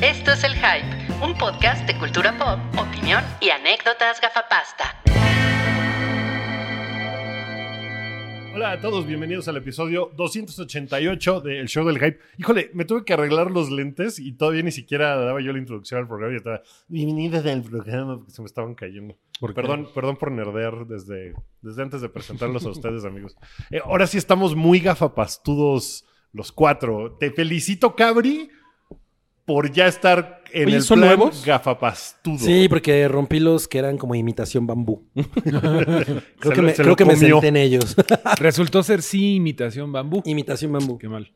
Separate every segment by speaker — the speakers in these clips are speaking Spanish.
Speaker 1: Esto es El Hype, un podcast de cultura pop, opinión y anécdotas gafapasta.
Speaker 2: Hola a todos, bienvenidos al episodio 288 del Show del Hype. Híjole, me tuve que arreglar los lentes y todavía ni siquiera daba yo la introducción al programa y estaba bienvenidos al programa porque se me estaban cayendo.
Speaker 3: ¿Por qué?
Speaker 2: Perdón, perdón por nerdear desde, desde antes de presentarlos a ustedes, amigos. Eh, ahora sí estamos muy gafapastudos los cuatro. Te felicito, Cabri, por ya estar en
Speaker 3: Oye,
Speaker 2: el
Speaker 3: ¿son
Speaker 2: plan
Speaker 3: nuevos?
Speaker 2: gafapastudo.
Speaker 4: Sí, porque rompí los que eran como imitación bambú. Creo
Speaker 2: Se
Speaker 4: que,
Speaker 2: lo-
Speaker 4: me,
Speaker 2: se
Speaker 4: creo
Speaker 2: lo
Speaker 4: que me
Speaker 2: comió.
Speaker 4: senté en ellos.
Speaker 3: Resultó ser sí imitación bambú.
Speaker 4: imitación bambú.
Speaker 3: Qué mal.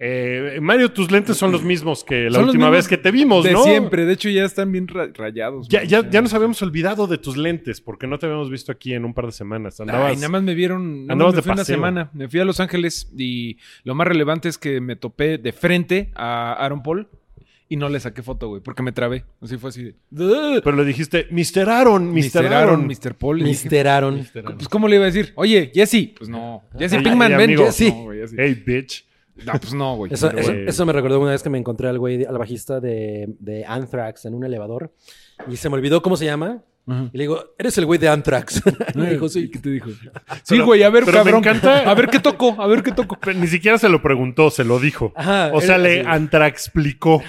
Speaker 2: Eh, Mario, tus lentes son los mismos que la
Speaker 3: Son los
Speaker 2: última
Speaker 3: mismos
Speaker 2: vez que te vimos,
Speaker 3: de
Speaker 2: ¿no?
Speaker 3: siempre. De hecho, ya están bien ra- rayados.
Speaker 2: Ya,
Speaker 3: man.
Speaker 2: ya, ya nos habíamos olvidado de tus lentes, porque no te habíamos visto aquí en un par de semanas. Andabas,
Speaker 3: Ay, nada más me vieron. Nada
Speaker 2: andabas
Speaker 3: más
Speaker 2: de
Speaker 3: me fui una
Speaker 2: paseo.
Speaker 3: semana. Me fui a Los Ángeles y lo más relevante es que me topé de frente a Aaron Paul y no le saqué foto, güey, porque me trabé. Así fue así de.
Speaker 2: pero le dijiste, Mr. Aaron, Mr.
Speaker 3: Mr.
Speaker 2: Aaron.
Speaker 3: Aaron, Mr. Paul. y dije,
Speaker 4: Misteraron.
Speaker 3: Pues, ¿cómo le iba a decir? Oye, Jesse. Pues no. Jesse
Speaker 2: Ey,
Speaker 3: Pinkman,
Speaker 2: ey,
Speaker 3: ven.
Speaker 2: Ah. amigo.
Speaker 3: Jesse.
Speaker 2: No,
Speaker 3: No, güey, así.
Speaker 2: Hey, bitch.
Speaker 3: No, pues no, güey.
Speaker 4: Eso,
Speaker 3: Pero,
Speaker 4: eso-
Speaker 3: güey,
Speaker 4: eso me recordó una vez que me encontré al güey, al bajista de, de Anthrax en un elevador y se me olvidó cómo se llama.
Speaker 3: Ajá.
Speaker 4: Y le digo, eres el güey de Anthrax. Y me dijo, sí.
Speaker 3: ¿Qué te dijo? Sí,
Speaker 2: Pero-
Speaker 3: güey, a ver,
Speaker 2: pero me
Speaker 3: cabrón.
Speaker 2: encanta-
Speaker 3: A ver qué toco, a ver qué toco.
Speaker 2: Pero ni siquiera se lo preguntó, se lo dijo.
Speaker 4: Ajá,
Speaker 2: o sea,
Speaker 4: él-
Speaker 2: le
Speaker 4: sí.
Speaker 2: antraexplicó.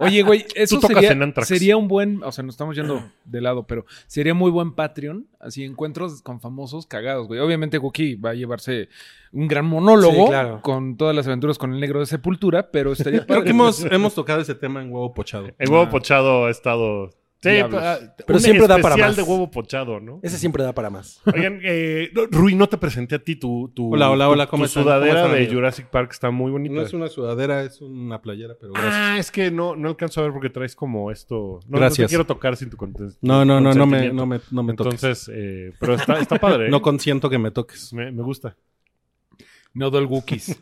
Speaker 3: Oye, güey, eso
Speaker 2: tocas
Speaker 3: sería,
Speaker 2: en Anthrax.
Speaker 3: sería un buen, o sea, nos estamos yendo de lado, pero sería muy buen Patreon, así encuentros con famosos cagados, güey. Obviamente Wookie va a llevarse un gran monólogo
Speaker 4: Sí, claro.
Speaker 3: con todas las aventuras con el negro de Sepultura, pero estaría
Speaker 5: Creo
Speaker 3: padre.
Speaker 5: que hemos, hemos tocado ese tema en huevo pochado.
Speaker 2: El huevo
Speaker 3: Ah.
Speaker 2: pochado ha estado. Sí,
Speaker 3: Diablos.
Speaker 2: pa-
Speaker 4: Pero
Speaker 2: un
Speaker 4: siempre da para
Speaker 2: especial
Speaker 4: más.
Speaker 2: de huevo pochado, ¿no?
Speaker 4: Ese siempre da para más.
Speaker 2: Oigan, eh, no, Rui, no te presenté a ti tu, tu,
Speaker 5: Hola, hola,
Speaker 2: tu-
Speaker 5: hola,
Speaker 2: tu
Speaker 5: ¿cómo están?
Speaker 2: sudadera
Speaker 5: ¿Cómo están,
Speaker 2: de
Speaker 5: amigos?
Speaker 2: Jurassic Park está muy bonita.
Speaker 5: No es una sudadera, es una playera, pero gracias.
Speaker 2: Ah, es que no, no alcanzo a ver porque traes como esto. No, no te
Speaker 5: Gracias.
Speaker 2: quiero tocar sin tu contexto.
Speaker 5: No, no, no, no me,
Speaker 2: consentimiento.
Speaker 5: no me, no me toques.
Speaker 2: Entonces, eh, pero está, está padre. ¿eh?
Speaker 5: No consiento que me toques.
Speaker 2: me, me gusta.
Speaker 3: No del Wookiees.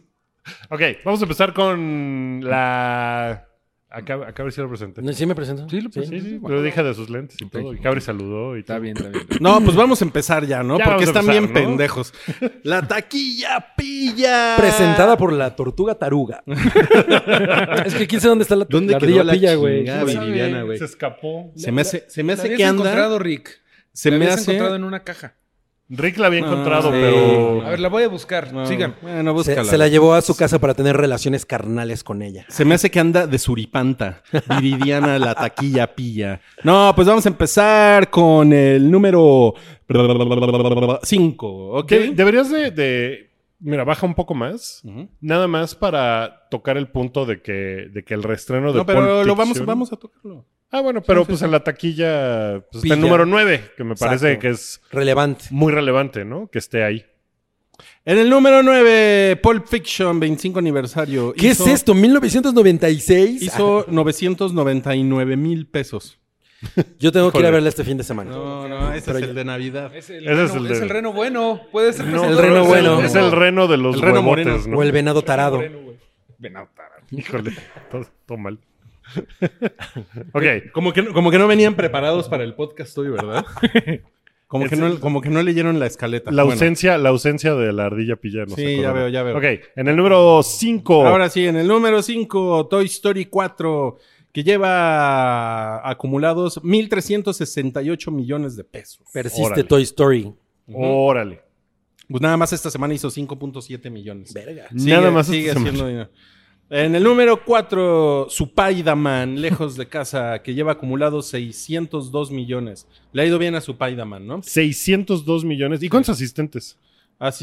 Speaker 2: Ok, vamos a empezar con la. Acá, acá a ver si lo presenté.
Speaker 4: ¿No- ¿Sí me presento?
Speaker 3: Sí, lo
Speaker 2: Sí, sí,
Speaker 3: bueno.
Speaker 2: lo dije de sus lentes y
Speaker 3: Ok.
Speaker 2: todo. Y Cabri saludó y
Speaker 3: Está
Speaker 2: todo.
Speaker 3: bien, está bien.
Speaker 5: No, pues vamos a empezar ya, ¿no?
Speaker 2: Ya
Speaker 5: Porque
Speaker 2: vamos a
Speaker 5: están bien
Speaker 2: empezar, ¿no?
Speaker 5: pendejos. La taquilla pilla.
Speaker 4: Presentada por la tortuga taruga. es que quién sabe dónde está la,
Speaker 5: ¿Dónde
Speaker 4: la
Speaker 5: quedó
Speaker 4: ardilla
Speaker 5: la
Speaker 4: pilla, güey.
Speaker 5: chingada?
Speaker 2: ¿Quién
Speaker 5: Gaby,
Speaker 2: sabe?
Speaker 5: Viviana, güey.
Speaker 2: Se escapó.
Speaker 5: Se me hace, se
Speaker 3: ¿Te
Speaker 5: me hace
Speaker 3: habías
Speaker 5: que anda.
Speaker 3: encontrado, Rick?
Speaker 5: Se
Speaker 3: ¿Te
Speaker 5: me
Speaker 3: habías
Speaker 5: hace.
Speaker 3: encontrado en una caja?
Speaker 2: Rick la había
Speaker 5: Ah,
Speaker 2: encontrado,
Speaker 5: sí.
Speaker 2: pero.
Speaker 3: A ver, la voy a buscar.
Speaker 5: No,
Speaker 3: Sigan.
Speaker 5: Bueno,
Speaker 4: Se-
Speaker 5: búscala.
Speaker 4: Se, la llevó a su casa para tener relaciones carnales con ella.
Speaker 5: Se me hace que anda de suripanta. Viridiana la taquilla pilla. No, pues vamos a empezar con el número 5, ¿ok?
Speaker 2: De- deberías de, de- Mira, baja un poco más.
Speaker 5: Ujú.
Speaker 2: Nada más para tocar el punto de que, de que el reestreno de
Speaker 5: No, pero
Speaker 2: Pulp
Speaker 5: lo vamos,
Speaker 2: Fiction-
Speaker 5: vamos a tocarlo.
Speaker 2: Ah, bueno, pero
Speaker 5: sí,
Speaker 2: pues en la taquilla pues, está
Speaker 4: Pilla.
Speaker 2: el número 9, que me parece
Speaker 4: Exacto.
Speaker 2: que es
Speaker 4: Relevante.
Speaker 2: muy relevante, ¿no? Que esté ahí.
Speaker 5: En el número 9, Pulp Fiction, 25 aniversario.
Speaker 4: ¿Qué
Speaker 5: Hizo-
Speaker 4: es esto? ¿1996?
Speaker 5: Hizo 999 mil pesos.
Speaker 4: Yo tengo que ir
Speaker 2: Híjole.
Speaker 4: a verla este fin de semana.
Speaker 5: No, no, ese
Speaker 4: Pero
Speaker 5: es
Speaker 4: ya-
Speaker 5: el de Navidad.
Speaker 3: Es el,
Speaker 2: Ese
Speaker 3: reno,
Speaker 2: es el
Speaker 3: es
Speaker 2: de-
Speaker 3: el reno bueno. Puede ser
Speaker 2: No,
Speaker 4: el
Speaker 2: pero
Speaker 4: reno
Speaker 2: es
Speaker 4: bueno.
Speaker 2: Es el reno de los
Speaker 5: El reno
Speaker 2: huevotes,
Speaker 5: moreno.
Speaker 2: ¿no?
Speaker 4: O el venado tarado.
Speaker 2: Híjole, todo, todo mal. ok.
Speaker 5: Como que, no- como que no venían preparados para el podcast hoy, ¿verdad? Como que,
Speaker 2: Ese-
Speaker 5: no, como que no leyeron la escaleta.
Speaker 2: La
Speaker 5: Bueno,
Speaker 2: ausencia, la ausencia de la ardilla pilla. no
Speaker 5: Sí,
Speaker 2: se acuerda.
Speaker 5: ya veo, ya veo.
Speaker 2: Ok, en el número 5.
Speaker 5: Ahora sí, en el número 5, Toy Story 4, que lleva acumulados 1.368 millones de pesos.
Speaker 4: Persiste
Speaker 2: Órale.
Speaker 4: Toy Story.
Speaker 2: Órale.
Speaker 5: Pues nada más esta semana hizo 5.7 millones.
Speaker 4: Verga.
Speaker 2: Nada más
Speaker 5: sigue
Speaker 2: esta
Speaker 5: haciendo dinero. En el número 4, Supaidaman, lejos de casa, que lleva acumulados 602 millones. Le ha ido bien a Supaidaman, ¿no?
Speaker 2: 602 millones. ¿Y cuántos asistentes?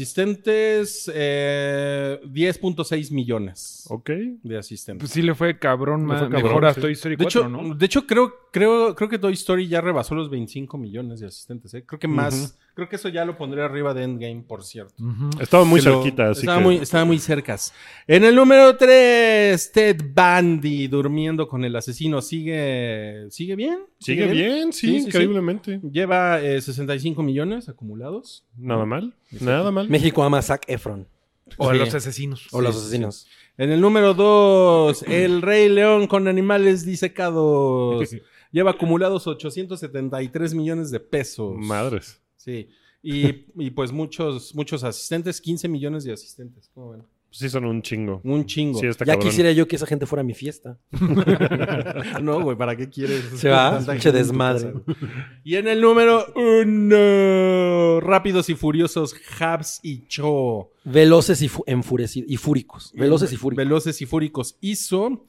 Speaker 5: Asistentes, eh, 10.6 millones
Speaker 2: Ok.
Speaker 5: de asistentes.
Speaker 3: Pues sí le fue cabrón,
Speaker 2: Le fue
Speaker 3: ma-
Speaker 2: cabrón,
Speaker 3: mejor a
Speaker 2: sí.
Speaker 3: Toy Story
Speaker 5: de
Speaker 3: 4,
Speaker 5: hecho,
Speaker 3: ¿no?
Speaker 5: de hecho creo, creo, creo que Toy Story ya rebasó los 25 millones de asistentes. ¿eh? Creo que más, creo que eso ya lo pondré arriba de Endgame, por cierto.
Speaker 2: Estaba muy
Speaker 5: que lo-
Speaker 2: cerquita, así
Speaker 5: estaba
Speaker 2: que.
Speaker 5: Muy, estaba muy cercas. En el número 3, Ted Bundy durmiendo con el asesino. ¿Sigue, sigue bien?
Speaker 2: Sigue bien, sí,
Speaker 5: Sí, sí, sí.
Speaker 2: increíblemente.
Speaker 5: Lleva eh, 65 millones acumulados.
Speaker 2: Nada mal. Nada mal.
Speaker 4: México ama a Zac Efron.
Speaker 3: O a
Speaker 5: Sí.
Speaker 3: los asesinos.
Speaker 4: O los asesinos.
Speaker 5: En el número 2, El Rey León con animales disecados. Lleva acumulados 873 millones de pesos.
Speaker 2: Madres.
Speaker 5: Sí. Y, y pues muchos, muchos asistentes, 15 millones de asistentes. ¿Cómo ven?
Speaker 2: Sí, son un chingo.
Speaker 5: Un chingo.
Speaker 2: Sí, está
Speaker 4: ya
Speaker 2: cabrón.
Speaker 4: quisiera yo que esa gente fuera a mi fiesta.
Speaker 5: No, güey, ¿para qué quieres?
Speaker 4: Se va,
Speaker 5: tanta
Speaker 4: pinche
Speaker 5: gente en tu
Speaker 4: desmadre.
Speaker 5: casa? Y en el número uno, Rápidos y Furiosos, Habs y Cho.
Speaker 4: Veloces y fu- enfurecidos. Y fúricos. Veloces y fúricos.
Speaker 5: Veloces y Fúricos hizo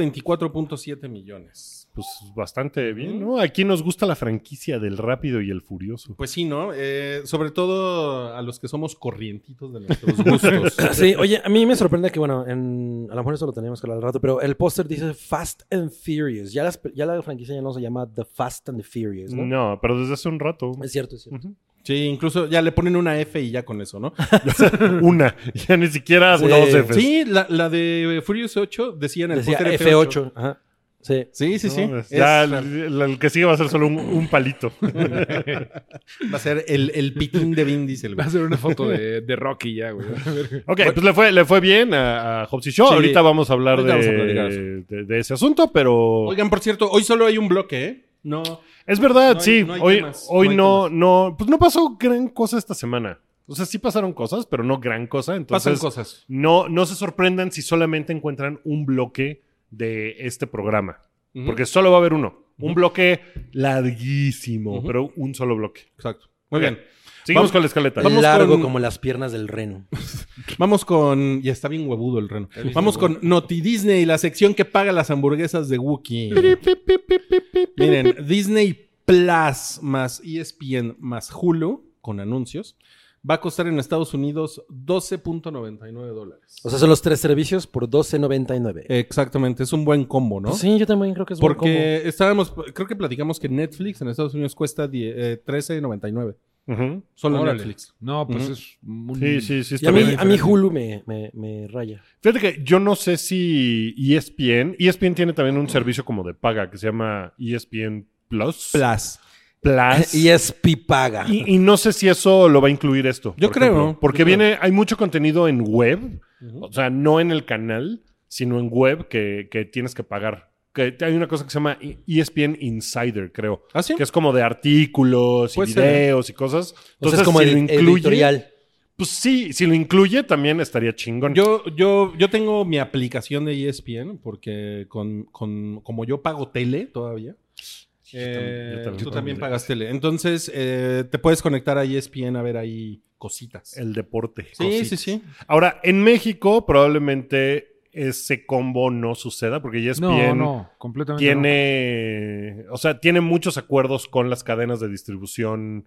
Speaker 5: 124.7 millones.
Speaker 2: Pues bastante bien, ¿no? Aquí nos gusta la franquicia del rápido y el furioso.
Speaker 5: Pues sí, ¿no? Eh, sobre todo a los que somos corrientitos de nuestros gustos.
Speaker 4: Sí, oye, a mí me sorprende que, bueno, en- a lo mejor eso lo teníamos que hablar al rato, pero el póster dice Fast and Furious. Ya, las- ya la franquicia ya no se llama The Fast and the Furious, ¿no?
Speaker 2: No, pero desde hace un rato.
Speaker 4: Es cierto, es cierto.
Speaker 5: Sí, incluso ya le ponen una F y ya con eso, ¿no?
Speaker 2: Una. Ya ni siquiera
Speaker 4: Sí.
Speaker 2: dos Fs.
Speaker 5: Sí, la, la de Furious 8 decían el
Speaker 4: Decía
Speaker 5: póster
Speaker 4: F8. Ajá. Sí.
Speaker 5: Sí, sí, sí.
Speaker 2: No,
Speaker 5: Es-
Speaker 2: ya el, el que sigue va a ser solo un, un palito.
Speaker 5: va a ser el, el pitín de Vin Diesel,
Speaker 3: Va
Speaker 5: güey.
Speaker 3: a ser una foto de, de Rocky ya, güey. A ver.
Speaker 2: Ok, pues le fue, le fue bien a, a Hobbs y Shaw.
Speaker 5: Sí.
Speaker 2: Ahorita vamos a hablar,
Speaker 5: Ahorita
Speaker 2: de,
Speaker 5: vamos a platicar
Speaker 2: de- de ese asunto, pero...
Speaker 5: Oigan, por cierto, hoy solo hay un bloque, ¿eh? No.
Speaker 2: es verdad,
Speaker 5: no hay-
Speaker 2: sí.
Speaker 5: no hay
Speaker 2: hoy
Speaker 5: temas,
Speaker 2: hoy
Speaker 5: no hay
Speaker 2: no,
Speaker 5: temas.
Speaker 2: no, Pues no pasó gran cosa esta semana. O sea, sí pasaron cosas, pero no gran cosa. Entonces,
Speaker 5: Pasan cosas.
Speaker 2: No, no se sorprendan si solamente encuentran un bloque de este programa.
Speaker 5: Ujú.
Speaker 2: Porque solo va a haber uno. Un bloque larguísimo,
Speaker 5: Ujú.
Speaker 2: pero un solo bloque.
Speaker 5: Exacto. Muy bien.
Speaker 2: Seguimos
Speaker 5: Vamos-
Speaker 2: con la escaleta.
Speaker 5: Vamos
Speaker 4: Largo
Speaker 5: con-
Speaker 4: como las piernas del reno.
Speaker 5: Vamos con. Ya está bien huevudo el reno. Vamos con Noti Disney, la sección que paga las hamburguesas de Wookiee. Miren, Disney Plus más E ESPN más Hulu con anuncios va a costar en Estados Unidos 12.99 dólares.
Speaker 4: O sea, son los tres servicios por 12.99.
Speaker 5: Exactamente, es un buen combo, ¿no?
Speaker 4: Eh, Pues Sí, yo también creo que es buen
Speaker 5: Porque estábamos, creo que platicamos que Netflix en Estados Unidos cuesta die- eh, 13.99.
Speaker 2: Ujú.
Speaker 5: Solo
Speaker 3: Órale.
Speaker 5: Netflix.
Speaker 3: No, pues
Speaker 5: Ujú.
Speaker 3: es un...
Speaker 2: Sí, sí, sí.
Speaker 4: combo. Y
Speaker 2: Está
Speaker 4: a
Speaker 2: bien
Speaker 4: mí, a mí
Speaker 2: diferente.
Speaker 4: Hulu me, me, me raya.
Speaker 2: Fíjate que yo no sé si E ESPN. ESPN tiene también un servicio como de paga que se llama E ESPN Plus.
Speaker 5: Plus.
Speaker 2: Plus.
Speaker 4: Y es pipaga.
Speaker 2: Y, y no sé si eso lo va a incluir esto.
Speaker 5: Yo
Speaker 2: por
Speaker 5: creo,
Speaker 2: ejemplo. porque
Speaker 5: yo creo.
Speaker 2: viene, hay mucho contenido en web,
Speaker 5: Ujú.
Speaker 2: o sea, no en el canal, sino en web que, que tienes que pagar. Que hay una cosa que se llama E- ESPN Insider, creo.
Speaker 5: ¿Ah, sí?
Speaker 2: Que es como de artículos y
Speaker 5: Puede ser.
Speaker 2: videos y cosas. Entonces,
Speaker 4: o sea, es como
Speaker 2: si
Speaker 4: el,
Speaker 2: lo
Speaker 4: el
Speaker 2: incluye,
Speaker 4: editorial.
Speaker 2: Pues sí, si lo incluye también estaría chingón.
Speaker 5: Yo, yo, yo tengo mi aplicación de E ESPN porque con, con- como yo pago tele todavía.
Speaker 2: yo
Speaker 5: eh,
Speaker 2: también
Speaker 5: tú
Speaker 2: pago
Speaker 5: también
Speaker 2: tele.
Speaker 5: pagas tele. Entonces, eh, te puedes conectar a ESPN a ver ahí cositas.
Speaker 2: el deporte.
Speaker 5: sí,
Speaker 2: Cositas.
Speaker 5: sí, sí.
Speaker 2: Ahora, en México probablemente ese combo no suceda porque E ESPN
Speaker 3: No, no, completamente
Speaker 2: tiene, o sea, tiene muchos acuerdos con las cadenas de distribución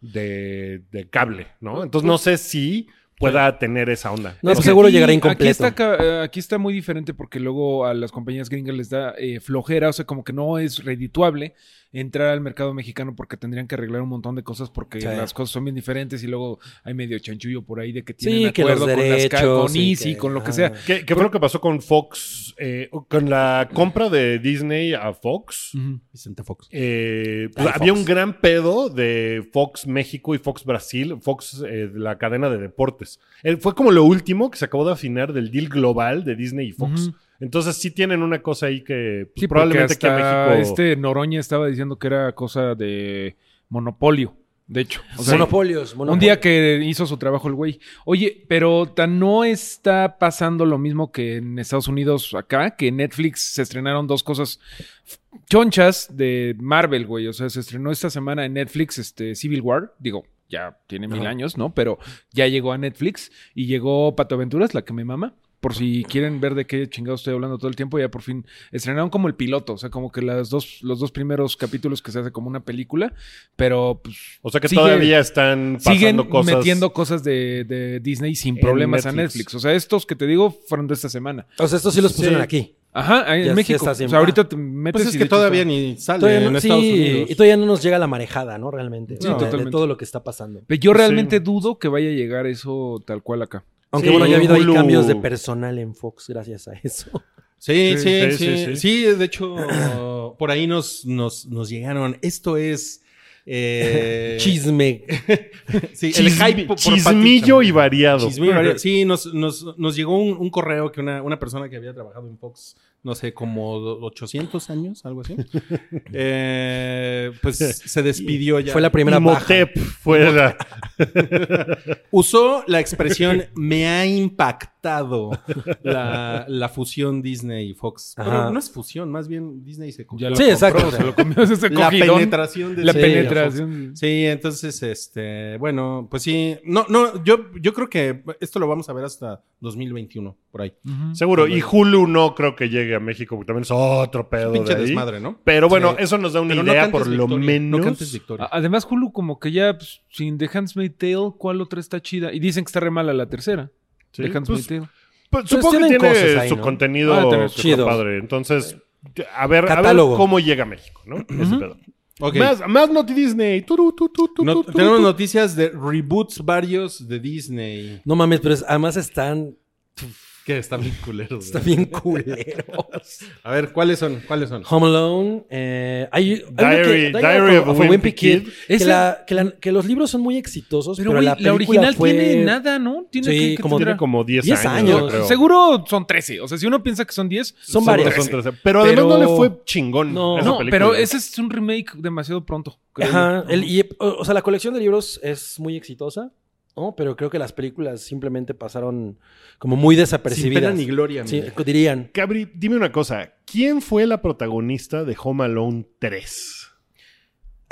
Speaker 2: de, de cable, ¿no? Entonces no sé si pueda tener esa onda.
Speaker 4: No,
Speaker 3: Es
Speaker 4: pues
Speaker 3: que
Speaker 4: seguro
Speaker 3: aquí-
Speaker 4: llegará
Speaker 3: Aquí
Speaker 4: incompleto.
Speaker 3: está, ca- eh, aquí está muy diferente porque luego a las compañías gringas les da eh, flojera, o sea, como que no es redituable entrar al mercado mexicano porque tendrían que arreglar un montón de cosas porque
Speaker 4: Sí.
Speaker 3: las cosas son bien diferentes y luego hay medio chanchullo por ahí de que
Speaker 4: Sí,
Speaker 3: tienen
Speaker 4: que
Speaker 3: acuerdo
Speaker 4: los
Speaker 3: con las ca-
Speaker 4: derechos
Speaker 3: con
Speaker 4: y
Speaker 3: Easy,
Speaker 4: que-
Speaker 3: con lo que
Speaker 4: ah.
Speaker 3: sea.
Speaker 2: ¿Qué, qué fue lo que pasó con Fox, eh, con la compra de Disney a Fox?
Speaker 3: Ujú.
Speaker 5: Vicente Fox.
Speaker 2: Eh, pues,
Speaker 4: Ay,
Speaker 2: había
Speaker 4: Fox.
Speaker 2: un gran pedo de Fox México y Fox Brasil, Fox, eh, de la cadena de deportes. Eh, fue como lo último que se acabó de afinar del deal global de Disney y Fox.
Speaker 3: Ujú.
Speaker 2: Entonces sí tienen una cosa ahí que pues,
Speaker 3: Sí,
Speaker 2: probablemente
Speaker 3: probablemente
Speaker 2: aquí en México...
Speaker 3: Este Noroña estaba diciendo que era cosa de monopolio, de hecho. O sea,
Speaker 4: monopolios, monopolios.
Speaker 3: Un día que hizo su trabajo el güey. Oye, pero tan no está pasando lo mismo que en Estados Unidos acá, que en Netflix se estrenaron dos cosas f- chonchas de Marvel, güey. O sea, se estrenó esta semana en Netflix este, Civil War. Digo, ya tiene mil
Speaker 4: Ajá.
Speaker 3: años, ¿no? Pero ya llegó a Netflix y llegó Pato Aventuras, la que me mama. Por si quieren ver de qué chingado estoy hablando todo el tiempo, ya por fin estrenaron como el piloto, o sea, como que las dos, los dos primeros capítulos que se hace como una película, pero pues
Speaker 2: O sea que
Speaker 3: sigue-
Speaker 2: todavía están pasando
Speaker 3: siguen
Speaker 2: cosas.
Speaker 3: metiendo cosas de, de Disney sin
Speaker 2: en
Speaker 3: problemas a
Speaker 2: Netflix.
Speaker 3: Netflix. O sea, estos que te digo fueron de esta semana.
Speaker 4: O sea, estos sí los
Speaker 5: Sí.
Speaker 4: pusieron aquí.
Speaker 3: Ajá, ahí en
Speaker 4: Ya- ya
Speaker 3: México.
Speaker 4: está sin-
Speaker 3: o sea, ahorita te metes
Speaker 5: Pues
Speaker 2: Este
Speaker 5: es
Speaker 3: y
Speaker 5: que
Speaker 3: de hecho
Speaker 5: todavía
Speaker 3: está-
Speaker 5: ni sale
Speaker 4: Todavía
Speaker 5: en
Speaker 4: no,
Speaker 5: Estados
Speaker 4: sí,
Speaker 5: Unidos.
Speaker 4: y todavía no nos llega la marejada, ¿no? Realmente.
Speaker 3: Sí,
Speaker 4: ¿no? de, de
Speaker 3: totalmente.
Speaker 4: todo lo que está pasando.
Speaker 3: Pero Yo
Speaker 2: Sí.
Speaker 3: realmente dudo que vaya a llegar eso tal cual acá.
Speaker 4: Aunque
Speaker 2: Sí,
Speaker 4: bueno, ya ha habido ahí
Speaker 2: Hulu.
Speaker 4: cambios de personal en Fox gracias a eso.
Speaker 5: Sí, sí,
Speaker 2: sí,
Speaker 5: sí,
Speaker 2: sí,
Speaker 5: sí,
Speaker 2: sí.
Speaker 5: de hecho, por ahí nos, nos, nos llegaron. Esto es. eh,
Speaker 4: Chisme.
Speaker 5: sí, el
Speaker 2: Chismi-
Speaker 5: hype por Pati
Speaker 2: chismillo
Speaker 5: Chapoy.
Speaker 2: y variado.
Speaker 5: Chismillo y variado. Sí, nos, nos, nos llegó un, un correo que una, una persona que había trabajado en Fox no sé, como 800 años, algo así. Eh, pues se despidió ya.
Speaker 4: Fue la primera baja.
Speaker 2: Imhotep fue la-
Speaker 5: Usó la expresión me ha impactado la, la fusión Disney y Fox. Pero
Speaker 4: Ajá.
Speaker 5: no es fusión, más bien Disney se comió.
Speaker 3: Ya lo
Speaker 4: Sí,
Speaker 3: compró,
Speaker 4: exacto.
Speaker 3: Se lo comió ese
Speaker 5: La
Speaker 3: cogidón.
Speaker 5: penetración de
Speaker 3: La
Speaker 5: sí,
Speaker 3: penetración.
Speaker 5: Sí, entonces, este, bueno, pues sí, no, no, yo, yo creo que esto lo vamos a ver hasta 2021, por ahí.
Speaker 3: Ujú.
Speaker 2: Seguro. Y Hulu no creo que llegue a México, porque también es otro pedo
Speaker 5: Pinche
Speaker 2: de ahí.
Speaker 5: desmadre, ¿no?
Speaker 2: Pero bueno,
Speaker 5: Sí.
Speaker 2: eso nos da una
Speaker 5: Pero no
Speaker 2: idea,
Speaker 5: cantes
Speaker 2: por lo
Speaker 5: victoria,
Speaker 2: menos.
Speaker 5: No cantes victoria.
Speaker 3: A- Además, Hulu, como que ya pues, sin The Handmaid's Tale, ¿cuál otra está chida? Y dicen que está re mala la tercera.
Speaker 2: Sí,
Speaker 3: The
Speaker 2: pues,
Speaker 3: Handmaid's Tale.
Speaker 2: pues, supongo que
Speaker 4: tienen
Speaker 2: tiene
Speaker 4: cosas ahí,
Speaker 2: su
Speaker 4: ¿no?
Speaker 3: Ah,
Speaker 2: contenido
Speaker 3: tiene su-
Speaker 2: chido.
Speaker 4: Chidos.
Speaker 2: padre. Entonces, a ver, a ver
Speaker 4: Catálogo.
Speaker 2: cómo llega a México, ¿no? Ese pedo.
Speaker 5: Ok.
Speaker 2: Más, más Naughty Disney. Turu, tu, tu, tu,
Speaker 5: No-
Speaker 2: tu, tu,
Speaker 5: tenemos
Speaker 2: tu.
Speaker 5: noticias de reboots varios de Disney.
Speaker 4: No mames, pero es- además están,
Speaker 5: Que están bien culeros.
Speaker 4: están bien culeros.
Speaker 5: A ver, ¿cuáles son? ¿Cuáles son?
Speaker 4: Home Alone. eh, hay, hay uno que-
Speaker 2: Diary-
Speaker 4: hay uno
Speaker 2: Diary
Speaker 4: of
Speaker 2: of
Speaker 4: a
Speaker 2: a
Speaker 4: Wimpy
Speaker 2: Wimpy
Speaker 4: Kid.
Speaker 2: Kid.
Speaker 4: Que,
Speaker 3: Ese-
Speaker 4: la- que la- que los libros son muy exitosos, pero,
Speaker 3: Pero, güey,
Speaker 4: la
Speaker 3: la,
Speaker 4: película
Speaker 3: original
Speaker 4: fue-
Speaker 3: tiene nada, ¿no? Tiene
Speaker 4: Sí,
Speaker 3: que- que
Speaker 4: como-
Speaker 2: Tiene
Speaker 3: tendrá-
Speaker 2: como 10,
Speaker 4: 10
Speaker 2: años,
Speaker 4: años.
Speaker 2: creo.
Speaker 3: Seguro son 13. O sea, si uno piensa que son 10,
Speaker 4: Son
Speaker 2: Seguro
Speaker 4: varias.
Speaker 2: son 13. Pero además
Speaker 4: Pero-
Speaker 2: no le fue chingón.
Speaker 4: No.
Speaker 2: a esa
Speaker 3: no,
Speaker 2: película.
Speaker 3: pero ese es un remake demasiado pronto. creo
Speaker 4: Ajá,
Speaker 3: yo.
Speaker 4: el- y, o, o sea, la colección de libros es muy exitosa, ¿no? Pero creo que las películas simplemente pasaron como muy
Speaker 5: Sin
Speaker 4: desapercibidas.
Speaker 5: pena ni gloria.
Speaker 4: Sí,
Speaker 5: mira.
Speaker 4: dirían.
Speaker 2: Cabri, dime una cosa. ¿Quién fue la protagonista de Home Alone 3?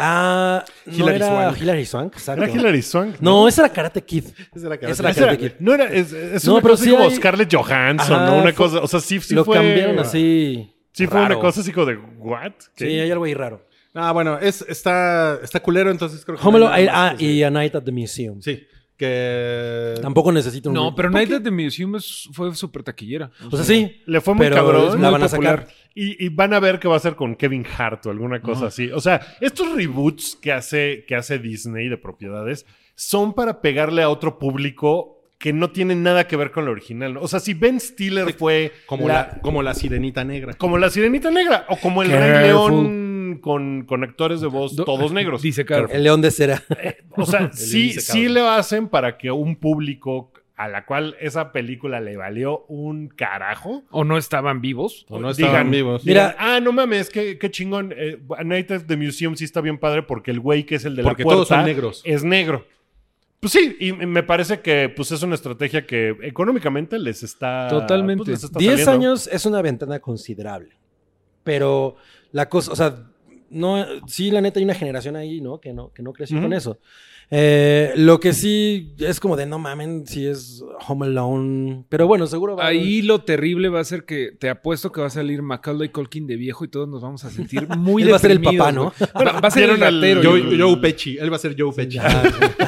Speaker 4: Ah, no
Speaker 2: Hilary
Speaker 4: era
Speaker 2: Swank.
Speaker 4: Hilary Swank, exacto.
Speaker 2: ¿Era Hilary Swank?
Speaker 4: No, esa era Karate Kid.
Speaker 5: Esa era
Speaker 4: Esa era
Speaker 2: Esa-
Speaker 4: Karate Kid.
Speaker 2: no era, es, es
Speaker 4: No,
Speaker 2: una
Speaker 4: pero
Speaker 2: cosa
Speaker 4: sí
Speaker 2: como
Speaker 4: hay-
Speaker 2: Scarlett Johansson,
Speaker 4: Ajá,
Speaker 2: ¿no? Una
Speaker 4: fue-
Speaker 2: cosa, o sea, sí, sí
Speaker 4: Lo
Speaker 2: fue.
Speaker 4: cambiaron así.
Speaker 2: Sí fue una
Speaker 4: raro.
Speaker 2: cosa así como de, ¿what? ¿Qué?
Speaker 4: Sí, hay algo ahí raro.
Speaker 5: Ah, bueno, es, está, está culero, entonces creo que.
Speaker 4: Home
Speaker 5: no
Speaker 4: Alone,
Speaker 5: hay nada
Speaker 4: ah,
Speaker 5: más que
Speaker 4: y
Speaker 5: decir.
Speaker 4: A Night at the Museum.
Speaker 5: Sí, que.
Speaker 4: Tampoco necesito un
Speaker 3: No, pero Night at the Museum es- fue súper taquillera.
Speaker 4: O sea, sí.
Speaker 2: Le fue muy
Speaker 4: Pero
Speaker 2: cabrón.
Speaker 4: la
Speaker 2: muy
Speaker 4: van a sacar.
Speaker 2: popular. Y, y van a ver qué va a hacer con Kevin Hart o alguna cosa así. O sea, estos reboots que hace, que hace Disney de propiedades son para pegarle a otro público que no tiene nada que ver con lo original. O sea, si Ben Stiller fue
Speaker 5: Como la, como la sirenita negra.
Speaker 2: como la Sirenita Negra o como el Rey
Speaker 3: Careful.
Speaker 2: León con, con actores de voz
Speaker 3: Do-
Speaker 2: todos negros.
Speaker 3: Dice Carl.
Speaker 4: El león de cera.
Speaker 2: O sea, sí,
Speaker 5: dice
Speaker 2: sí
Speaker 5: cabrón.
Speaker 2: lo hacen para que un público a la cual esa película le valió un carajo.
Speaker 3: ¿O no estaban vivos?
Speaker 5: O no
Speaker 2: Digan,
Speaker 5: estaban vivos.
Speaker 4: Mira,
Speaker 2: Mira, ah, no mames, qué, qué chingón. Eh, A Night at the Museum sí está bien padre porque el güey que es el de
Speaker 5: Porque
Speaker 2: la puerta
Speaker 5: todos son negros.
Speaker 2: es negro. Pues sí, y me parece que pues es una estrategia que económicamente les está
Speaker 3: Totalmente.
Speaker 2: pues, les está
Speaker 4: 10
Speaker 2: saliendo.
Speaker 4: años es una ventana considerable. Pero la cosa, o sea, no, sí, la neta, hay una generación ahí, ¿no? Que no, que no creció
Speaker 2: Ujú.
Speaker 4: con eso. Eh, lo que sí es como de no mamen, si es Home Alone. Pero bueno, seguro va a-
Speaker 3: Ahí lo terrible va a ser que te apuesto que va a salir Macaulay Colkin de viejo y todos nos vamos a sentir muy
Speaker 4: Él va a ser el
Speaker 3: deprimidos,
Speaker 4: papá, ¿no?
Speaker 3: güey. Va, va a ser el
Speaker 2: ¿Vieron el-
Speaker 3: ratero.
Speaker 5: Joe,
Speaker 3: yo creo.
Speaker 5: Joe Pesci. Él va a ser Joe Pesci.
Speaker 4: Ah,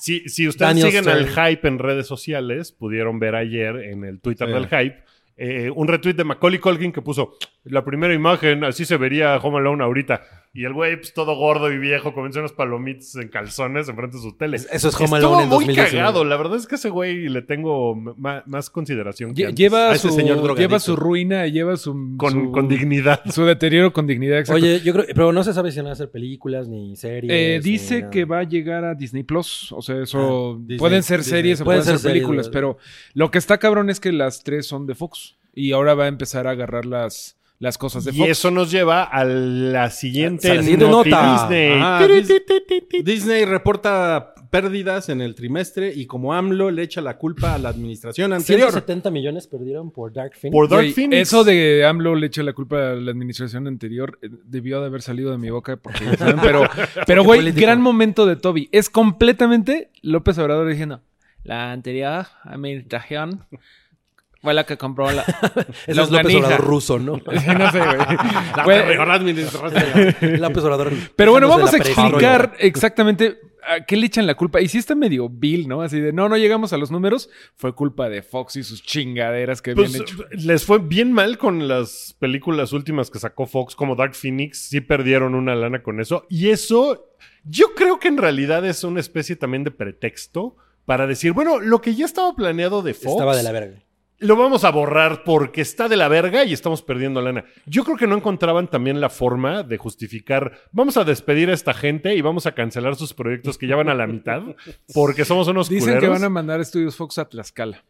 Speaker 2: Si, si ustedes
Speaker 4: Daniel
Speaker 2: siguen al
Speaker 4: Stern.
Speaker 2: hype en redes sociales, pudieron ver ayer en el Twitter
Speaker 5: Sí.
Speaker 2: del hype eh, un retweet de Macaulay Colkin que puso la primera imagen, así se vería Home Alone ahorita. Y el güey, pues, todo gordo y viejo, comienza unos palomitas en calzones enfrente de su tele.
Speaker 4: Eso es Home
Speaker 2: Estuvo
Speaker 4: Alone en
Speaker 2: muy
Speaker 4: 2019.
Speaker 2: cagado. La verdad es que ese güey le tengo ma- ma- más consideración. que
Speaker 3: Lle-
Speaker 2: antes.
Speaker 3: Lleva,
Speaker 5: A ese
Speaker 3: su,
Speaker 5: señor
Speaker 3: lleva
Speaker 5: drogadicto.
Speaker 3: su ruina, lleva su,
Speaker 2: con,
Speaker 3: su,
Speaker 2: con dignidad.
Speaker 3: su deterioro con dignidad. exacto.
Speaker 4: Oye, yo creo, pero no se sabe si van a hacer películas ni series.
Speaker 3: Eh,
Speaker 4: ni
Speaker 3: dice
Speaker 4: nada.
Speaker 3: que va a llegar a Disney Plus. O sea,
Speaker 5: Ah,
Speaker 3: eso.
Speaker 5: Disney,
Speaker 3: pueden ser
Speaker 5: Disney.
Speaker 3: series o
Speaker 4: Pueden
Speaker 3: pueden,
Speaker 4: ser
Speaker 3: ser,
Speaker 4: series,
Speaker 3: películas,
Speaker 4: ¿verdad?
Speaker 3: pero lo que está cabrón es que las tres son de Fox. Y ahora va a empezar a agarrar las, las cosas de
Speaker 2: Y
Speaker 3: Fox.
Speaker 2: eso nos lleva a la siguiente,
Speaker 4: A la siguiente
Speaker 2: Naughty
Speaker 4: nota.
Speaker 2: Disney.
Speaker 5: Ah, Dis- Disney reporta pérdidas en el trimestre y como AMLO le echa la culpa a la administración anterior.
Speaker 4: 170 millones perdieron por Dark Phoenix.
Speaker 2: Por Dark
Speaker 3: Güey,
Speaker 2: Phoenix.
Speaker 3: Eso de AMLO le echa la culpa a la administración anterior eh, debió de haber salido de mi boca porque ya saben, pero pero güey,
Speaker 4: político.
Speaker 3: gran momento de Toby. Es completamente López Obrador diciendo, la anterior administración fue la que compró la
Speaker 4: Eso es López
Speaker 3: longaniza".
Speaker 4: Obrador ruso, ¿no?
Speaker 3: Sí, no sé, güey.
Speaker 5: La
Speaker 3: Güey, eh,
Speaker 5: peor administración.
Speaker 4: López Obrador.
Speaker 3: Pero bueno, vamos a
Speaker 4: dejándose la
Speaker 3: explicar exactamente a qué le echan la culpa. Y sí está medio vil, ¿no? Así de, no, no llegamos a los números. Fue culpa de Fox y sus chingaderas que
Speaker 2: Pues,
Speaker 3: habían hecho.
Speaker 2: les fue bien mal con las películas últimas que sacó Fox, como Dark Phoenix. Sí perdieron una lana con eso. Y eso, yo creo que en realidad es una especie también de pretexto para decir, bueno, lo que ya estaba planeado de Fox
Speaker 4: Estaba de la verga.
Speaker 2: lo vamos a borrar porque está de la verga y estamos perdiendo lana. Yo creo que no encontraban también la forma de justificar, vamos a despedir a esta gente y vamos a cancelar sus proyectos que ya van a la mitad porque somos unos
Speaker 3: Dicen que
Speaker 2: culeros.
Speaker 3: van a mandar estudios Fox a Tlaxcala.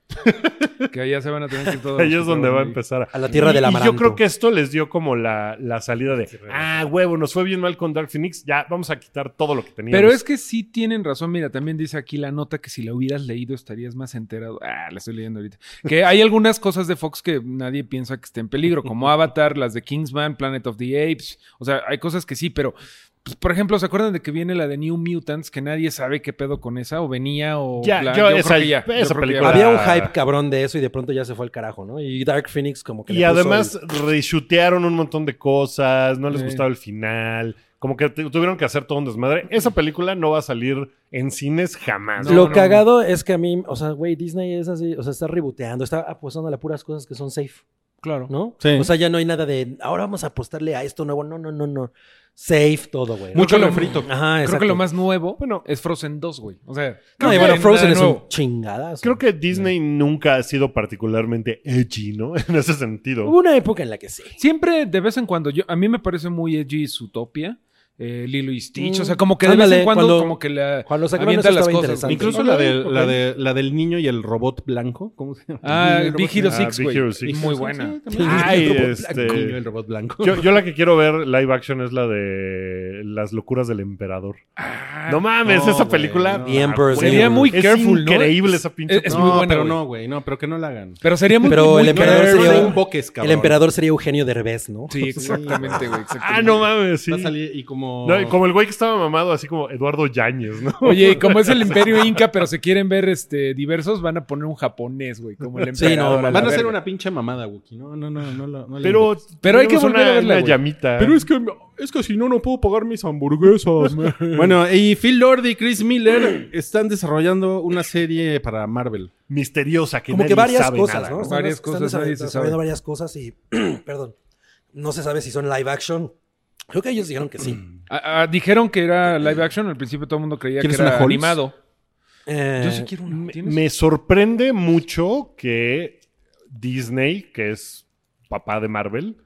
Speaker 3: que allá se van a tener que ir todos.
Speaker 2: Ahí es
Speaker 3: los que
Speaker 2: donde
Speaker 3: estaban
Speaker 2: va a
Speaker 3: ahí.
Speaker 2: empezar.
Speaker 4: A la tierra
Speaker 2: Y-
Speaker 4: del
Speaker 2: y
Speaker 4: amaranto.
Speaker 2: Yo creo que esto les dio como la, la salida de, ah, huevo, nos fue bien mal con Dark Phoenix, ya vamos a quitar todo lo que teníamos.
Speaker 3: Pero es que sí tienen razón. Mira, también dice aquí la nota que si la hubieras leído estarías más enterado. Ah, la estoy leyendo ahorita. Que hay algunas cosas de Fox que nadie piensa que esté en peligro, como Avatar, las de Kingsman, Planet of the Apes. O sea, hay cosas que sí, pero. pues, por ejemplo, ¿se acuerdan de que viene la de New Mutants? Que nadie sabe qué pedo con esa, o venía, o.
Speaker 2: Ya,
Speaker 3: bla-
Speaker 2: yo esa-
Speaker 3: que
Speaker 2: esa
Speaker 3: creo que
Speaker 2: película- Hola.
Speaker 3: va.
Speaker 4: Había un hype cabrón de eso y de pronto ya se fue al carajo, ¿no? Y Dark Phoenix como que
Speaker 2: Y
Speaker 4: le puso
Speaker 2: además reshutearon un montón de cosas, no les
Speaker 3: Sí.
Speaker 2: gustaba el final, como que tu- tuvieron que hacer todo un desmadre. Esa película no va a salir en cines jamás.
Speaker 3: No,
Speaker 4: lo
Speaker 3: no.
Speaker 4: cagado es que a mí, o sea, güey, Disney es así, o sea, está reboteando, está apostando a las puras cosas que son safe,
Speaker 3: Claro.
Speaker 4: ¿no?
Speaker 5: Sí.
Speaker 4: O sea, ya no hay nada de, ahora vamos a apostarle a esto nuevo, no, no, no, no. Safe todo, güey.
Speaker 3: Mucho
Speaker 4: Creo que
Speaker 3: refrito.
Speaker 4: lo- Ajá,
Speaker 3: Creo
Speaker 4: exacto.
Speaker 3: que lo más nuevo
Speaker 2: Bueno.
Speaker 3: es Frozen 2, güey. O sea,
Speaker 4: No, y
Speaker 3: creo
Speaker 4: bueno,
Speaker 3: que
Speaker 4: Frozen
Speaker 3: nada
Speaker 4: es
Speaker 3: nuevo.
Speaker 4: un chingadazo.
Speaker 2: Creo que Disney nunca ha sido particularmente edgy, ¿no? En ese
Speaker 4: Hubo
Speaker 2: sentido.
Speaker 4: una época en la que sí.
Speaker 3: Siempre, de vez en cuando, yo, a mí me parece muy edgy Zootopia, eh, Lilo y Stitch,
Speaker 4: Mm,
Speaker 3: o sea, como que de vez
Speaker 4: ándale,
Speaker 3: en cuando,
Speaker 4: cuando-
Speaker 3: como que la
Speaker 4: Cuando sacaron
Speaker 3: avienta
Speaker 4: eso
Speaker 3: las
Speaker 4: estaba
Speaker 3: cosas.
Speaker 4: interesante.
Speaker 5: Incluso
Speaker 2: Ok,
Speaker 5: la, de, la,
Speaker 2: ok.
Speaker 5: de, la del niño y el robot blanco. ¿Cómo se llama?
Speaker 3: Ah,
Speaker 5: El niño y el
Speaker 3: Big
Speaker 5: robot
Speaker 3: Hero
Speaker 2: Ah,
Speaker 5: blanco.
Speaker 3: 6,
Speaker 2: Big
Speaker 3: güey.
Speaker 2: Hero Six.
Speaker 3: Muy buena.
Speaker 5: también.
Speaker 2: Ay,
Speaker 5: El robot
Speaker 2: este-
Speaker 5: blanco. El niño y el robot blanco.
Speaker 2: Yo, yo la que quiero ver live action es la de Las locuras del emperador. no mames,
Speaker 5: Ah, no,
Speaker 2: esa
Speaker 5: güey,
Speaker 2: película.
Speaker 5: no.
Speaker 4: The Emperor's
Speaker 2: güey,
Speaker 3: Sería muy
Speaker 2: es
Speaker 3: careful, ¿no?
Speaker 2: increíble esa pinche.
Speaker 3: Es- es
Speaker 5: no,
Speaker 3: muy buena,
Speaker 5: pero
Speaker 3: güey.
Speaker 5: no, güey. No, pero que no la hagan.
Speaker 3: Pero sería muy
Speaker 4: Pero
Speaker 3: muy
Speaker 4: el emperador
Speaker 3: claro.
Speaker 5: no
Speaker 4: sería-
Speaker 5: la invoques, cabrón.
Speaker 4: El emperador sería Eugenio Derbez, ¿no?
Speaker 3: Sí, exactamente, güey. exactamente.
Speaker 2: ah, no mames, sí.
Speaker 5: Va a salir y como...
Speaker 2: No, y como el güey que estaba mamado, así como Eduardo Yáñez, ¿no?
Speaker 3: Oye, y como es el imperio inca, pero se quieren ver este, diversos, van a poner un japonés, güey, como el
Speaker 4: Sí, no,
Speaker 3: emperador. a la
Speaker 5: Van a hacer
Speaker 3: verga.
Speaker 5: una pinche mamada, Wookie. No, no, no, no, la- no la
Speaker 2: Pero,
Speaker 3: Pero hay que
Speaker 2: tenemos
Speaker 3: volver a
Speaker 2: una,
Speaker 3: verla,
Speaker 2: una
Speaker 3: güey.
Speaker 2: llamita.
Speaker 5: que, es que si no, no puedo pagar mis hamburguesas. bueno, y Phil Lord y Chris Miller están desarrollando una serie para Marvel.
Speaker 2: misteriosa que
Speaker 4: Como
Speaker 2: nadie
Speaker 4: que varias
Speaker 2: sabe
Speaker 4: cosas,
Speaker 2: nada,
Speaker 4: ¿no?
Speaker 2: ¿no?
Speaker 4: Están-
Speaker 3: Varias
Speaker 4: están
Speaker 3: cosas,
Speaker 4: desarroll-
Speaker 3: nadie se
Speaker 4: desarrollando
Speaker 3: sabe.
Speaker 4: varias cosas y, perdón, no se sabe si son live action. Creo que ellos dijeron que sí.
Speaker 3: Ah, ah, dijeron que era live action, al principio todo el mundo creía que
Speaker 5: ¿Quieres
Speaker 3: era
Speaker 5: una Halls?
Speaker 3: animado.
Speaker 4: Eh,
Speaker 3: Yo sí quiero una.
Speaker 2: Me,
Speaker 3: ¿Tienes?
Speaker 2: me sorprende mucho que Disney, que es papá de Marvel,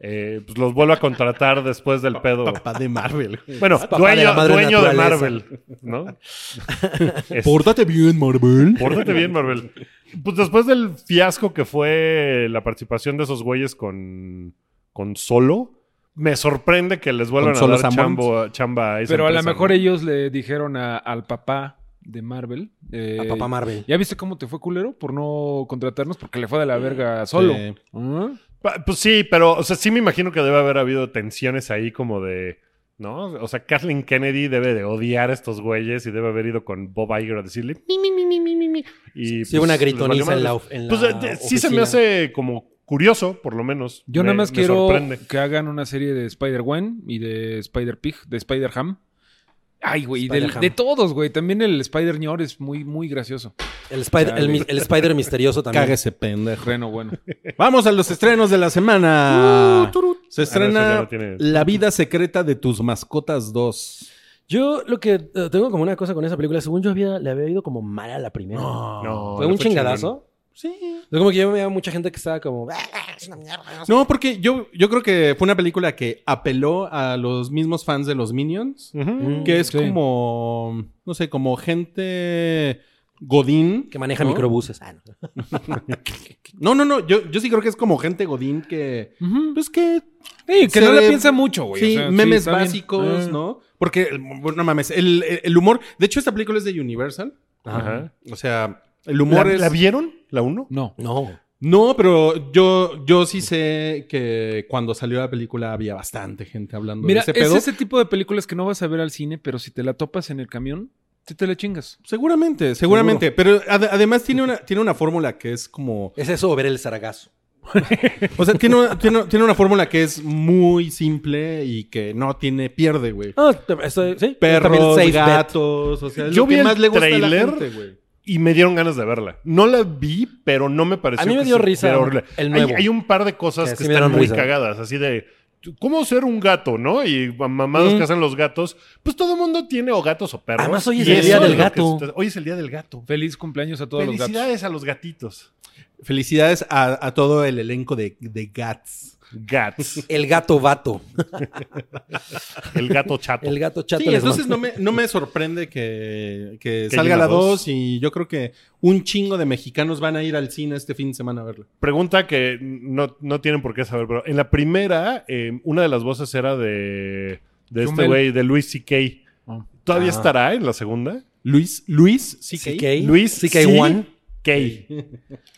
Speaker 2: eh, pues los vuelva a contratar después del pedo.
Speaker 5: Papá de Marvel.
Speaker 2: Bueno,
Speaker 4: papá
Speaker 2: dueño
Speaker 4: de la madre
Speaker 2: dueño de,
Speaker 4: naturaleza.
Speaker 2: Marvel, ¿no? Este, Es-
Speaker 5: Pórtate bien, Marvel.
Speaker 2: Pórtate bien, Marvel. Pues después del fiasco que fue la participación de esos güeyes con, con Solo, me sorprende que les vuelvan
Speaker 5: ¿Con
Speaker 2: a
Speaker 5: Solo
Speaker 2: dar
Speaker 5: Samont?
Speaker 2: chambo- chamba a esa
Speaker 3: Pero a lo
Speaker 2: empresa,
Speaker 3: mejor
Speaker 2: ¿no?
Speaker 3: ellos le dijeron a- al papá de Marvel. eh,
Speaker 4: a Papá Marvel.
Speaker 3: ¿Ya viste cómo te fue culero por no contratarnos? Porque le fue
Speaker 5: Eh,
Speaker 3: de la verga solo.
Speaker 5: Sí.
Speaker 3: ¿Ah?
Speaker 2: Pa- Pues sí, pero, o sea, sí me imagino que debe haber habido tensiones ahí como de. ¿No? O sea, Kathleen Kennedy debe de odiar a estos güeyes y debe haber ido con Bob Iger a decirle mi, mi, mi, mi, mi, mi, mi. Y,
Speaker 4: Sí, una
Speaker 2: pues, les valió
Speaker 4: gritoniza en la,
Speaker 2: madres.
Speaker 4: of- en la
Speaker 2: Pues eh, de- sí se me
Speaker 4: oficina.
Speaker 2: hace como curioso, por lo menos.
Speaker 3: Yo
Speaker 2: Me-
Speaker 3: nada más
Speaker 2: me
Speaker 3: quiero
Speaker 2: sorprende.
Speaker 3: que hagan una serie de Spider-Gwen y de Spider-Pig, de Spider-Ham. Ay, güey, y del-
Speaker 4: Spider-Ham.
Speaker 3: de todos, güey. También el Spider-Ñor es muy, muy gracioso.
Speaker 4: El Spider, el, mi- el Spider misterioso también.
Speaker 5: Cáguese, pendejo.
Speaker 3: Reno, bueno.
Speaker 5: Vamos a los estrenos de la semana. Se
Speaker 2: Ah,
Speaker 5: estrena
Speaker 2: no, eso ya no tiene-
Speaker 5: La vida secreta de tus mascotas 2.
Speaker 4: Yo lo que eh, tengo como una cosa con esa película, según yo había, le había ido como mal a la primera.
Speaker 2: No,
Speaker 4: fue
Speaker 2: no chingón.
Speaker 4: un chingadazo.
Speaker 5: Sí.
Speaker 4: Es como que yo veía mucha gente que estaba como, "Ah, es una mierda.
Speaker 5: No, porque yo, yo creo que fue una película que apeló a los mismos fans de los Minions.
Speaker 2: Ujú.
Speaker 5: Que es
Speaker 3: Mm, Sí.
Speaker 5: como, no sé, como gente godín.
Speaker 4: Que maneja
Speaker 5: ¿no?
Speaker 4: microbuses. Ah, no.
Speaker 5: No, no, no. Yo, yo sí creo que es como gente godín que...
Speaker 3: Ujú.
Speaker 5: Pues que...
Speaker 3: Sí, que
Speaker 5: se-
Speaker 3: no la piensa mucho, güey. o
Speaker 5: sí,
Speaker 3: sea,
Speaker 5: memes
Speaker 3: está bien.
Speaker 5: básicos,
Speaker 3: Ah.
Speaker 5: ¿no? Porque, bueno, no mames, el, el- el humor... De hecho, esta película es de Universal.
Speaker 2: Ajá.
Speaker 5: O sea, el humor
Speaker 2: ¿La,
Speaker 5: es...
Speaker 2: la vieron? ¿La 1?
Speaker 3: No.
Speaker 4: No.
Speaker 5: No, pero yo, yo sí sé que cuando salió la película había bastante gente hablando
Speaker 3: Mira,
Speaker 5: de ese
Speaker 3: es
Speaker 5: pedo.
Speaker 3: ese tipo de películas que no vas a ver al cine, pero si te la topas en el camión, sí te la chingas.
Speaker 5: Seguramente, seguramente. Pero ad- además tiene una, tiene una fórmula que es como...
Speaker 4: Es eso o ver el sargazo.
Speaker 5: O sea, tiene una, tiene, tiene una fórmula que es muy simple y que no tiene pierde, güey.
Speaker 4: Ah, te- estoy, sí.
Speaker 5: Perros,
Speaker 4: También safe bet.
Speaker 5: gatos, o sea, es
Speaker 2: Yo
Speaker 5: lo que
Speaker 2: vi el
Speaker 5: más le gusta a la
Speaker 2: tráiler.
Speaker 5: gente, güey.
Speaker 2: Y me dieron ganas de verla. No la vi, pero no me pareció.
Speaker 4: A mí me
Speaker 2: que
Speaker 4: dio
Speaker 2: se
Speaker 4: risa
Speaker 2: fuera horrible.
Speaker 4: el
Speaker 2: Hay,
Speaker 4: nuevo.
Speaker 2: hay un par de cosas
Speaker 4: Que
Speaker 2: que
Speaker 4: sí me
Speaker 2: están
Speaker 4: dieron
Speaker 2: muy
Speaker 4: risa.
Speaker 2: cagadas, así de. ¿Cómo ser un gato, no? Y mamados
Speaker 5: Mm.
Speaker 2: que hacen los gatos. Pues todo el mundo tiene o gatos o perros.
Speaker 4: Además, hoy es
Speaker 2: Y
Speaker 4: el
Speaker 2: eso
Speaker 4: día del
Speaker 2: lo que
Speaker 4: gato.
Speaker 2: está- Hoy es el día del gato.
Speaker 3: Feliz cumpleaños a todos los gatos.
Speaker 2: Felicidades a los gatitos.
Speaker 5: Felicidades a, a todo el elenco de, de Gats.
Speaker 2: Gats.
Speaker 4: El gato vato.
Speaker 2: El gato chato.
Speaker 4: El gato chato.
Speaker 5: Sí,
Speaker 4: les
Speaker 5: entonces
Speaker 4: mando.
Speaker 5: no me, no me sorprende que, que
Speaker 2: Que
Speaker 5: salga
Speaker 2: llegue la
Speaker 5: la
Speaker 2: dos.
Speaker 5: 2 y yo creo que un chingo de mexicanos van a ir al cine este fin de semana a verla.
Speaker 2: Pregunta que no, no tienen por qué saber, pero en la primera, eh, una de las voces era de, de este
Speaker 3: Chumel.
Speaker 2: güey, de Luis C.K.
Speaker 3: Ah.
Speaker 2: ¿Todavía
Speaker 4: Ah.
Speaker 2: estará en la segunda?
Speaker 5: Luis, Luis, sí que.
Speaker 4: CK.
Speaker 2: Luis
Speaker 4: CK1.
Speaker 2: K.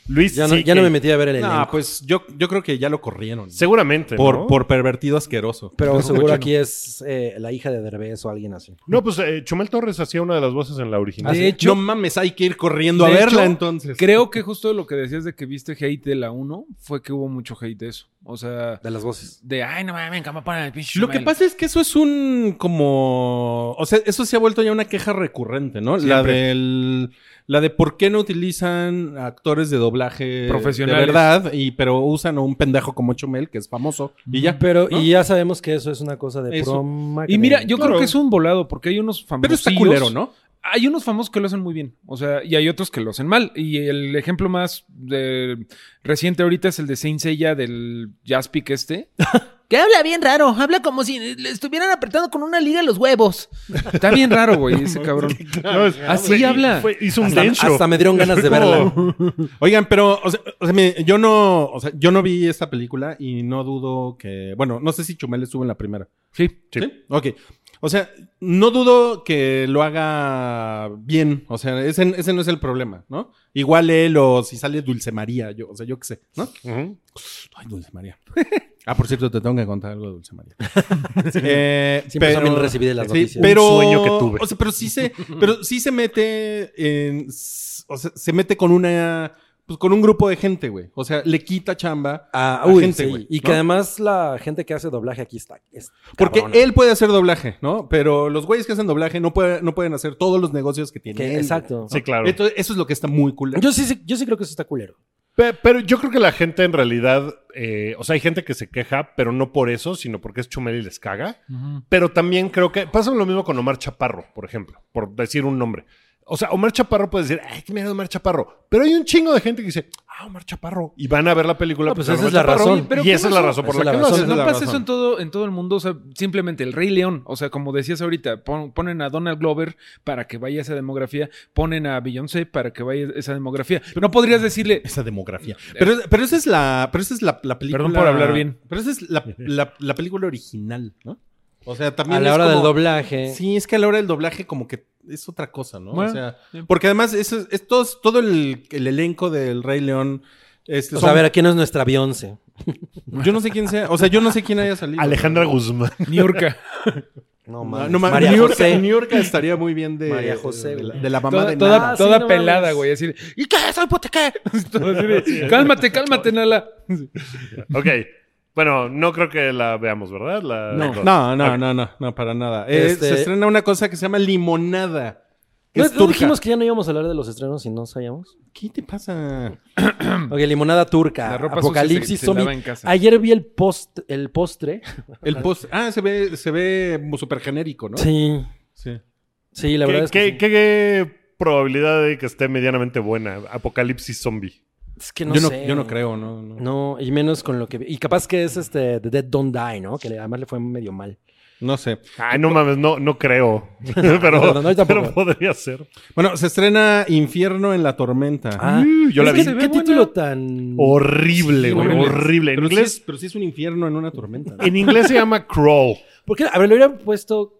Speaker 2: Luis
Speaker 4: Ya no,
Speaker 2: C.K..
Speaker 4: ya no me metí a ver el elenco.
Speaker 5: No, pues yo, yo creo que ya lo corrieron.
Speaker 2: Seguramente.
Speaker 5: Por,
Speaker 2: ¿no?
Speaker 5: por pervertido asqueroso.
Speaker 4: Pero
Speaker 5: Por
Speaker 4: seguro
Speaker 5: cochino.
Speaker 4: aquí es eh, la hija de Derbez o alguien así.
Speaker 2: No, pues eh, Chumel Torres hacía una de las voces en la original.
Speaker 3: De hecho,
Speaker 5: no mames, hay que ir corriendo a
Speaker 3: de
Speaker 5: verla
Speaker 3: hecho,
Speaker 5: entonces.
Speaker 3: Creo que justo lo que decías de que viste hate de la 1 fue que hubo mucho hate de eso. O sea,
Speaker 4: De las voces.
Speaker 3: de ay, no mames, que me ponen el pinche
Speaker 5: Lo que
Speaker 3: Chumel".
Speaker 5: pasa es que eso es un como... O sea, eso se ha vuelto ya una queja recurrente, ¿no? La
Speaker 3: Siempre.
Speaker 5: del... La de por qué no utilizan actores de doblaje
Speaker 3: Profesionales.
Speaker 5: de verdad, y, pero usan a un pendejo como Chumel, que es famoso, y ya.
Speaker 4: Pero,
Speaker 5: ¿no?
Speaker 4: y ya sabemos que eso es una cosa de
Speaker 5: Eso.
Speaker 4: broma.
Speaker 3: Y mira, yo
Speaker 5: Claro.
Speaker 3: creo que es un volado porque hay unos famosos.
Speaker 5: Pero está culero, ¿no?
Speaker 3: Hay unos famosos que lo hacen muy bien, o sea, y hay otros que lo hacen mal. Y el ejemplo más de- reciente ahorita es el de Saint Seiya del Jaspic este. que habla bien raro, habla como si le estuvieran apretando con una liga los huevos. Está bien raro, güey, ese cabrón.
Speaker 2: No, es-
Speaker 3: Así
Speaker 2: fue-
Speaker 3: habla.
Speaker 2: fue- hizo un
Speaker 4: hasta,
Speaker 2: dance show.
Speaker 4: hasta me dieron ganas de verla.
Speaker 5: Oigan, pero o sea, o sea, me- yo no, o sea, yo no vi esta película y no dudo que, bueno, no sé si Chumel estuvo en la primera.
Speaker 3: Sí.
Speaker 2: Sí.
Speaker 5: Ok. O sea, no dudo que lo haga bien. O sea, ese, ese no es el problema, ¿no? Igual él o si sale Dulce María, yo, o sea, yo qué sé, ¿no?
Speaker 2: Ujú.
Speaker 5: Ay, Dulce María. Ah, por cierto, te tengo que contar algo de Dulce María. Eh,
Speaker 4: Siempre son bien recibidas las noticias.
Speaker 5: pero,
Speaker 2: Un sueño que tuve.
Speaker 5: O sea, pero sí se, pero sí se mete en, o sea, se mete con una, pues con un grupo de gente, güey. O sea, le quita chamba.
Speaker 4: Ah,
Speaker 5: La
Speaker 4: uy,
Speaker 5: gente,
Speaker 4: sí.
Speaker 5: güey,
Speaker 4: Y
Speaker 5: ¿no?
Speaker 4: que además la gente que hace doblaje aquí está. es
Speaker 5: Porque
Speaker 4: cabrona.
Speaker 5: él puede hacer doblaje, ¿no? Pero los güeyes que hacen doblaje no, puede- no pueden hacer todos los negocios que tienen.
Speaker 4: Que- exacto.
Speaker 2: Sí, claro.
Speaker 5: Entonces, eso es lo que está muy cool.
Speaker 4: Yo sí, sí- yo sí creo que eso está culero.
Speaker 2: Pe- Pero yo creo que la gente en realidad, eh, o sea, hay gente que se queja, pero no por eso, sino porque es Chumel y les caga. Pero también creo que pasa lo mismo con Omar Chaparro, por ejemplo, por decir un nombre. O sea, Omar Chaparro puede decir, ay, qué miedo Omar Chaparro. Pero hay un chingo de gente que dice, ah, Omar Chaparro. Y van a ver la película.
Speaker 4: No, pues
Speaker 2: porque
Speaker 4: esa
Speaker 2: Omar
Speaker 4: es la
Speaker 2: Chaparro.
Speaker 4: razón.
Speaker 3: Pero
Speaker 2: Y esa es la
Speaker 3: ¿cómo
Speaker 2: razón por
Speaker 4: Esa
Speaker 2: la que
Speaker 4: es la
Speaker 2: lo
Speaker 4: razón.
Speaker 2: hacen.
Speaker 5: Esa es
Speaker 3: no
Speaker 5: la
Speaker 3: pasa
Speaker 5: razón.
Speaker 3: eso en todo, en todo el mundo. O sea, simplemente el Rey León. O sea, como decías ahorita, pon- ponen a Donald Glover para que vaya esa demografía, ponen a Beyoncé para que vaya esa demografía. No podrías decirle.
Speaker 5: Esa demografía. Pero, pero esa es la, pero esa es la, la película.
Speaker 3: Perdón por hablar bien.
Speaker 5: Pero esa es la, la- la película original, ¿no? O sea, también.
Speaker 4: a la
Speaker 5: es
Speaker 4: hora del
Speaker 5: como-
Speaker 4: doblaje.
Speaker 5: Sí, es que a la hora del doblaje, como que es otra cosa, ¿no?
Speaker 3: Bueno,
Speaker 5: o sea,
Speaker 3: sí.
Speaker 5: porque además es, es todo, todo el, el elenco del Rey León. este,
Speaker 4: O
Speaker 5: son-
Speaker 4: sea, a ver, aquí no es nuestra Beyoncé.
Speaker 5: yo no sé quién sea, o sea, yo no sé quién haya salido.
Speaker 2: Alejandra Guzmán.
Speaker 3: Niurka.
Speaker 4: No,
Speaker 5: No,
Speaker 4: mames.
Speaker 5: no,
Speaker 4: María
Speaker 5: New York,
Speaker 4: José.
Speaker 5: New York estaría muy bien de,
Speaker 4: María José,
Speaker 5: de, la,
Speaker 4: güey.
Speaker 5: de la mamá
Speaker 3: Toda,
Speaker 5: de
Speaker 3: toda,
Speaker 5: Nala.
Speaker 4: Ah, sí,
Speaker 3: toda
Speaker 4: no
Speaker 3: pelada,
Speaker 4: mames.
Speaker 3: güey. Así de, ¿y qué? ¿Soy puta qué? Todo así de, cálmate, cálmate, Nala.
Speaker 2: ok. Bueno, no creo que la veamos, ¿verdad? La-
Speaker 5: No, no, no, no, no, no, para nada. Eh,
Speaker 4: Este-
Speaker 5: Se estrena una cosa que se llama Limonada. que
Speaker 4: ¿No,
Speaker 5: es
Speaker 4: no
Speaker 5: turca.
Speaker 4: dijimos que ya no íbamos a hablar de los estrenos y no sabíamos?
Speaker 5: ¿Qué te pasa?
Speaker 4: Mm. Ok, limonada
Speaker 2: Ah,
Speaker 4: turca.
Speaker 3: La ropa sucia
Speaker 4: Apocalipsis
Speaker 3: se- se
Speaker 4: zombie.
Speaker 3: lava en casa.
Speaker 4: Ayer vi el, post, el postre.
Speaker 5: El post. Ah, se ve, se ve súper genérico, ¿no?
Speaker 4: Sí.
Speaker 5: Sí.
Speaker 4: Sí, la
Speaker 2: ¿Qué,
Speaker 4: verdad es que.
Speaker 2: qué- qué probabilidad de que esté medianamente buena? Apocalipsis zombie.
Speaker 4: Es que no
Speaker 5: yo, no,
Speaker 4: sé.
Speaker 5: yo no creo, no. No,
Speaker 4: No, y menos con lo que. vi. Y capaz que es este The Dead Don't Die, ¿no? Que le- además le fue medio mal.
Speaker 5: No sé.
Speaker 2: Ay, no mames, no, no creo. pero,
Speaker 4: No, no, no, yo tampoco.
Speaker 2: pero podría ser.
Speaker 5: Bueno, se estrena Infierno en la Tormenta.
Speaker 4: Ah,
Speaker 2: Uh, yo
Speaker 4: es
Speaker 2: la
Speaker 4: que
Speaker 2: vi.
Speaker 4: ¿Qué título tan.
Speaker 2: Horrible,
Speaker 5: Sí,
Speaker 2: güey.
Speaker 5: horrible.
Speaker 2: Horrible. En
Speaker 5: Pero sí
Speaker 2: inglés,
Speaker 5: es- pero sí es un infierno en una tormenta. ¿no?
Speaker 2: en inglés se llama crawl.
Speaker 4: Porque, a ver, le hubieran puesto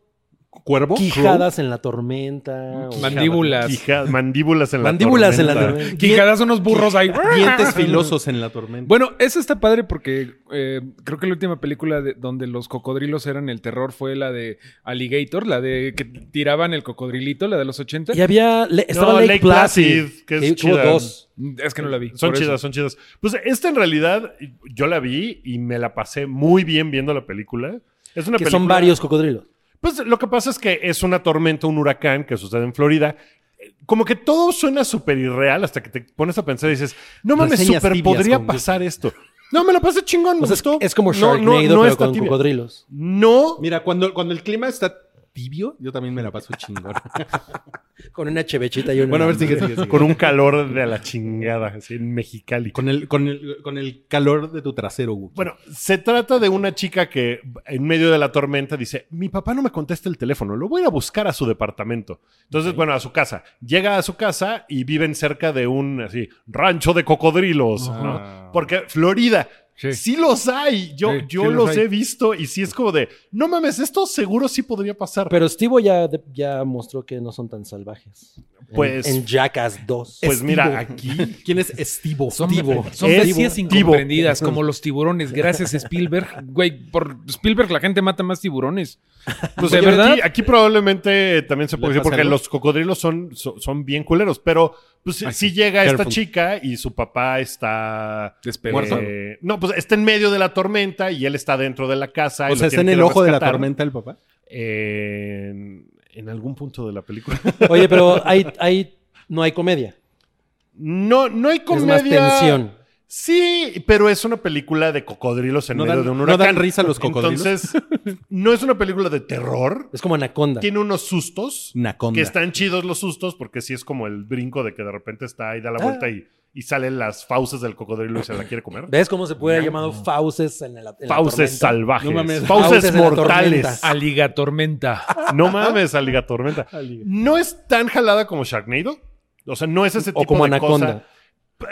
Speaker 5: ¿Cuervo?
Speaker 4: quijadas en la tormenta. o-
Speaker 3: Mandíbulas.
Speaker 2: Quija- mandíbulas en la
Speaker 4: Mandíbulas en la
Speaker 2: tormenta.
Speaker 4: tormenta.
Speaker 3: Quijadas unos burros ahí.
Speaker 5: Crow. Dientes filosos en la tormenta.
Speaker 3: Bueno, eso está padre porque eh, creo que la última película de- donde los cocodrilos eran el terror fue la de Alligator, la de que tiraban el cocodrilito, la de los 80.
Speaker 4: Y había. le- estaba
Speaker 2: No,
Speaker 4: Lake,
Speaker 2: Lake
Speaker 4: Placid.
Speaker 2: Placid, que es
Speaker 4: hubo
Speaker 2: chida.
Speaker 4: dos.
Speaker 3: Es que no la vi.
Speaker 2: Son
Speaker 3: por eso.
Speaker 2: chidas, son chidas. Pues esta en realidad yo la vi y me la pasé muy bien viendo la película. Es una
Speaker 4: Que
Speaker 2: película-
Speaker 4: son varios cocodrilos.
Speaker 2: Pues lo que pasa es que es una tormenta, un huracán que sucede en Florida. Eh, Como que todo suena súper irreal hasta que te pones a pensar y dices, no mames,
Speaker 5: Reseñas
Speaker 2: súper
Speaker 5: tibias
Speaker 2: podría
Speaker 5: con-
Speaker 2: pasar esto. No, me la pasé chingón, me
Speaker 4: O sea, es,
Speaker 2: gustó.
Speaker 4: es como
Speaker 2: No, no,
Speaker 4: Sharknado,
Speaker 2: no
Speaker 4: pero
Speaker 2: está
Speaker 4: con
Speaker 2: tibia.
Speaker 4: cocodrilos.
Speaker 2: No,
Speaker 5: Mira, cuando, cuando el clima está tibio, yo también me la paso chingón.
Speaker 4: Con una chevechita y una.
Speaker 5: bueno, a ver, sigue, sigue, sigue.
Speaker 2: Con un calor de la chingada, así en Mexicali.
Speaker 5: Con el, con, el, con el calor de tu trasero, Wookie.
Speaker 2: Bueno, se trata de una chica que en medio de la tormenta dice, mi papá no me contesta el teléfono, lo voy a ir a buscar a su departamento. Entonces, bueno, a su casa. Llega a su casa y viven cerca de un así, rancho de cocodrilos,
Speaker 5: Ah.
Speaker 2: ¿no? Porque Florida...
Speaker 3: Sí.
Speaker 2: Sí. los hay, yo,
Speaker 5: Sí,
Speaker 2: yo
Speaker 5: sí los
Speaker 2: los,
Speaker 5: hay.
Speaker 2: he visto y sí es como de, no mames, esto seguro sí podría pasar.
Speaker 4: Pero Steve ya, ya mostró que no son tan salvajes. En-
Speaker 2: Pues-
Speaker 4: En, Jackass 2.
Speaker 2: pues mira,
Speaker 5: Estivo.
Speaker 2: aquí
Speaker 5: ¿Quién es Estivo?
Speaker 3: Son,
Speaker 5: Estivo.
Speaker 3: son
Speaker 2: Es
Speaker 3: bestias
Speaker 2: tibo.
Speaker 3: incomprendidas, como los tiburones. Gracias, Spielberg. Güey, por Spielberg la gente mata más tiburones.
Speaker 2: Pues
Speaker 3: ¿De
Speaker 2: oye,
Speaker 3: verdad?
Speaker 2: Aquí, aquí probablemente eh, también se puede
Speaker 5: ¿Le
Speaker 2: decir,
Speaker 5: pasa
Speaker 2: porque
Speaker 5: algo?
Speaker 2: los cocodrilos son, so- son bien culeros, pero pues
Speaker 5: Ay,
Speaker 2: sí llega
Speaker 5: careful.
Speaker 2: esta chica y su papá está...
Speaker 5: Muerto.
Speaker 2: eh, no, pues está en medio de la tormenta y él está dentro de la casa. y
Speaker 5: O
Speaker 2: lo
Speaker 5: sea, está en
Speaker 2: tienen
Speaker 5: el
Speaker 2: que
Speaker 5: ojo de la
Speaker 2: rescatar,
Speaker 5: tormenta el papá.
Speaker 2: eh, En, en algún punto de la película.
Speaker 4: Oye, pero hay, hay, no hay comedia.
Speaker 2: No, no hay comedia.
Speaker 4: Es más tensión.
Speaker 2: Sí, pero es una película de cocodrilos en
Speaker 5: No
Speaker 2: medio
Speaker 5: dan-
Speaker 2: de un
Speaker 5: no
Speaker 2: huracán.
Speaker 5: dan risa los cocodrilos.
Speaker 2: Entonces, no es una película de terror.
Speaker 4: Es como Anaconda.
Speaker 2: Tiene unos sustos.
Speaker 5: Naconda.
Speaker 2: Que están chidos los sustos porque sí es como el brinco de que de repente está ahí, da la vuelta y, y salen las fauces del cocodrilo y se la quiere comer.
Speaker 4: ¿Ves cómo se puede haber llamado fauces en la, en la
Speaker 2: Fauces
Speaker 4: tormenta?
Speaker 2: salvajes.
Speaker 5: No mames.
Speaker 2: Fauces,
Speaker 4: Fauces en la tormenta.
Speaker 2: mortales.
Speaker 3: Aliga tormenta.
Speaker 2: No mames, Aliga Tormenta. No es tan jalada como Sharknado. O sea, no es ese tipo
Speaker 4: O como
Speaker 2: de
Speaker 4: Anaconda.
Speaker 2: cosa.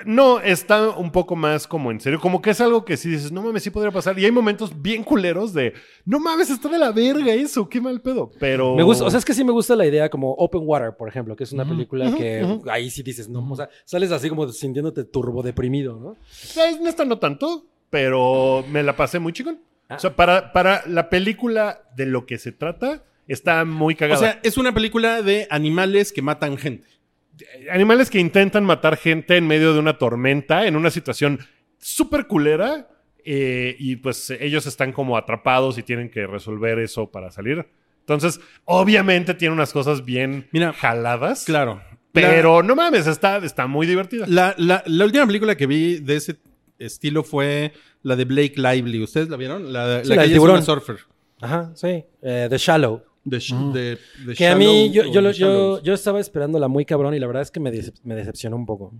Speaker 2: No, está un poco más como en serio. Como que es algo que sí dices, no mames, sí podría pasar. Y hay momentos bien culeros de, no mames, está de la verga eso, qué mal pedo. Pero.
Speaker 4: Me gusta, o sea, es que sí me gusta la idea como Open Water, por ejemplo, que es una película que
Speaker 2: ujú.
Speaker 4: ahí sí dices, no, o sea, sales así como sintiéndote turbo deprimido, ¿no?
Speaker 2: Eh, En esta no tanto, pero me la pasé muy chingón.
Speaker 4: Ah.
Speaker 2: O sea, para, para la película de lo que se trata, está muy
Speaker 5: O
Speaker 2: cagada.
Speaker 5: sea, es una película de animales que matan gente.
Speaker 2: animales que intentan matar gente en medio de una tormenta, en una situación súper culera, eh, y pues ellos están como atrapados y tienen que resolver eso para salir. Entonces, obviamente tiene unas cosas bien
Speaker 5: Mira,
Speaker 2: jaladas,
Speaker 5: Claro.
Speaker 2: pero no mames, está, está muy divertida.
Speaker 5: La, la- la última película que vi de ese estilo fue la de Blake Lively. ¿Ustedes la vieron? La,
Speaker 4: Sí,
Speaker 5: la
Speaker 4: la
Speaker 5: que
Speaker 4: del
Speaker 5: ella es una
Speaker 4: tiburón.
Speaker 5: surfer.
Speaker 4: Ajá, sí. Eh, The Shallow.
Speaker 5: De Sh- de- de
Speaker 4: Ah. Que a mí,
Speaker 5: Shallow-
Speaker 4: yo, yo,
Speaker 5: o
Speaker 4: lo-
Speaker 5: de Shallows.
Speaker 4: yo, yo estaba esperándola muy cabrón y la verdad es que me, decep- me decepcionó un poco.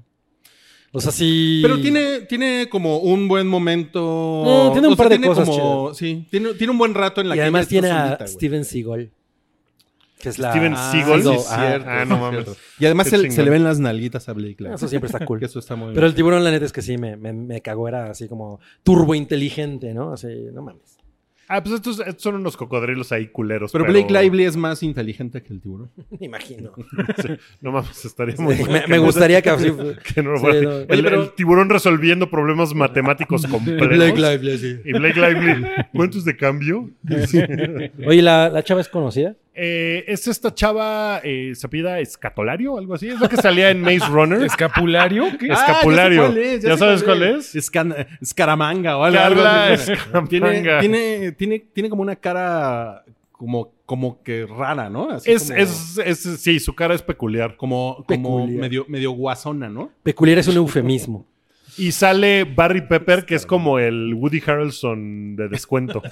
Speaker 4: O sea, sí.
Speaker 5: Pero tiene, tiene como un buen momento.
Speaker 4: Eh, tiene un par de cosas
Speaker 5: como- sí, tiene, tiene un buen rato en la
Speaker 4: Y
Speaker 5: que
Speaker 4: además
Speaker 5: ella
Speaker 4: tiene
Speaker 5: está
Speaker 4: a
Speaker 5: solita, güey.
Speaker 4: Steven Seagal. Que es la.
Speaker 2: Steven
Speaker 4: Ah,
Speaker 2: Seagal.
Speaker 5: Sí,
Speaker 4: Seagal,
Speaker 5: es
Speaker 4: ajá.
Speaker 5: cierto,
Speaker 2: Ah, no
Speaker 5: es
Speaker 2: mames.
Speaker 5: cierto. Y además
Speaker 2: Qué
Speaker 5: se, se
Speaker 2: chingón. Ah,
Speaker 5: le ven las nalguitas a Blake Lively.
Speaker 4: Eso siempre está cool.
Speaker 5: Que eso está muy
Speaker 4: Pero el tiburón, la neta es que sí, me, me, me cagó, era así como turbo inteligente, ¿no? Así, no mames.
Speaker 2: Ah, pues estos, estos son unos cocodrilos ahí culeros.
Speaker 5: Pero
Speaker 2: Pero,
Speaker 5: Blake Lively es más inteligente que el tiburón.
Speaker 4: Me imagino.
Speaker 2: No mames, estaría muy bueno
Speaker 4: me,
Speaker 2: que
Speaker 4: me
Speaker 2: no-
Speaker 4: gustaría que así.
Speaker 2: que no lo
Speaker 4: Sí,
Speaker 2: fuera.
Speaker 4: no.
Speaker 2: El,
Speaker 4: Oye, pero-
Speaker 2: el tiburón resolviendo problemas matemáticos complejos.
Speaker 5: Lively, sí.
Speaker 2: y Blake Lively, ¿cuántos de cambio?
Speaker 4: Oye, ¿la, la chava es conocida?
Speaker 2: Eh, es esta chava, eh, se pida Escatolario, algo así. Es la que salía en Maze Runner.
Speaker 3: ¿Escapulario? ¿Qué?
Speaker 2: Ah, Escapulario.
Speaker 5: ya sé cuál es,
Speaker 2: ¿Ya
Speaker 5: sé
Speaker 2: sabes cuál es?
Speaker 5: Escan- escaramanga o
Speaker 2: Que
Speaker 5: algo. algo
Speaker 2: habla
Speaker 5: así.
Speaker 2: escamanga.
Speaker 5: tiene, tiene, tiene, tiene como una cara como, como que rara, ¿no? Así
Speaker 2: Es,
Speaker 5: como,
Speaker 2: es, es- sí, su cara es peculiar.
Speaker 5: como, como
Speaker 4: Peculiar.
Speaker 5: medio, medio guasona, ¿no?
Speaker 4: Peculiar es un eufemismo.
Speaker 2: Y sale Barry Pepper, que es como el Woody Harrelson de descuento.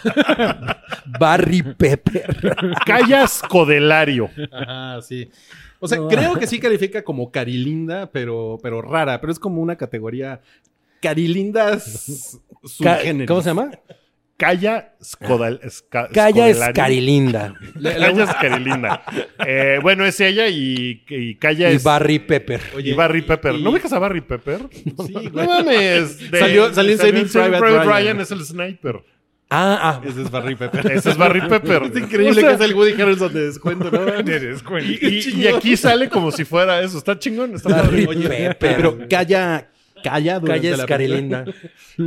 Speaker 4: Barry Pepper.
Speaker 2: Callas Codelario.
Speaker 5: Ajá, sí. O sea,
Speaker 4: No.
Speaker 5: creo que sí califica como carilinda, pero, pero rara, pero es como una categoría carilindas
Speaker 4: Ca-
Speaker 5: subgénero.
Speaker 4: ¿Cómo se llama?
Speaker 2: Calla Scodal, Esca-
Speaker 4: Calla
Speaker 2: Scodelario.
Speaker 4: Escarilinda.
Speaker 2: Calla Escarilinda. Eh, bueno, es ella y, y Calla
Speaker 4: Y
Speaker 2: es-
Speaker 4: Barry Pepper.
Speaker 5: Oye,
Speaker 2: y Barry Pepper.
Speaker 5: y-
Speaker 2: ¿No ubicas a Barry Pepper?
Speaker 5: Sí, güey.
Speaker 2: No mames. De-
Speaker 5: Salió- salió en Saving Private Ryan.
Speaker 2: es el sniper.
Speaker 4: Ah, ah.
Speaker 5: Ese es Barry Pepper.
Speaker 2: Ese es Barry Pepper.
Speaker 5: Es increíble que es el Woody Harrelson de descuento, ¿no?
Speaker 2: Y, y- y aquí sale como si fuera eso. Está chingón. está padre.
Speaker 4: Barry
Speaker 5: Oye,
Speaker 4: Pepper.
Speaker 5: pero calla, calla durante
Speaker 4: Calla
Speaker 5: la película.
Speaker 4: Escarilinda.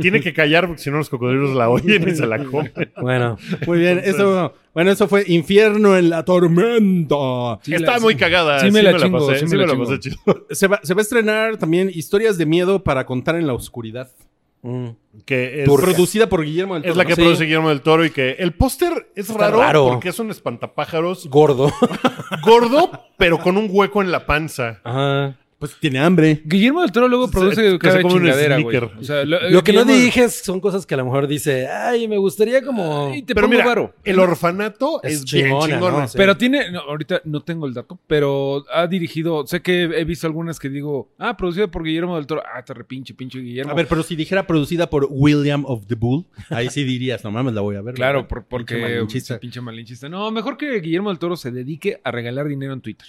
Speaker 2: Tiene que callar porque si no los cocodrilos la oyen y se la comen.
Speaker 4: Bueno.
Speaker 5: Muy bien, eso, bueno, eso fue Infierno en la Tormenta.
Speaker 3: Sí,
Speaker 2: está
Speaker 3: la-
Speaker 2: muy cagada.
Speaker 3: sí me la chingo,
Speaker 2: pasé,
Speaker 3: sí me
Speaker 2: sí me
Speaker 3: la
Speaker 2: la
Speaker 3: chingo.
Speaker 2: pasé chido.
Speaker 5: Se va, se va a estrenar también Historias de Miedo para contar en la oscuridad.
Speaker 4: Mm.
Speaker 2: Que es,
Speaker 4: Turca.
Speaker 5: Producida por Guillermo del
Speaker 2: es
Speaker 5: Toro,
Speaker 2: la
Speaker 5: ¿no?
Speaker 2: que
Speaker 4: Sí.
Speaker 2: produce Guillermo del Toro y que el póster es raro,
Speaker 4: raro.
Speaker 2: porque es un espantapájaros
Speaker 4: Gordo.
Speaker 2: gordo, pero con un hueco en la panza.
Speaker 4: Ajá.
Speaker 5: Pues tiene hambre.
Speaker 3: Guillermo del Toro luego
Speaker 2: Se-
Speaker 3: produce
Speaker 2: se
Speaker 3: cada
Speaker 2: come un
Speaker 3: chingadera, güey.
Speaker 2: sneaker.
Speaker 3: O sea, lo,
Speaker 4: Lo que no
Speaker 3: Guillermo-
Speaker 4: dije es- son cosas que a lo mejor dice, ay, me gustaría como...
Speaker 3: Y te
Speaker 2: Pero
Speaker 3: pongo
Speaker 2: mira,
Speaker 3: varo.
Speaker 2: el orfanato es,
Speaker 4: Es
Speaker 2: bien
Speaker 4: chingona,
Speaker 2: chingona.
Speaker 4: ¿no? Sí.
Speaker 3: Pero tiene, no, ahorita no tengo el dato, pero ha dirigido, sé que he visto algunas que digo, ah, producido por Guillermo del Toro, ah, te repinche, pinche Guillermo.
Speaker 5: A ver, pero si dijera producida por William of the Bull, ahí sí dirías, no mames, la voy a ver.
Speaker 3: claro,
Speaker 5: ¿verdad?
Speaker 3: por- porque
Speaker 5: Pinche malinchista.
Speaker 3: sí, pinche malinchista. No, mejor que Guillermo del Toro se dedique a regalar dinero en Twitter.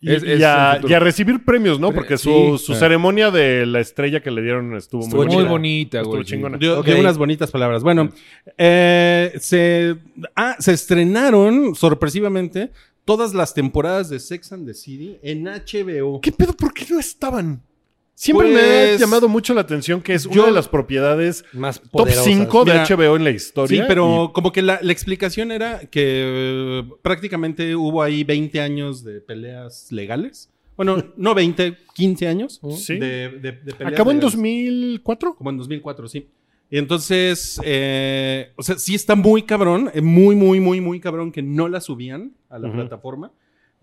Speaker 2: Y,
Speaker 3: Es-
Speaker 2: y
Speaker 3: es el
Speaker 2: a,
Speaker 3: futuro.
Speaker 2: y a recibir premios, ¿no? Porque su,
Speaker 3: Sí,
Speaker 2: su
Speaker 5: claro.
Speaker 2: ceremonia de la estrella que le dieron estuvo,
Speaker 4: Estuvo
Speaker 2: muy,
Speaker 3: Muy
Speaker 2: bonita.
Speaker 3: bonita,
Speaker 2: Estuvo
Speaker 3: güey.
Speaker 2: chingona.
Speaker 5: Dio,
Speaker 4: Ok.
Speaker 5: dio unas bonitas palabras. Bueno, eh, se, ah, se estrenaron sorpresivamente todas las temporadas de Sex and the City en HBO.
Speaker 2: ¿Qué pedo? ¿Por qué no estaban? Siempre me ha
Speaker 5: Pues-
Speaker 2: llamado mucho la atención que es
Speaker 5: Yo-
Speaker 2: una de las propiedades
Speaker 4: Más
Speaker 2: top
Speaker 4: poderosas.
Speaker 2: 5 de
Speaker 5: Mira,
Speaker 2: HBO en la historia.
Speaker 5: Sí, pero como que la, la explicación era que eh, prácticamente hubo ahí 20 años de peleas legales. Bueno, no 20, 15 años
Speaker 2: y- sí.
Speaker 5: de, de- de peleas
Speaker 2: Acabó en
Speaker 5: legales.
Speaker 2: 2004.
Speaker 5: Como en 2004, sí. Y entonces, eh, o sea, sí está muy cabrón, eh, muy, muy, muy, muy cabrón que no la subían a la
Speaker 2: Ujú.
Speaker 5: plataforma.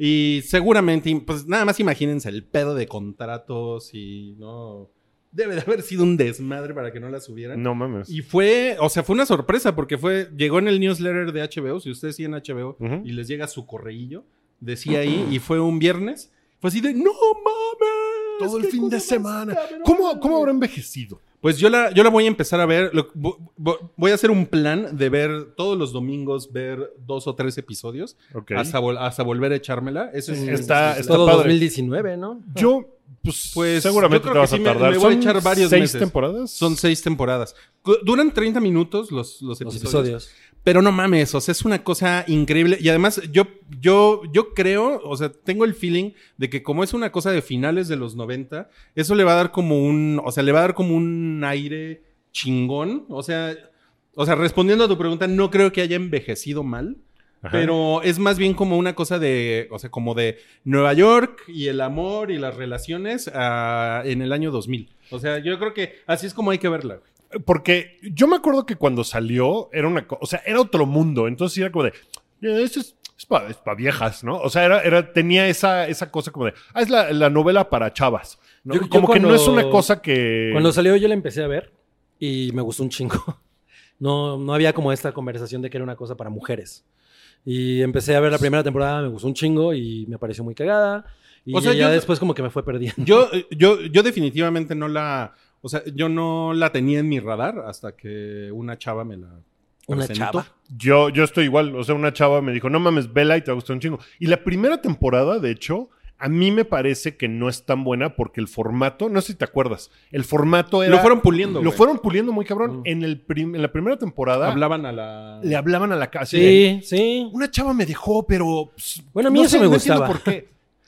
Speaker 5: Y seguramente, pues nada más imagínense el pedo de contratos y no. Debe de haber sido un desmadre para que no la subieran.
Speaker 2: No mames.
Speaker 5: Y fue, o sea, fue una sorpresa porque fue, llegó en el newsletter de HBO, si ustedes siguen HBO
Speaker 2: Ujú.
Speaker 5: y les llega su correillo, decía ahí, y fue un viernes, fue así de, no mames.
Speaker 2: Todo el
Speaker 5: qué
Speaker 2: fin de
Speaker 5: cosa más
Speaker 2: semana.
Speaker 5: cabrona".
Speaker 2: ¿Cómo, ¿Cómo habrá envejecido?
Speaker 5: Pues yo la, yo la voy a empezar a ver, lo- vo- vo- voy a hacer un plan de ver todos los domingos, ver dos o tres episodios,
Speaker 2: Ok.
Speaker 5: hasta, vol- hasta volver a echármela. Eso es-
Speaker 2: Está-
Speaker 5: es- es-
Speaker 2: está
Speaker 4: Todo
Speaker 2: padre.
Speaker 4: 2019, ¿no?
Speaker 2: Yo, pues,
Speaker 5: Pues,
Speaker 2: seguramente
Speaker 5: yo creo
Speaker 2: te
Speaker 5: que
Speaker 2: vas a
Speaker 5: sí me-
Speaker 2: tardar.
Speaker 5: me voy a
Speaker 2: ¿Son
Speaker 5: echar varios
Speaker 2: seis
Speaker 5: meses.
Speaker 2: temporadas?
Speaker 5: Son seis temporadas. Cu- Duran 30 minutos los, los
Speaker 4: Los
Speaker 5: episodios.
Speaker 4: episodios.
Speaker 5: Pero no mames, o sea, es una cosa increíble. Y además, yo, yo, yo creo, o sea, tengo el feeling de que como es una cosa de finales de los 90, eso le va a dar como un, o sea, le va a dar como un aire chingón. O sea, o sea, respondiendo a tu pregunta, no creo que haya envejecido mal.
Speaker 2: Ajá.
Speaker 5: Pero es más bien como una cosa de, o sea, como de Nueva York y el amor y las relaciones ah, en el año 2000. O sea, yo creo que así es como hay que verla. güey.
Speaker 2: Porque yo me acuerdo que cuando salió era una cosa, o sea, era otro mundo. Entonces era como de, "Eh, esto es, para viejas, ¿no? O sea, era, era, tenía esa, esa cosa como de, ah, es la, la novela para chavas. ¿no?
Speaker 4: Yo- yo
Speaker 2: como que no
Speaker 4: cuando-
Speaker 2: es una cosa que...
Speaker 4: Cuando salió yo la empecé a ver y me gustó un chingo. No, no había como esta conversación de que era una cosa para mujeres. Y empecé a ver la primera temporada, me gustó un chingo y me pareció muy cagada. Y
Speaker 5: O sea,
Speaker 4: ya
Speaker 5: yo-
Speaker 4: después como que me fue perdiendo.
Speaker 5: Yo, yo, yo definitivamente no la. O sea, yo no la tenía en mi radar hasta que una chava me la.
Speaker 4: Una
Speaker 5: presentó.
Speaker 4: chava.
Speaker 2: Yo, yo estoy igual. O sea, una chava me dijo, no mames, vela y te va a gustar un chingo. Y la primera temporada, de hecho, a mí me parece que no es tan buena porque el formato, no sé si te acuerdas, el formato era...
Speaker 5: Lo fueron puliendo.
Speaker 2: lo
Speaker 5: güey.
Speaker 2: fueron puliendo muy cabrón.
Speaker 4: Mm.
Speaker 2: En, el prim- en la primera temporada
Speaker 5: Hablaban a la.
Speaker 2: le hablaban a la casa.
Speaker 4: Sí, sí.
Speaker 2: Una chava me dejó, pero. pues,
Speaker 4: Bueno, a mí
Speaker 2: no
Speaker 4: eso
Speaker 2: sé-
Speaker 4: me
Speaker 2: no entiendo
Speaker 4: gustaba.
Speaker 2: por qué.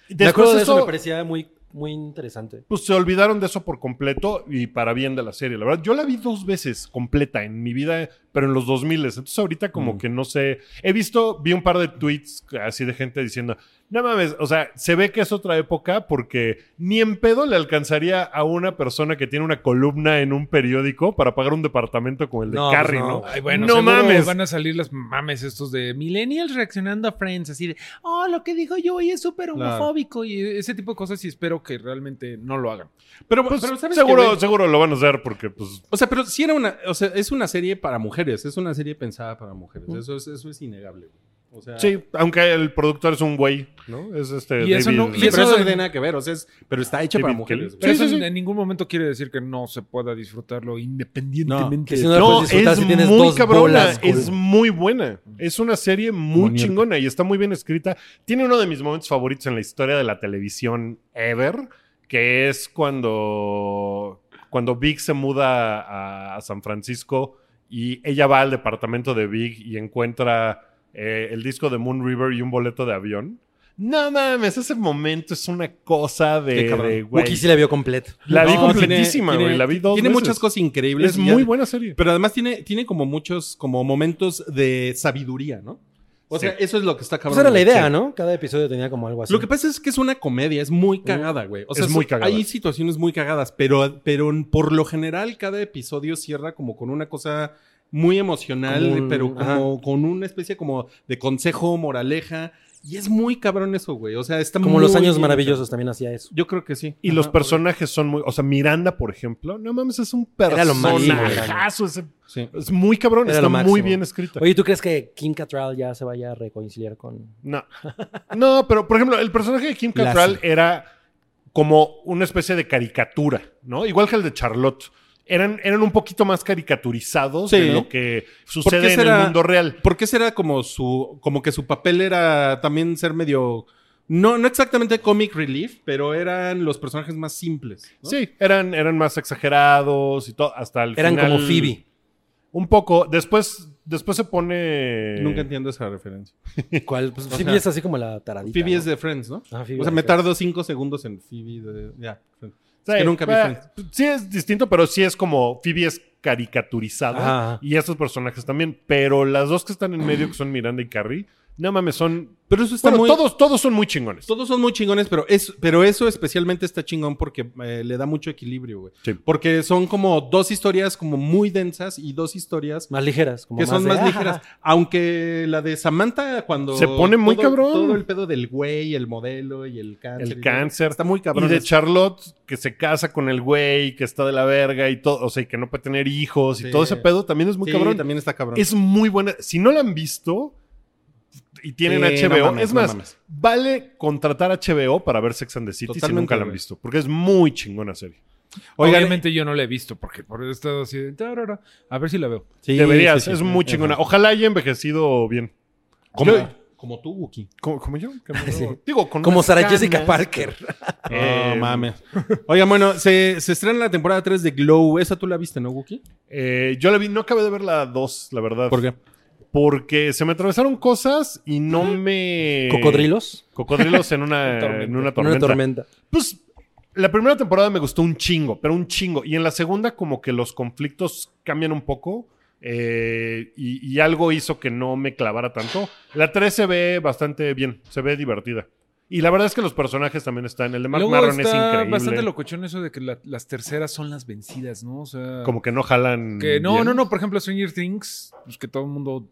Speaker 4: De
Speaker 2: Después
Speaker 4: acuerdo de eso
Speaker 2: eso,
Speaker 4: me parecía muy, muy interesante.
Speaker 2: pues se olvidaron de eso por completo y para bien de la serie. La verdad, yo la vi dos veces completa en mi vida, pero en los 2000. Entonces, ahorita
Speaker 4: Mm.
Speaker 2: como que no sé. He visto, vi un par de tweets así de gente diciendo, no mames, o sea, se ve que es otra época porque ni en pedo le alcanzaría a una persona que tiene una columna en un periódico para pagar un departamento como el de
Speaker 4: No, pues
Speaker 2: Carrie,
Speaker 4: no.
Speaker 2: ¿no?
Speaker 3: Ay, bueno,
Speaker 2: no
Speaker 3: seguro
Speaker 2: mames.
Speaker 3: Van a salir las mames estos de millennials reaccionando a Friends, así de, oh, lo que dijo yo hoy es súper
Speaker 5: Claro.
Speaker 3: homofóbico y ese tipo de cosas y espero que realmente no lo hagan.
Speaker 5: Pero,
Speaker 2: Pues,
Speaker 5: pero ¿sabes qué,
Speaker 2: seguro,
Speaker 5: güey?
Speaker 2: seguro lo van a hacer porque, pues,
Speaker 5: O sea, pero sí era una. O sea, es una serie para mujeres. Es una serie pensada para mujeres. Eso, es, eso es innegable, güey. O sea.
Speaker 2: Sí, aunque el productor es un güey, ¿no? Es este.
Speaker 3: Y eso
Speaker 2: David-
Speaker 3: no- y
Speaker 5: Sí, pero
Speaker 3: eso-
Speaker 5: eso no tiene nada que ver, o sea, es- pero está hecha para
Speaker 2: David
Speaker 5: mujeres.
Speaker 2: Kelly.
Speaker 5: güey.
Speaker 3: Pero
Speaker 2: Sí,
Speaker 3: eso
Speaker 2: sí, sí.
Speaker 3: en ningún momento quiere decir que no se pueda disfrutarlo independientemente.
Speaker 4: que si
Speaker 3: de
Speaker 4: no-
Speaker 3: todo.
Speaker 4: puedes
Speaker 2: No,
Speaker 4: disfrutar
Speaker 2: es
Speaker 4: si tienes
Speaker 2: muy
Speaker 4: dos
Speaker 2: cabrona,
Speaker 4: bolas, güey.
Speaker 2: es muy buena. Es una serie muy
Speaker 5: Monierte.
Speaker 2: chingona y está muy bien escrita. Tiene uno de mis momentos favoritos en la historia de la televisión ever, que es cuando, cuando Big se muda a, a San Francisco y ella va al departamento de Big y encuentra eh, el disco de Moon River y un boleto de avión. No mames, ese momento es una cosa de,
Speaker 5: Qué cabrón.
Speaker 2: de güey.
Speaker 4: Wookie sí la vio completa.
Speaker 2: La vi
Speaker 5: No,
Speaker 2: completísima,
Speaker 5: tiene-
Speaker 2: güey. La vi dos
Speaker 5: Tiene
Speaker 2: veces.
Speaker 5: muchas cosas increíbles.
Speaker 2: Es
Speaker 5: y ya-
Speaker 2: muy buena serie.
Speaker 5: Pero además tiene, tiene como muchos como momentos de sabiduría, ¿no? O
Speaker 2: Sí.
Speaker 5: sea, eso es lo que está cabrón.
Speaker 4: Esa era la
Speaker 5: Sí.
Speaker 4: idea, ¿no? Cada episodio tenía como algo así.
Speaker 5: Lo que pasa es que es una comedia, es muy
Speaker 4: Mm.
Speaker 5: cagada, güey. O sea,
Speaker 2: Es muy
Speaker 5: so-
Speaker 2: cagada.
Speaker 5: hay situaciones muy cagadas, pero, pero por lo general cada episodio cierra como con una cosa muy emocional,
Speaker 4: Como un-
Speaker 5: pero
Speaker 4: ajá.
Speaker 5: como con una especie como de consejo, moraleja. Y es muy cabrón eso, güey. O sea, está
Speaker 4: Como
Speaker 5: muy
Speaker 4: los años
Speaker 5: bien
Speaker 4: maravillosos también hacía eso.
Speaker 5: hecho. Yo creo que sí.
Speaker 2: Y
Speaker 5: Ajá,
Speaker 2: los
Speaker 5: por-
Speaker 2: personajes son muy. O sea, Miranda, por ejemplo. No mames, es un
Speaker 4: Era lo máximo,
Speaker 2: personajazo. ese-
Speaker 5: Sí.
Speaker 2: Es muy cabrón.
Speaker 4: Era
Speaker 2: está
Speaker 4: lo
Speaker 2: muy
Speaker 4: máximo.
Speaker 2: bien escrita.
Speaker 4: Oye, ¿tú crees que Kim Cattrall ya se vaya a reconciliar con...?
Speaker 2: No. No, pero por ejemplo, el personaje de Kim Cattrall era como una especie de caricatura, ¿no? Igual que el de Charlotte. Eran, eran un poquito más caricaturizados
Speaker 5: Sí.
Speaker 2: de lo que
Speaker 5: ¿Por qué
Speaker 2: sucede en el
Speaker 5: será-
Speaker 2: mundo real.
Speaker 5: ¿Por qué será como su. como que su papel era también ser medio. No, no exactamente comic relief, pero eran los personajes más simples. ¿no?
Speaker 2: Sí, eran, eran más exagerados y todo, hasta el
Speaker 4: Eran
Speaker 2: final-
Speaker 4: como Phoebe.
Speaker 2: Un poco. Después, después se pone...
Speaker 5: Nunca entiendo esa referencia.
Speaker 4: ¿Cuál? Pues,
Speaker 5: O
Speaker 4: Phoebe
Speaker 5: sea,
Speaker 4: es así como la taradita.
Speaker 5: Phoebe
Speaker 4: ¿no?
Speaker 5: es de Friends, ¿no?
Speaker 4: Ah, Phoebe
Speaker 5: o sea,
Speaker 4: de
Speaker 5: me
Speaker 4: Friends.
Speaker 5: tardo cinco segundos en Phoebe de. Ya. Friends.
Speaker 2: Sí,
Speaker 5: Es que nunca vi
Speaker 2: bueno, Sí es distinto, pero sí es como Phoebe es caricaturizada
Speaker 4: Ajá.
Speaker 2: y estos personajes también. Pero las dos que están en medio, que son Miranda y Carrie, no mames, son...
Speaker 5: Pero eso está
Speaker 2: Bueno,
Speaker 5: muy.
Speaker 2: todos, todos son muy chingones.
Speaker 5: Pues Todos son muy chingones, pero, es, pero eso especialmente está chingón porque eh, le da mucho equilibrio, güey.
Speaker 2: Sí.
Speaker 5: Porque son como dos historias como muy densas y dos historias
Speaker 4: Más ligeras. Como
Speaker 5: que son
Speaker 4: de,
Speaker 5: más
Speaker 4: "Ah,
Speaker 5: ligeras. Aunque la de Samantha cuando...
Speaker 2: Se pone muy
Speaker 5: todo-
Speaker 2: cabrón.
Speaker 5: Todo el pedo del güey, el modelo y el cáncer.
Speaker 2: El
Speaker 5: y
Speaker 2: cáncer.
Speaker 5: todo. Está muy cabrón.
Speaker 2: Y de
Speaker 5: eso.
Speaker 2: Charlotte, que se casa con el güey, que está de la verga y todo, o sea, y que no puede tener hijos y
Speaker 5: Sí.
Speaker 2: todo ese pedo, también es muy
Speaker 5: Sí,
Speaker 2: cabrón.
Speaker 5: también está cabrón.
Speaker 2: Es muy buena. Si no la han visto y tienen
Speaker 5: Sí,
Speaker 2: HBO,
Speaker 5: no mames,
Speaker 2: es más,
Speaker 5: no mames.
Speaker 2: vale contratar HBO para ver Sex and the City si
Speaker 5: Totalmente,
Speaker 2: nunca la han
Speaker 5: güey.
Speaker 2: visto, porque es muy chingona serie.
Speaker 5: Oigan,
Speaker 3: Obviamente yo no la he visto porque por esto así de, "Tarara". A ver si la veo.
Speaker 5: sí,
Speaker 2: Deberías,
Speaker 5: sí, sí.
Speaker 2: es muy chingona. Ojalá haya envejecido bien.
Speaker 5: Como,
Speaker 2: Yo-
Speaker 5: como tú, Wookie.
Speaker 2: como, como yo. que no- Digo, con
Speaker 4: Como
Speaker 2: unas
Speaker 4: Sarah
Speaker 2: canas.
Speaker 4: Jessica Parker.
Speaker 5: No
Speaker 2: Eh,
Speaker 5: mames. Oigan, bueno, se, se estrena la temporada 3 de Glow. Esa tú la viste, ¿no, Wookie?
Speaker 2: Eh, yo la vi, no acabé de ver la 2, la verdad.
Speaker 5: ¿Por qué?
Speaker 2: Porque se me atravesaron cosas y no me.
Speaker 4: ¿Cocodrilos?
Speaker 2: Cocodrilos en una, en una
Speaker 4: Una
Speaker 2: tormenta.
Speaker 4: tormenta.
Speaker 2: Pues la primera temporada me gustó un chingo, pero un chingo. Y en la segunda, como que los conflictos cambian un poco. eh, y, y algo hizo que no me clavara tanto. La 3 se ve bastante bien, se ve divertida. Y la verdad es que los personajes también están. El de Mark
Speaker 3: Luego
Speaker 2: Maron es
Speaker 3: está
Speaker 2: increíble.
Speaker 3: bastante locochón eso de que la- las terceras son las vencidas, ¿no? O sea,
Speaker 2: Como que no jalan.
Speaker 3: que no,
Speaker 2: bien.
Speaker 3: no, no, por ejemplo, Stranger Things, pues que todo el mundo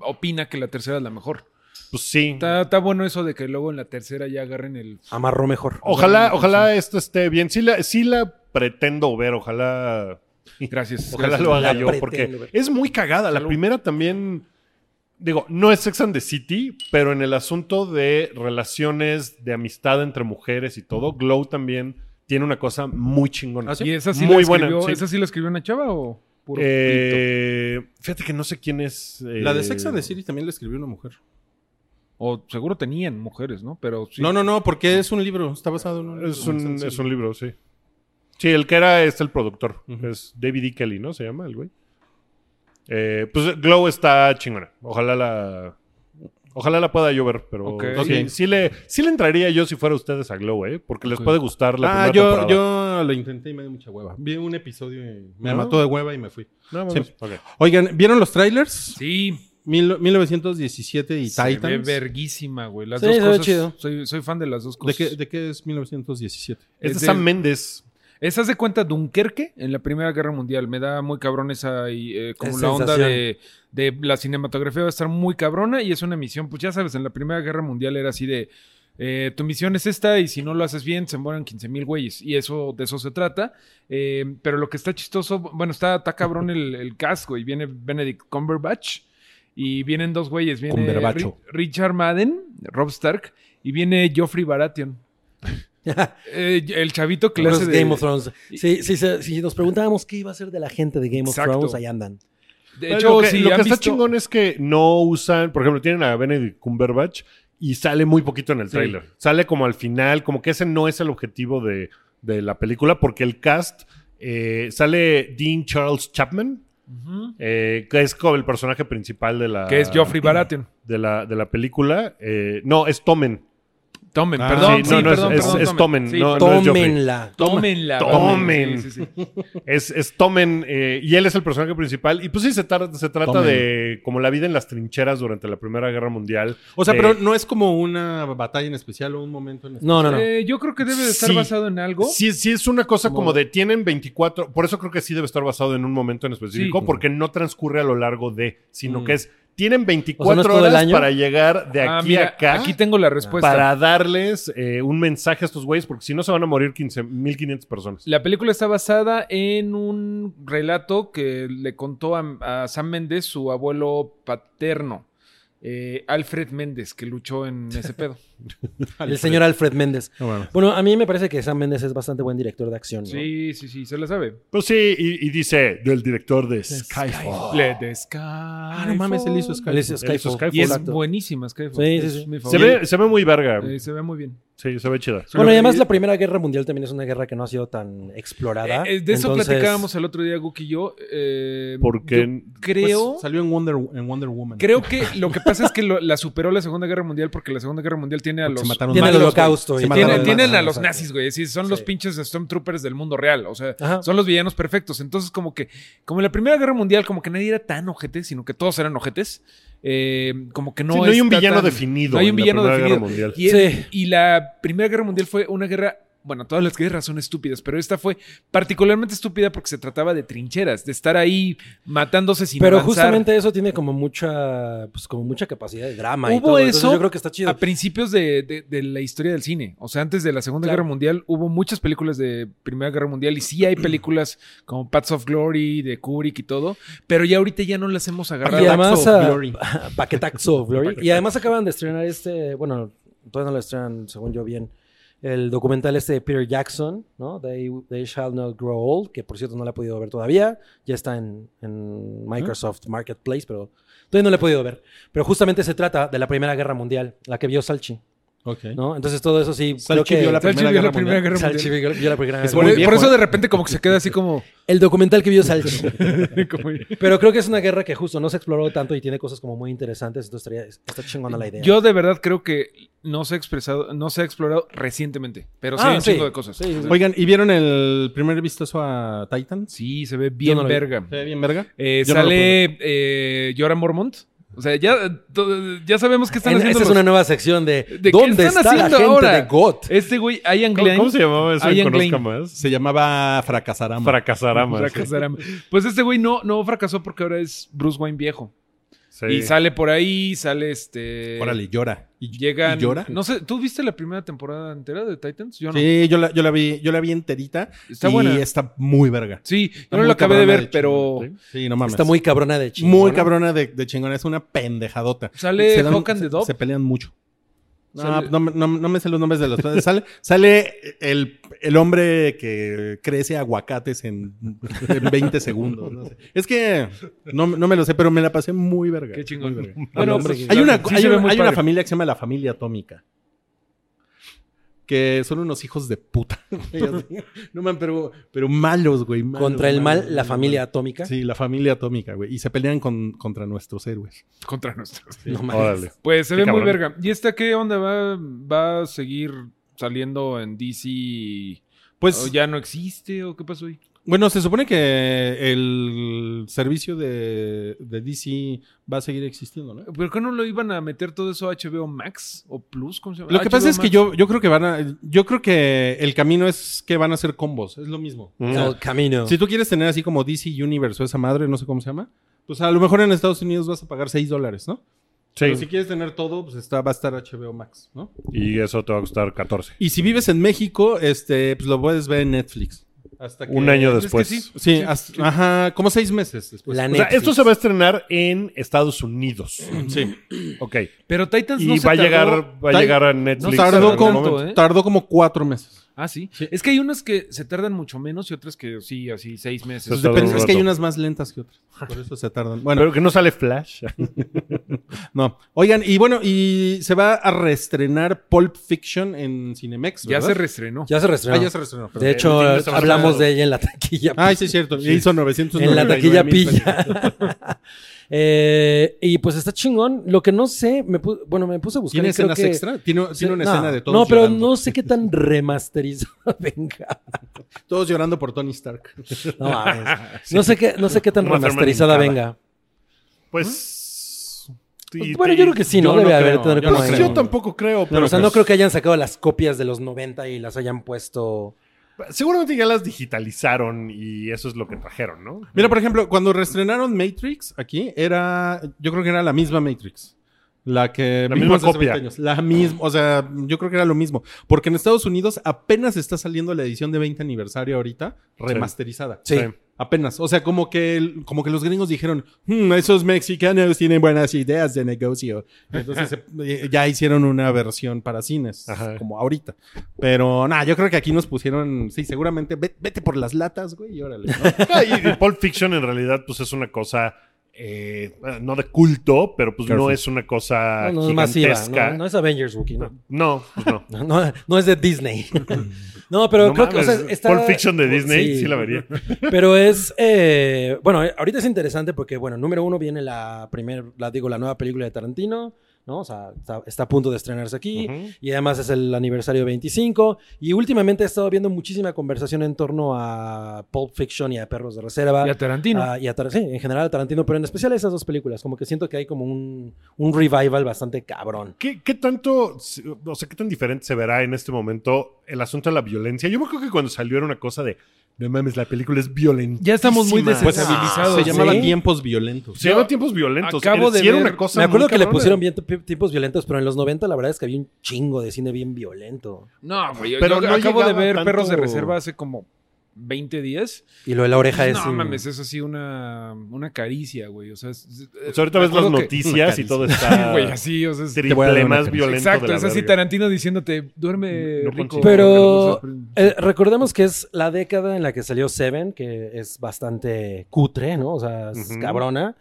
Speaker 3: opina que la tercera es la mejor.
Speaker 2: Pues sí.
Speaker 3: Está, está bueno eso de que luego en la tercera ya agarren el
Speaker 4: Amarró mejor.
Speaker 2: Ojalá, ojalá esto esté bien. Sí la, sí la pretendo ver, ojalá.
Speaker 3: gracias.
Speaker 5: Pues
Speaker 2: Ojalá
Speaker 3: gracias.
Speaker 2: lo haga
Speaker 4: La
Speaker 2: yo,
Speaker 4: pretendo
Speaker 2: porque
Speaker 4: ver.
Speaker 2: es muy cagada. La primera también, digo, no es Sex and the City, pero en el asunto de relaciones, de amistad entre mujeres y todo, Glow también tiene una cosa muy
Speaker 5: ¿Ah,
Speaker 2: chingona.
Speaker 3: ¿Y esa sí
Speaker 2: muy
Speaker 3: la
Speaker 2: buena.
Speaker 3: escribió,
Speaker 2: sí.
Speaker 3: esa sí la escribió una chava o puro pito?
Speaker 2: Eh, fíjate que no sé quién es.
Speaker 5: La de
Speaker 2: eh,
Speaker 5: Sex and the City también la escribió una mujer.
Speaker 3: O seguro tenían mujeres, ¿no? Pero sí.
Speaker 5: No, no, no, porque es un libro. Está basado en un libro.
Speaker 2: Es un, es un libro, sí. Sí, el que era es el productor. Es David E. Kelly, ¿no? Se llama el güey. Eh, pues Glow está chingona. Ojalá la. Ojalá la pueda yo ver, pero
Speaker 3: Ok.
Speaker 2: sí, sí le, sí le entraría yo si fuera ustedes a Glow, ¿eh? Porque les
Speaker 3: Ok.
Speaker 2: puede gustar la
Speaker 5: Ah,
Speaker 2: primera
Speaker 5: yo,
Speaker 2: temporada.
Speaker 5: yo lo intenté y me dio mucha hueva. Vi un episodio y me
Speaker 2: ¿No?
Speaker 5: mató de hueva y me fui.
Speaker 2: No,
Speaker 5: Sí.
Speaker 2: vamos. Ok.
Speaker 5: Oigan, ¿vieron los trailers?
Speaker 3: Sí.
Speaker 5: Mil- 1917 y
Speaker 3: Se ve
Speaker 5: Titans.
Speaker 3: verguísima, güey. Las
Speaker 4: Sí,
Speaker 3: dos
Speaker 4: se ve
Speaker 3: cosas.
Speaker 4: chido.
Speaker 3: Soy, soy fan de las dos
Speaker 5: ¿De
Speaker 3: cosas.
Speaker 5: qué, ¿De qué es 1917?
Speaker 2: Es de
Speaker 3: Es de-
Speaker 2: Sam Méndez.
Speaker 3: ¿Estás de cuenta Dunkerque en la Primera Guerra Mundial? Me da muy cabrón esa y, eh, como
Speaker 4: Es
Speaker 3: la onda
Speaker 4: sensación.
Speaker 3: de, de la cinematografía va a estar muy cabrona y es una misión, pues ya sabes, en la Primera Guerra Mundial era así de eh, tu misión es esta y si no lo haces bien se mueren 15 mil güeyes y eso de eso se trata. Eh, pero lo que está chistoso, bueno, está, está cabrón el, el casco y viene Benedict Cumberbatch y vienen dos güeyes, viene
Speaker 5: Cumberbacho.
Speaker 3: Ri- Richard Madden, Rob Stark y viene Joffrey Baratheon. Eh, el chavito que le
Speaker 4: Los
Speaker 3: hace de-
Speaker 4: Game of Thrones. Si, si, se- si nos preguntábamos qué iba a ser de la gente de Game of
Speaker 3: Exacto.
Speaker 4: Thrones, ahí andan.
Speaker 3: De
Speaker 2: Pero
Speaker 3: hecho,
Speaker 2: lo que,
Speaker 3: si
Speaker 2: lo que
Speaker 3: han
Speaker 2: está
Speaker 3: visto-
Speaker 2: chingón es que no usan, por ejemplo, tienen a Benedict Cumberbatch y sale muy poquito en el
Speaker 3: Sí.
Speaker 2: tráiler. Sale como al final, como que ese no es el objetivo de, de la película, porque el cast eh, sale Dean Charles Chapman,
Speaker 3: Ujú.
Speaker 2: eh, que es como el personaje principal de la
Speaker 3: que es
Speaker 2: Ah,
Speaker 3: Joffrey Baratheon.
Speaker 2: de la, de la película. Eh, no, es Tommen.
Speaker 3: Tomen,
Speaker 5: Ah,
Speaker 3: perdón,
Speaker 5: sí,
Speaker 3: sí,
Speaker 5: no, no, es-
Speaker 3: perdón,
Speaker 5: es-
Speaker 3: perdón,
Speaker 2: es tomen,
Speaker 3: Sí,
Speaker 2: no-
Speaker 3: perdón.
Speaker 2: es Joffrey.
Speaker 4: Tómenla.
Speaker 3: Tómenla.
Speaker 2: Tomen.
Speaker 3: Sí, sí, sí.
Speaker 2: Es, es Tommen eh, y él es el personaje principal. Y pues sí, se, tar- se trata
Speaker 5: Tommen.
Speaker 2: de como la vida en las trincheras durante la Primera Guerra Mundial.
Speaker 5: O sea,
Speaker 2: De-
Speaker 5: pero no es como una batalla en especial o un momento en especial.
Speaker 4: Pues, No, no, no.
Speaker 3: Eh, yo creo que debe de estar
Speaker 2: Sí.
Speaker 3: basado en algo.
Speaker 2: Sí, sí es una cosa como
Speaker 4: Como-
Speaker 2: de tienen 24, por eso creo que sí debe estar basado en un momento en específico,
Speaker 3: Sí.
Speaker 2: porque no transcurre a lo largo de, sino
Speaker 5: Mm.
Speaker 2: que es Tienen 24
Speaker 4: todo el
Speaker 2: horas
Speaker 4: año?
Speaker 2: para llegar de aquí
Speaker 3: Ah, mira,
Speaker 2: a acá.
Speaker 3: Aquí tengo la respuesta.
Speaker 2: para darles eh, un mensaje a estos güeyes, porque si no se van a morir 15 1500 personas.
Speaker 3: La película está basada en un relato que le contó a, a Sam Méndez su abuelo paterno, eh, Alfred Méndez, que luchó en ese pedo.
Speaker 4: El señor Alfred Méndez.
Speaker 5: No mames.
Speaker 4: Bueno, a mí me parece que Sam Méndez es bastante buen director de acción. ¿no?
Speaker 3: Sí, sí, sí, se la sabe.
Speaker 2: Pues sí, y, y dice del director de Skyfall.
Speaker 3: Let the sky. Ah,
Speaker 5: no mames, él hizo Skyfall.
Speaker 4: Él hizo
Speaker 2: Él hizo
Speaker 4: Skyfall.
Speaker 3: Y es
Speaker 4: Exacto.
Speaker 3: buenísima Skyfall.
Speaker 4: Sí, sí,
Speaker 3: Es
Speaker 4: sí.
Speaker 3: mi
Speaker 2: Se
Speaker 3: favorita.
Speaker 2: ve, se ve muy verga.
Speaker 3: Eh, se ve muy bien.
Speaker 2: Sí, se ve chida.
Speaker 4: Bueno, y además
Speaker 3: Pero- eh,
Speaker 4: la Primera Guerra Mundial también es una guerra que no ha sido tan explorada.
Speaker 3: Eh, eh, de eso
Speaker 4: Entonces,
Speaker 3: platicábamos el otro día, Guki y yo. eh,
Speaker 2: Porque
Speaker 3: yo
Speaker 2: en-
Speaker 3: creo.
Speaker 5: Pues, salió en Wonder, en Wonder Woman.
Speaker 3: Creo que lo que pasa es que lo- la superó la Segunda Guerra Mundial porque la Segunda Guerra Mundial tiene a
Speaker 5: Se
Speaker 3: los
Speaker 5: mataron
Speaker 4: Tiene el
Speaker 5: malos,
Speaker 4: holocausto y
Speaker 5: güey. Se
Speaker 4: todo
Speaker 3: Tienen,
Speaker 5: mataron
Speaker 4: el-
Speaker 3: tienen
Speaker 5: malos.
Speaker 3: a los
Speaker 4: Exacto.
Speaker 3: nazis, güey. Sí, son los
Speaker 4: Sí.
Speaker 3: pinches Stormtroopers del mundo real. O sea,
Speaker 4: Ajá.
Speaker 3: son los villanos perfectos. Entonces, como que, como en la Primera Guerra Mundial, como que nadie era tan ojete, sino que todos eran ojetes. eh, como que no,
Speaker 2: Sí, no hay un
Speaker 3: está
Speaker 2: villano
Speaker 3: tan-
Speaker 2: definido.
Speaker 3: No hay
Speaker 2: en
Speaker 3: un
Speaker 2: la
Speaker 3: villano
Speaker 2: Primera Guerra
Speaker 3: definido.
Speaker 2: Mundial.
Speaker 3: Y,
Speaker 4: Sí.
Speaker 3: y la Primera Guerra Mundial fue una guerra. Bueno, todas las guerras son estúpidas, pero esta fue particularmente estúpida porque se trataba de trincheras, de estar ahí matándose sin
Speaker 4: Pero
Speaker 3: avanzar.
Speaker 4: justamente eso tiene como mucha, pues como mucha capacidad de drama y
Speaker 3: Hubo
Speaker 4: todo. Entonces,
Speaker 3: eso
Speaker 4: yo creo que está chido.
Speaker 3: A principios de, de- de la historia del cine, o sea, antes de la Segunda
Speaker 4: Claro.
Speaker 3: Guerra Mundial, hubo muchas películas de Primera Guerra Mundial y sí hay películas como Paths of Glory, de Kubrick y todo, pero ya ahorita ya no las hemos agarrado.
Speaker 4: Y además,
Speaker 5: Paquetaxo of
Speaker 4: a-
Speaker 5: Glory.
Speaker 4: Paquetaxo of Glory. y además acaban de estrenar este, bueno, todavía no lo estrenan, según yo bien, el documental este de Peter Jackson, ¿no? They, They Shall Not Grow Old, que por cierto no la he podido ver todavía, ya está en, en Microsoft Marketplace, pero todavía no la he podido ver. Pero justamente se trata de la Primera Guerra Mundial, la que vio Salchi,
Speaker 5: Ok.
Speaker 4: ¿no? Entonces todo eso sí, creo
Speaker 5: Salchi
Speaker 4: que...
Speaker 5: vio la
Speaker 3: Salchi
Speaker 5: Primera
Speaker 3: vio la
Speaker 5: Guerra
Speaker 3: Primera Guerra Mundial.
Speaker 4: Salchi vio- vio la Primera Guerra
Speaker 5: muy
Speaker 3: Por,
Speaker 4: Mundial.
Speaker 5: viejo,
Speaker 3: por eso
Speaker 5: ¿eh?
Speaker 3: de repente como que se queda así como...
Speaker 4: El documental que vio Salchi.
Speaker 3: como-
Speaker 4: Pero creo que es una guerra que justo no se exploró tanto y tiene cosas como muy interesantes, entonces estaría, está chingona la idea.
Speaker 3: yo de verdad creo que no se ha expresado, no se ha explorado recientemente, pero sí
Speaker 4: Ah,
Speaker 3: hay un
Speaker 4: sí.
Speaker 3: chingo de cosas.
Speaker 4: Sí, sí, sí.
Speaker 5: Oigan, ¿y vieron el primer vistazo a Titans?
Speaker 3: Sí, se ve bien
Speaker 4: no lo vi.
Speaker 3: verga.
Speaker 5: ¿Se ve bien, verga?
Speaker 3: Eh,
Speaker 5: Yo no lo
Speaker 3: sale eh, Jorah Mormont. O sea, ya, eh, to- ya sabemos que están
Speaker 4: En-
Speaker 3: haciendo
Speaker 4: esa es
Speaker 3: los-
Speaker 4: una nueva sección de,
Speaker 3: ¿De
Speaker 4: ¿Dónde
Speaker 3: qué
Speaker 4: está
Speaker 3: están
Speaker 4: la
Speaker 3: haciendo
Speaker 4: gente
Speaker 3: ahora?
Speaker 4: de God?
Speaker 3: Este güey, Ian
Speaker 2: ¿Cómo,
Speaker 3: Glenn.
Speaker 2: cómo se llamaba eso?
Speaker 3: Ian
Speaker 2: Alguien conozca
Speaker 3: Glenn.
Speaker 2: más.
Speaker 5: Se llamaba Fracasarama.
Speaker 2: Fracasarama.
Speaker 3: Fracasarama. Pues este güey no, no fracasó porque ahora es Bruce Wayne viejo.
Speaker 2: sí.
Speaker 3: Y sale por ahí, sale este.
Speaker 5: Órale, llora. ¿Y,
Speaker 3: Llegan.
Speaker 5: y llora?
Speaker 3: No sé, ¿tú viste la primera temporada entera de Titans? Yo no.
Speaker 5: Sí, yo la, yo la vi, yo la vi enterita.
Speaker 3: Está
Speaker 5: y
Speaker 3: buena.
Speaker 5: está muy verga.
Speaker 3: Sí,
Speaker 5: Está
Speaker 3: yo no
Speaker 5: muy
Speaker 3: la acabé de
Speaker 5: cabrona
Speaker 3: ver,
Speaker 5: de
Speaker 3: pero.
Speaker 2: chingón,
Speaker 5: Sí, no mames.
Speaker 4: Está muy cabrona de chingona.
Speaker 5: Muy cabrona de, de chingona, es una pendejadota.
Speaker 3: Sale
Speaker 5: Se dan-
Speaker 3: Hawk and the
Speaker 5: se-
Speaker 3: Dove.
Speaker 5: Se pelean mucho. No,
Speaker 3: Sale-
Speaker 5: no, me- no- no me sé los nombres de los sale, sale el, el hombre que crece aguacates en, en 20 segundos. no sé. Es que no, no me lo sé, pero me la pasé muy verga.
Speaker 3: Qué chingón.
Speaker 5: Muy verga.
Speaker 3: Bueno,
Speaker 4: Hombre,
Speaker 3: pues,
Speaker 5: Hay una,
Speaker 3: sí
Speaker 5: hay,
Speaker 3: se ve
Speaker 5: una-
Speaker 3: muy
Speaker 5: hay una
Speaker 3: padre.
Speaker 5: familia que se llama la familia atómica. Que son unos hijos de puta. güey, así. no man, pero, pero malos, güey. malos,
Speaker 4: Contra el
Speaker 5: malos,
Speaker 4: mal, la
Speaker 5: malos,
Speaker 4: familia
Speaker 5: malos.
Speaker 4: atómica.
Speaker 5: Sí, la familia atómica, güey. Y se pelean con, contra nuestros héroes.
Speaker 3: Contra nosotros.
Speaker 4: No mames.
Speaker 2: Órale.
Speaker 3: Pues se
Speaker 2: Qué
Speaker 3: ve muy
Speaker 2: cabrón.
Speaker 3: verga. ¿Y esta qué onda? ¿Va, va a seguir saliendo en DC?
Speaker 5: Pues,
Speaker 2: Oh,
Speaker 3: ¿O ya no existe? ¿O qué pasó ahí?
Speaker 5: bueno, se supone que el servicio de, de DC va a seguir existiendo, ¿no?
Speaker 3: ¿Pero qué no lo iban a meter todo eso a HBO Max o Plus? ¿Cómo se llama? Ah,
Speaker 5: Lo que
Speaker 3: HBO
Speaker 5: pasa es que
Speaker 3: Max.
Speaker 5: yo, yo creo que van a, yo creo que el camino es que van a hacer combos, es lo mismo.
Speaker 2: Mm.
Speaker 5: O sea,
Speaker 4: El camino.
Speaker 5: Si tú quieres tener así como DC Universe o esa madre, no sé cómo se llama, pues a lo mejor en Estados Unidos vas a pagar 6 dólares, ¿no? Pero si
Speaker 2: Sí.
Speaker 5: quieres tener todo, pues está, va a estar HBO Max, ¿no?
Speaker 2: Y eso te va a costar 14.
Speaker 5: Y si vives en México, este, pues lo puedes ver en Netflix. Hasta que-
Speaker 2: Un año
Speaker 3: es que
Speaker 2: después.
Speaker 3: sí.
Speaker 5: Sí, ah. hasta- ajá, como seis meses después.
Speaker 4: La
Speaker 2: O sea,
Speaker 4: Netflix.
Speaker 2: esto se va a estrenar en Estados Unidos.
Speaker 5: Sí.
Speaker 4: Pues
Speaker 2: Ok.
Speaker 3: Pero Titans
Speaker 2: Y
Speaker 3: no se
Speaker 2: va a
Speaker 3: tardó-
Speaker 2: llegar, va
Speaker 5: Ta-
Speaker 2: a llegar a
Speaker 5: No,
Speaker 2: Netflix. en
Speaker 5: tardó,
Speaker 2: algún
Speaker 5: como,
Speaker 2: momento.
Speaker 3: tanto, ¿eh?
Speaker 5: tardó como cuatro meses.
Speaker 3: Ah, ¿sí?
Speaker 5: Sí.
Speaker 3: Es que hay unas que se tardan mucho menos y otras que sí, así seis meses.
Speaker 5: Pues
Speaker 2: tardó
Speaker 5: depende-
Speaker 2: un
Speaker 5: es que hay
Speaker 2: rato.
Speaker 5: unas más lentas que otras. Por eso se tardan. Bueno,
Speaker 2: Pero que no sale Flash.
Speaker 5: no. Oigan, y bueno, y se va a reestrenar Pulp Fiction en Cinemex.
Speaker 3: ya
Speaker 5: ¿verdad?
Speaker 3: se reestrenó.
Speaker 4: Ya se reestrenó.
Speaker 5: Ah, ya se reestrenó. perdón.
Speaker 4: De hecho,
Speaker 2: El fin de semana
Speaker 4: hablamos
Speaker 2: pasado.
Speaker 4: de ella en la taquilla.
Speaker 5: Ay, Ah, sí, es cierto. Hizo 900
Speaker 4: en la taquilla pilla. Eh, y pues está chingón. Lo que no sé, me pu- bueno, me puse a buscar.
Speaker 5: ¿Tiene
Speaker 4: y creo
Speaker 5: escenas
Speaker 4: que-
Speaker 5: extra? Tiene, tiene
Speaker 4: Sí,
Speaker 5: una
Speaker 4: no,
Speaker 5: escena de todos
Speaker 4: No, pero
Speaker 5: llorando.
Speaker 4: no sé qué tan remasterizada venga.
Speaker 5: Todos llorando por Tony Stark.
Speaker 4: No mames. No sé qué, no sé qué tan
Speaker 2: Una
Speaker 4: remasterizada
Speaker 2: fermentada.
Speaker 4: venga.
Speaker 2: Pues. y-
Speaker 4: Bueno,
Speaker 2: y-
Speaker 4: yo creo que sí, ¿no?
Speaker 5: yo no
Speaker 4: Debe haber
Speaker 5: creo,
Speaker 4: tener
Speaker 5: yo
Speaker 2: No,
Speaker 5: no
Speaker 4: ahí
Speaker 2: pues
Speaker 5: creo.
Speaker 2: yo tampoco creo.
Speaker 4: No,
Speaker 2: pero
Speaker 4: o sea, no
Speaker 2: pues-
Speaker 4: creo que hayan sacado las copias de los 90 y las hayan puesto
Speaker 2: Seguramente ya las digitalizaron y eso es lo que trajeron, ¿no?
Speaker 5: Mira, por ejemplo, cuando reestrenaron Matrix aquí, era. Yo creo que era la misma Matrix. La que.
Speaker 2: La
Speaker 5: vimos
Speaker 2: misma
Speaker 5: hace 20
Speaker 2: copia.
Speaker 5: años. La misma. O sea, yo creo que era lo mismo. Porque en Estados Unidos apenas está saliendo la edición de 20 aniversario ahorita, remasterizada.
Speaker 4: Sí.
Speaker 5: Apenas. O sea, como que, el- como que los gringos dijeron, "Hmm, esos mexicanos tienen buenas ideas de negocio. Entonces eh, ya hicieron una versión para cines,
Speaker 2: Ajá.
Speaker 5: como ahorita. Pero nada, yo creo que aquí nos pusieron, sí, seguramente, "Ve- vete por las latas, güey, y órale. ¿no?
Speaker 2: Ah, y, y Pulp Fiction en realidad pues es una cosa eh, no de culto, pero pues no
Speaker 5: Perfecto.
Speaker 2: es una cosa
Speaker 4: No, no es masiva.
Speaker 2: Ah, gigantesca.
Speaker 4: No, no es Avengers, Wookie. No.
Speaker 2: No, pues no.
Speaker 4: No, no, no es de Disney. No, pero
Speaker 2: No
Speaker 4: creo que. O
Speaker 2: mames,
Speaker 4: sea, está-
Speaker 2: Pulp Fiction de Disney, sí, la vería.
Speaker 4: Pero es. eh, bueno, eh, ahorita es interesante porque, bueno, número uno viene la primera, la digo, la nueva película de Tarantino, ¿no? O sea, está, está a punto de estrenarse aquí.
Speaker 2: Ujú.
Speaker 4: Y además es el aniversario 25. Y últimamente he estado viendo muchísima conversación en torno a Pulp Fiction y a Perros de Reserva.
Speaker 3: Y a Tarantino.
Speaker 4: Ah, y a Tar- sí, en general a Tarantino, pero en especial a esas dos películas. Como que siento que hay como un, un revival bastante cabrón.
Speaker 2: ¿Qué, qué tanto, se- o sea, qué tan diferente se verá en este momento el asunto de la violencia? Yo me acuerdo que cuando salió era una cosa de, no mames, la película es violenta.
Speaker 3: Ya estamos muy
Speaker 5: Pues
Speaker 3: desestabilizados.
Speaker 5: se
Speaker 4: ¿sí?
Speaker 5: llamaba tiempos violentos.
Speaker 2: Se llama tiempos violentos.
Speaker 3: acabo
Speaker 2: Era-
Speaker 3: de
Speaker 2: sí era
Speaker 3: ver-
Speaker 2: una cosa
Speaker 4: Me acuerdo
Speaker 2: muy
Speaker 4: que le
Speaker 2: cabrona.
Speaker 3: eh.
Speaker 4: pusieron bien t- tipos violentos, pero en los 90 la verdad es que había un chingo de cine bien violento.
Speaker 3: No, güey. yo-
Speaker 2: Pero
Speaker 3: yo
Speaker 2: no
Speaker 3: acabo de
Speaker 2: llegaba
Speaker 3: ver
Speaker 2: tanto-
Speaker 3: Perros de Reserva hace como 20 días.
Speaker 4: Y lo de la oreja es.
Speaker 3: no
Speaker 4: un-
Speaker 3: mames, es así una, una caricia, güey. O sea, es- es-
Speaker 2: O sea, ahorita ves
Speaker 3: me
Speaker 2: las
Speaker 3: acuerdo que-
Speaker 2: noticias y todo está
Speaker 3: Güey, así, o sea, es-
Speaker 5: voy a dar
Speaker 2: triple
Speaker 5: una
Speaker 2: más
Speaker 5: caricia.
Speaker 2: violento de
Speaker 3: Exacto,
Speaker 2: la
Speaker 3: es así
Speaker 2: verga.
Speaker 3: Tarantino diciéndote, duerme
Speaker 2: No
Speaker 3: rico.
Speaker 2: consigo.
Speaker 4: Pero eh, recordemos que es la década en la que salió Seven, que es bastante cutre, ¿no? O sea, es
Speaker 2: Ujú.
Speaker 4: cabrona.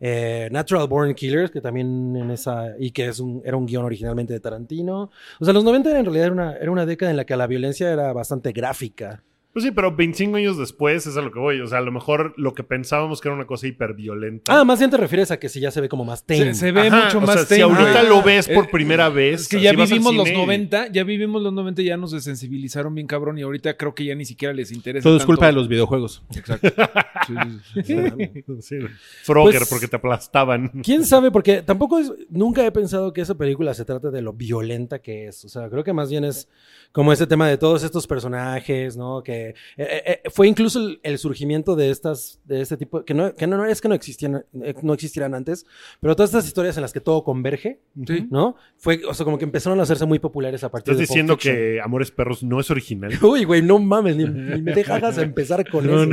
Speaker 4: Eh, Natural Born Killers, que también en esa. y que es un, era un guión originalmente de Tarantino. O sea, los 90 era en realidad era una, era una década en la que la violencia era bastante gráfica.
Speaker 2: Pues sí, pero 25 años después es a lo que voy. O sea, a lo mejor lo que pensábamos que era una cosa hiperviolenta.
Speaker 4: Ah, más bien te refieres a que si ya se ve como más tame.
Speaker 3: se, se ve
Speaker 2: Ajá,
Speaker 3: mucho
Speaker 2: o
Speaker 3: más
Speaker 2: sea, Si
Speaker 3: tenso.
Speaker 2: ahorita
Speaker 3: Ah,
Speaker 2: lo ves por
Speaker 3: eh,
Speaker 2: primera vez.
Speaker 3: Es que
Speaker 2: o
Speaker 3: ya
Speaker 2: sea, si vas al
Speaker 3: vivimos los
Speaker 2: cine y-
Speaker 3: 90, ya vivimos los 90 y ya nos desensibilizaron bien cabrón y ahorita creo que ya ni siquiera les interesa
Speaker 5: Todo es
Speaker 3: tanto.
Speaker 5: culpa de los videojuegos.
Speaker 3: Exacto. Sí, sí,
Speaker 2: Sí,
Speaker 3: sí.
Speaker 2: Frogger,
Speaker 4: Pues-
Speaker 2: porque te aplastaban.
Speaker 4: ¿Quién sabe? Porque tampoco es, nunca he pensado que esa película se trate de lo violenta que es. O sea, creo que más bien es como ese tema de todos estos personajes, ¿no? Que eh, eh, eh, fue incluso el, el surgimiento de estas, de este tipo, que no, que no, no es que no existían, eh, no existieran antes, pero todas estas historias en las que todo converge,
Speaker 3: Sí.
Speaker 4: ¿no? Fue, o sea, como que empezaron a hacerse muy populares a partir
Speaker 2: Estás
Speaker 4: de Pulp
Speaker 2: diciendo
Speaker 4: Fiction.
Speaker 2: que Amores Perros no es original.
Speaker 4: Uy, güey, no mames, ni, ni me dejas empezar con eso.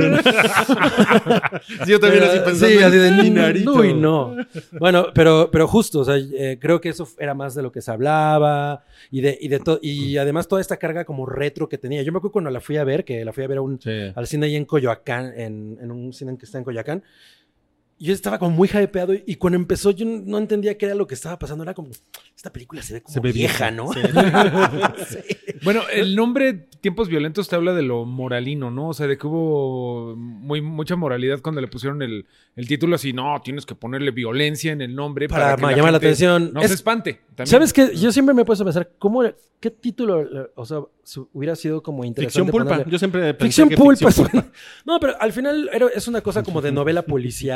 Speaker 5: Sí, yo también así
Speaker 4: Pero,
Speaker 5: pensando
Speaker 4: sí,
Speaker 5: en
Speaker 4: así de,
Speaker 5: mi
Speaker 4: "Mm,
Speaker 5: narito".
Speaker 4: uy, no. Bueno, pero, pero justo, o sea, eh, creo que eso era más de lo que se hablaba y de, y de to- y además toda esta carga como retro que tenía. Yo me acuerdo cuando la fui a ver, que la fui a ver a un,
Speaker 5: Sí.
Speaker 4: al cine ahí en Coyoacán, en, en un cine que está en Coyoacán. Yo estaba como muy hypeado y, y cuando empezó yo no entendía qué era lo que estaba pasando. Era como, esta película se ve como
Speaker 5: Se ve
Speaker 4: vieja,
Speaker 5: vieja,
Speaker 4: ¿no? Sí.
Speaker 3: Bueno, el nombre Tiempos Violentos te habla de lo moralino, ¿no? O sea, de que hubo muy, mucha moralidad cuando le pusieron el, el título así, no, tienes que ponerle violencia en el nombre
Speaker 4: Para,
Speaker 3: que
Speaker 4: llamar la
Speaker 3: gente
Speaker 4: atención.
Speaker 3: No
Speaker 4: Es-
Speaker 3: se espante. también.
Speaker 4: ¿Sabes qué? Yo siempre me he puesto a pensar, ¿cómo, era- ¿qué título, eh, o sea, si hubiera sido como interesante?
Speaker 5: Ficción pulpa.
Speaker 4: ponerle?
Speaker 5: Yo siempre pensé
Speaker 4: Ficción
Speaker 5: que
Speaker 4: pulpa. No, pero al final era- es una cosa como de novela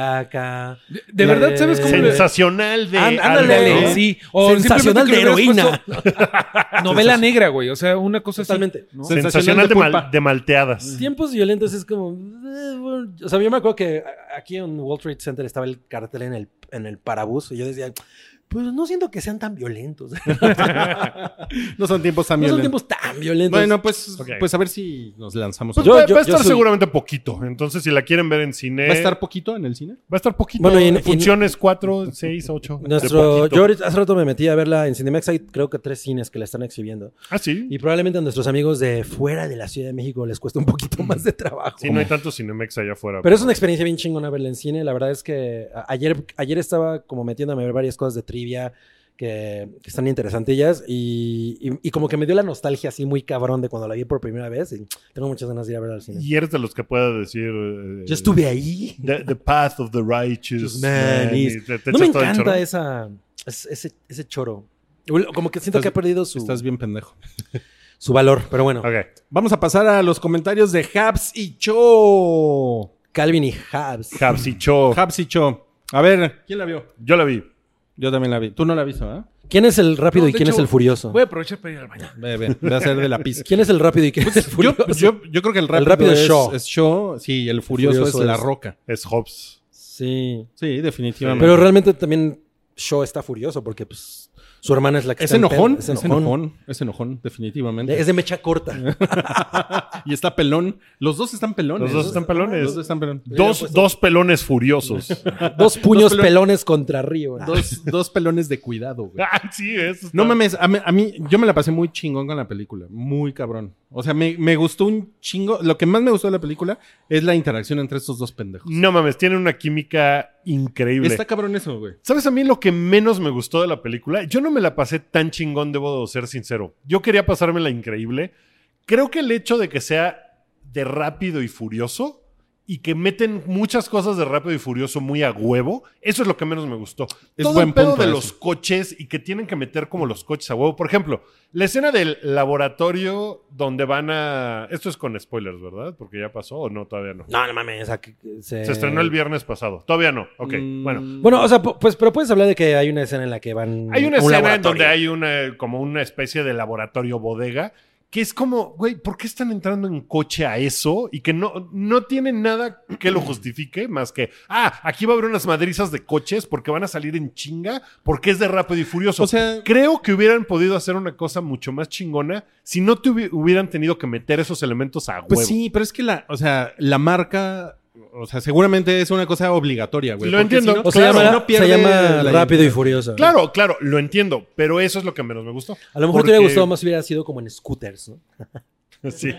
Speaker 4: policíaca.
Speaker 3: De, de verdad,
Speaker 4: Eh,
Speaker 3: ¿sabes cómo? le-
Speaker 2: Sensacional de.
Speaker 4: Ánd-
Speaker 2: algo,
Speaker 4: ándale,
Speaker 2: ¿no?
Speaker 3: sí. O
Speaker 4: Sensacional
Speaker 3: simplemente que
Speaker 4: de
Speaker 3: le hubieras puesto novela
Speaker 5: Sensacional.
Speaker 3: negra, güey. O sea, una cosa así,
Speaker 4: Totalmente.
Speaker 3: ¿no?
Speaker 5: Sí.
Speaker 2: Sensacional de, mal-
Speaker 5: pulpa.
Speaker 2: de malteadas.
Speaker 4: Tiempos violentos es como... eh, bueno, O sea, yo me acuerdo que a- aquí en Wall Street Center estaba el cartel en el, en el parabús y yo decía, pues no siento que sean tan violentos.
Speaker 5: No son tiempos tan
Speaker 4: no son
Speaker 5: violentos.
Speaker 4: tiempos tan violentos.
Speaker 5: Bueno, pues,
Speaker 2: Ok.
Speaker 5: pues a ver si nos lanzamos.
Speaker 2: Pues
Speaker 4: Yo-
Speaker 2: va, va a
Speaker 4: yo
Speaker 2: estar
Speaker 4: soy-
Speaker 2: seguramente poquito. Entonces, si la quieren ver en cine.
Speaker 5: ¿Va a estar poquito en el cine?
Speaker 2: va a estar poquito.
Speaker 4: Bueno, y en-
Speaker 2: Funciones 4, 6, 8.
Speaker 4: Nuestro, yo ahorita- hace rato me metí a verla en Cinemex, hay creo que tres cines que la están exhibiendo.
Speaker 2: Ah, sí.
Speaker 4: Y probablemente a nuestros amigos de fuera de la Ciudad de México les cuesta un poquito más de trabajo.
Speaker 2: Sí, no hay tanto Cinemex allá afuera.
Speaker 4: Pero es una experiencia bien chingona verla en cine. La verdad es que a- ayer, ayer estaba como metiéndome a ver varias cosas de trivia que, que están interesantillas y, y- y como que me dio la nostalgia así muy cabrón de cuando la vi por primera vez y tengo muchas ganas de ir a verla al cine.
Speaker 2: Y eres de los que pueda decir. eh,
Speaker 4: Yo estuve ahí.
Speaker 2: The, the path of the righteous.
Speaker 4: Just man
Speaker 2: y
Speaker 4: is-
Speaker 2: te- te
Speaker 4: No me
Speaker 2: echas todo el choro.
Speaker 4: encanta esa, es- ese, ese choro. Como que siento
Speaker 5: Estás-
Speaker 4: que ha perdido su,
Speaker 5: Estás bien pendejo.
Speaker 4: su valor, pero bueno.
Speaker 2: Ok.
Speaker 5: Vamos a pasar a los comentarios de Habs y Cho.
Speaker 4: Calvin y Hobbes.
Speaker 2: Habsicho.
Speaker 5: Habs y Cho. A ver, ¿quién la vio?
Speaker 2: Yo la vi.
Speaker 5: Yo también la vi. Tú no la viste, ¿verdad?
Speaker 4: ¿Quién es el rápido
Speaker 3: No,
Speaker 4: y
Speaker 3: de
Speaker 4: quién es
Speaker 3: hecho,
Speaker 4: el furioso?
Speaker 3: Voy a aprovechar para ir al baño.
Speaker 5: Ve, ve, ve a ser de la pizca.
Speaker 4: ¿Quién es el rápido y quién
Speaker 2: Pues
Speaker 4: es el
Speaker 5: Yo,
Speaker 4: furioso?
Speaker 5: yo, yo creo que el rápido,
Speaker 4: rápido es
Speaker 5: es,
Speaker 4: Shaw.
Speaker 5: es Shaw, sí, el furioso,
Speaker 4: furioso
Speaker 5: es, La
Speaker 4: es-
Speaker 5: Roca.
Speaker 2: Es Hobbs.
Speaker 4: Sí.
Speaker 5: Sí, definitivamente.
Speaker 4: Pero realmente también Shaw está furioso porque pues, su hermana es la que
Speaker 5: es
Speaker 4: está en
Speaker 5: enojón,
Speaker 4: pedo.
Speaker 5: es enojón, es enojón, definitivamente.
Speaker 4: Es de mecha corta.
Speaker 5: Y está pelón. Los dos están pelones.
Speaker 2: Los dos están pelones.
Speaker 5: Los dos están pelones.
Speaker 4: pues,
Speaker 2: Dos, dos pelones furiosos.
Speaker 4: Dos puños
Speaker 5: pelones.
Speaker 4: pelones contra Río.
Speaker 5: Dos, dos pelones de cuidado, güey.
Speaker 2: ah, sí, eso está-
Speaker 5: No mames, a mí, a mí- yo me la pasé muy chingón con la película, muy cabrón. O sea, me, me gustó un chingo. Lo que más me gustó de la película es la interacción entre estos dos pendejos.
Speaker 2: No mames, tienen una química increíble.
Speaker 5: Está cabrón eso, güey.
Speaker 2: ¿Sabes a mí lo que menos me gustó de la película? Yo no me la pasé tan chingón, debo de ser sincero. Yo quería pasármela increíble. Creo que el hecho de que sea de rápido y furioso y que meten muchas cosas de rápido y furioso muy a huevo, eso es lo que menos me gustó.
Speaker 5: Es
Speaker 2: Todo
Speaker 5: buen
Speaker 2: el pedo
Speaker 5: punto
Speaker 2: de
Speaker 5: eso.
Speaker 2: los coches y que tienen que meter como los coches a huevo. Por ejemplo, la escena del laboratorio donde van a... Esto es con spoilers, ¿verdad? Porque ya pasó o no, todavía no.
Speaker 4: No, no mames. o sea, que- que
Speaker 2: Se estrenó el viernes pasado. Todavía no. Ok,
Speaker 5: Mm,
Speaker 2: bueno.
Speaker 4: Bueno, o sea, po- pues, pero puedes hablar de que hay una escena en la que van.
Speaker 2: Hay una
Speaker 4: a un
Speaker 2: escena en
Speaker 4: laboratorio.
Speaker 2: donde hay una, como una especie de laboratorio bodega que es como, güey, ¿por qué están entrando en coche a eso? Y que no, no tiene nada que lo justifique más que, ah, aquí va a haber unas madrizas de coches porque van a salir en chinga porque es de rápido y furioso.
Speaker 5: O sea,
Speaker 2: creo que hubieran podido hacer una cosa mucho más chingona si no te hubi- hubieran tenido que meter esos elementos a huevo.
Speaker 5: pues sí, pero es que la, o sea, la marca, o sea, seguramente es una cosa obligatoria, güey.
Speaker 2: Lo
Speaker 5: porque
Speaker 2: entiendo.
Speaker 5: si no-
Speaker 4: O se
Speaker 5: claro,
Speaker 4: llama,
Speaker 5: no
Speaker 4: se
Speaker 5: pierde
Speaker 4: llama
Speaker 5: la-
Speaker 4: Rápido y Furioso.
Speaker 2: Claro, claro, lo entiendo, pero eso es lo que menos me gustó.
Speaker 4: A lo mejor te hubiera
Speaker 2: Porque-
Speaker 4: gustado más si hubiera sido como en scooters, ¿no?
Speaker 2: Sí.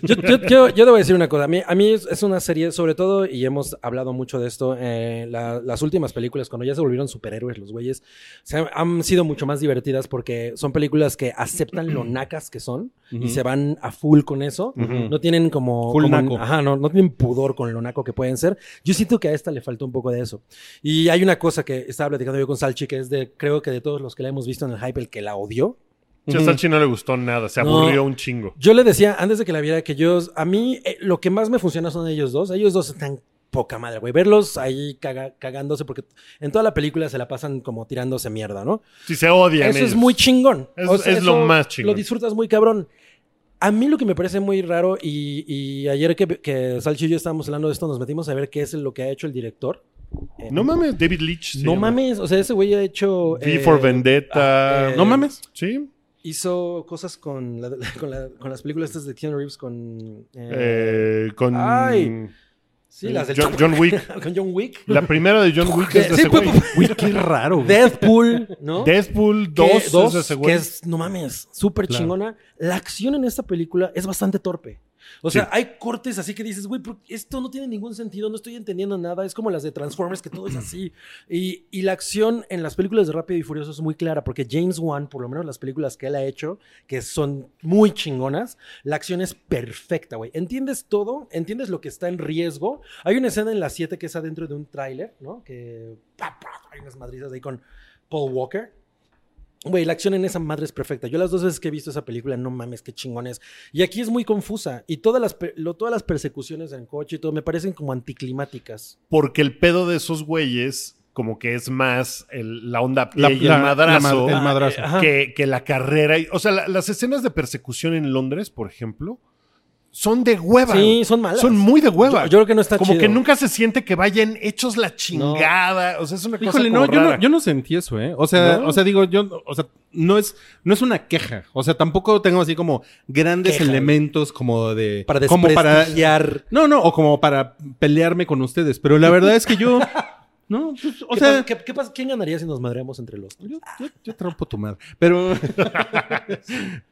Speaker 4: Yo, yo, yo, yo debo decir una cosa. A mí, a mí es, es una serie, sobre todo, y hemos hablado mucho de esto, eh, la- las últimas películas, cuando ya se volvieron superhéroes los güeyes, se han, han sido mucho más divertidas porque son películas que aceptan lo nacas que son y
Speaker 5: Ujú.
Speaker 4: se van a full con eso.
Speaker 5: Ujú.
Speaker 4: No tienen como...
Speaker 5: Full
Speaker 4: como-
Speaker 5: naco.
Speaker 4: Ajá, no, no tienen pudor con lo naco que pueden ser. Yo siento que a esta le faltó un poco de eso. Y hay una cosa que estaba platicando yo con Salchi, que es de, creo que de todos los que la hemos visto en el hype, el que la odió,
Speaker 2: Sí, A Salchi no le gustó nada, se
Speaker 4: No.
Speaker 2: aburrió un chingo.
Speaker 4: yo le decía antes de que la viera que yo, a mí eh, lo que más me funciona son ellos dos. Ellos dos están poca madre, güey. Verlos ahí caga- cagándose porque en toda la película se la pasan como tirándose mierda, ¿no?
Speaker 2: Sí, se odian.
Speaker 4: Eso es
Speaker 2: ellos.
Speaker 4: muy chingón.
Speaker 2: Es- es lo
Speaker 4: eso
Speaker 2: más chingón.
Speaker 4: Lo disfrutas muy cabrón. A mí lo que me parece muy raro, y, y ayer que, que Salchi y yo estábamos hablando de esto, nos metimos a ver qué es lo que ha hecho el director. Eh,
Speaker 2: No mames, David Leitch. se
Speaker 4: No
Speaker 2: llama.
Speaker 4: mames, o sea, ese güey ha hecho...
Speaker 2: V
Speaker 4: eh,
Speaker 2: for Vendetta.
Speaker 4: ah, eh,
Speaker 5: No mames.
Speaker 2: Sí.
Speaker 4: Hizo cosas con, la- con, la- con las películas estas de Keanu Reeves con... eh,
Speaker 2: Eh, con
Speaker 4: Ay. Sí, las del
Speaker 2: John, John Wick.
Speaker 4: con John Wick.
Speaker 2: La primera de John Wick es de
Speaker 4: Sí,
Speaker 2: ese güey.
Speaker 4: pu-
Speaker 5: Güey, qué raro, güey.
Speaker 4: Deadpool, ¿no?
Speaker 2: Deadpool
Speaker 4: Que-
Speaker 2: 2 es
Speaker 4: dos,
Speaker 2: de ese güey.
Speaker 4: que es, no mames, súper
Speaker 5: Claro.
Speaker 4: chingona. La acción en esta película es bastante torpe. O sea, hay cortes así que dices, güey, pero esto no tiene ningún sentido, no estoy entendiendo nada. Es como las de Transformers, que todo es así. Y, y la acción en las películas de Rápido y Furioso es muy clara, porque James Wan, por lo menos las películas que él ha hecho, que son muy chingonas, la acción es perfecta, güey. Entiendes todo, entiendes lo que está en riesgo. Hay una escena en la 7 que es adentro de un tráiler, ¿no? Que pa, pa, hay unas madrizas ahí con Paul Walker. Güey, la acción en esa madre es perfecta. Yo las dos veces que he visto esa película, no mames, qué chingón es. Y aquí es muy confusa. Y todas las, pe- lo- todas las persecuciones en coche y todo me parecen como anticlimáticas.
Speaker 2: Porque el pedo de esos güeyes, como que es más el- la onda pie
Speaker 5: La-
Speaker 2: y el
Speaker 5: la-
Speaker 2: madrazo.
Speaker 5: la ma- el madrazo.
Speaker 4: Ah, eh, Ajá.
Speaker 2: que, que la carrera. y- o sea, la- las escenas de persecución en Londres, por ejemplo, son de hueva.
Speaker 4: Sí,
Speaker 2: güey.
Speaker 4: son malas.
Speaker 2: Son muy de
Speaker 4: yo,
Speaker 2: hueva.
Speaker 4: yo creo que no está
Speaker 2: como
Speaker 4: chido.
Speaker 2: que nunca se siente que vayan hechos la chingada. O sea, es una cosa
Speaker 5: Híjole,
Speaker 2: como
Speaker 5: no yo, no,
Speaker 2: rara.
Speaker 5: yo no sentí eso, ¿eh? O sea,
Speaker 2: ¿No?
Speaker 5: o sea, digo, yo, o sea, no es, no es una queja. O sea, tampoco tengo así como grandes
Speaker 4: Queja.
Speaker 5: elementos como de.
Speaker 4: Para
Speaker 5: como para
Speaker 4: desprestigiar.
Speaker 5: No, no, o como para pelearme con ustedes. Pero la verdad es que yo. No, pues, o
Speaker 4: ¿Qué
Speaker 5: sea.
Speaker 4: pasa- qué- qué pasa- ¿Quién ganaría si nos madreamos entre los
Speaker 5: Yo, yo, yo trompo tu madre. Pero.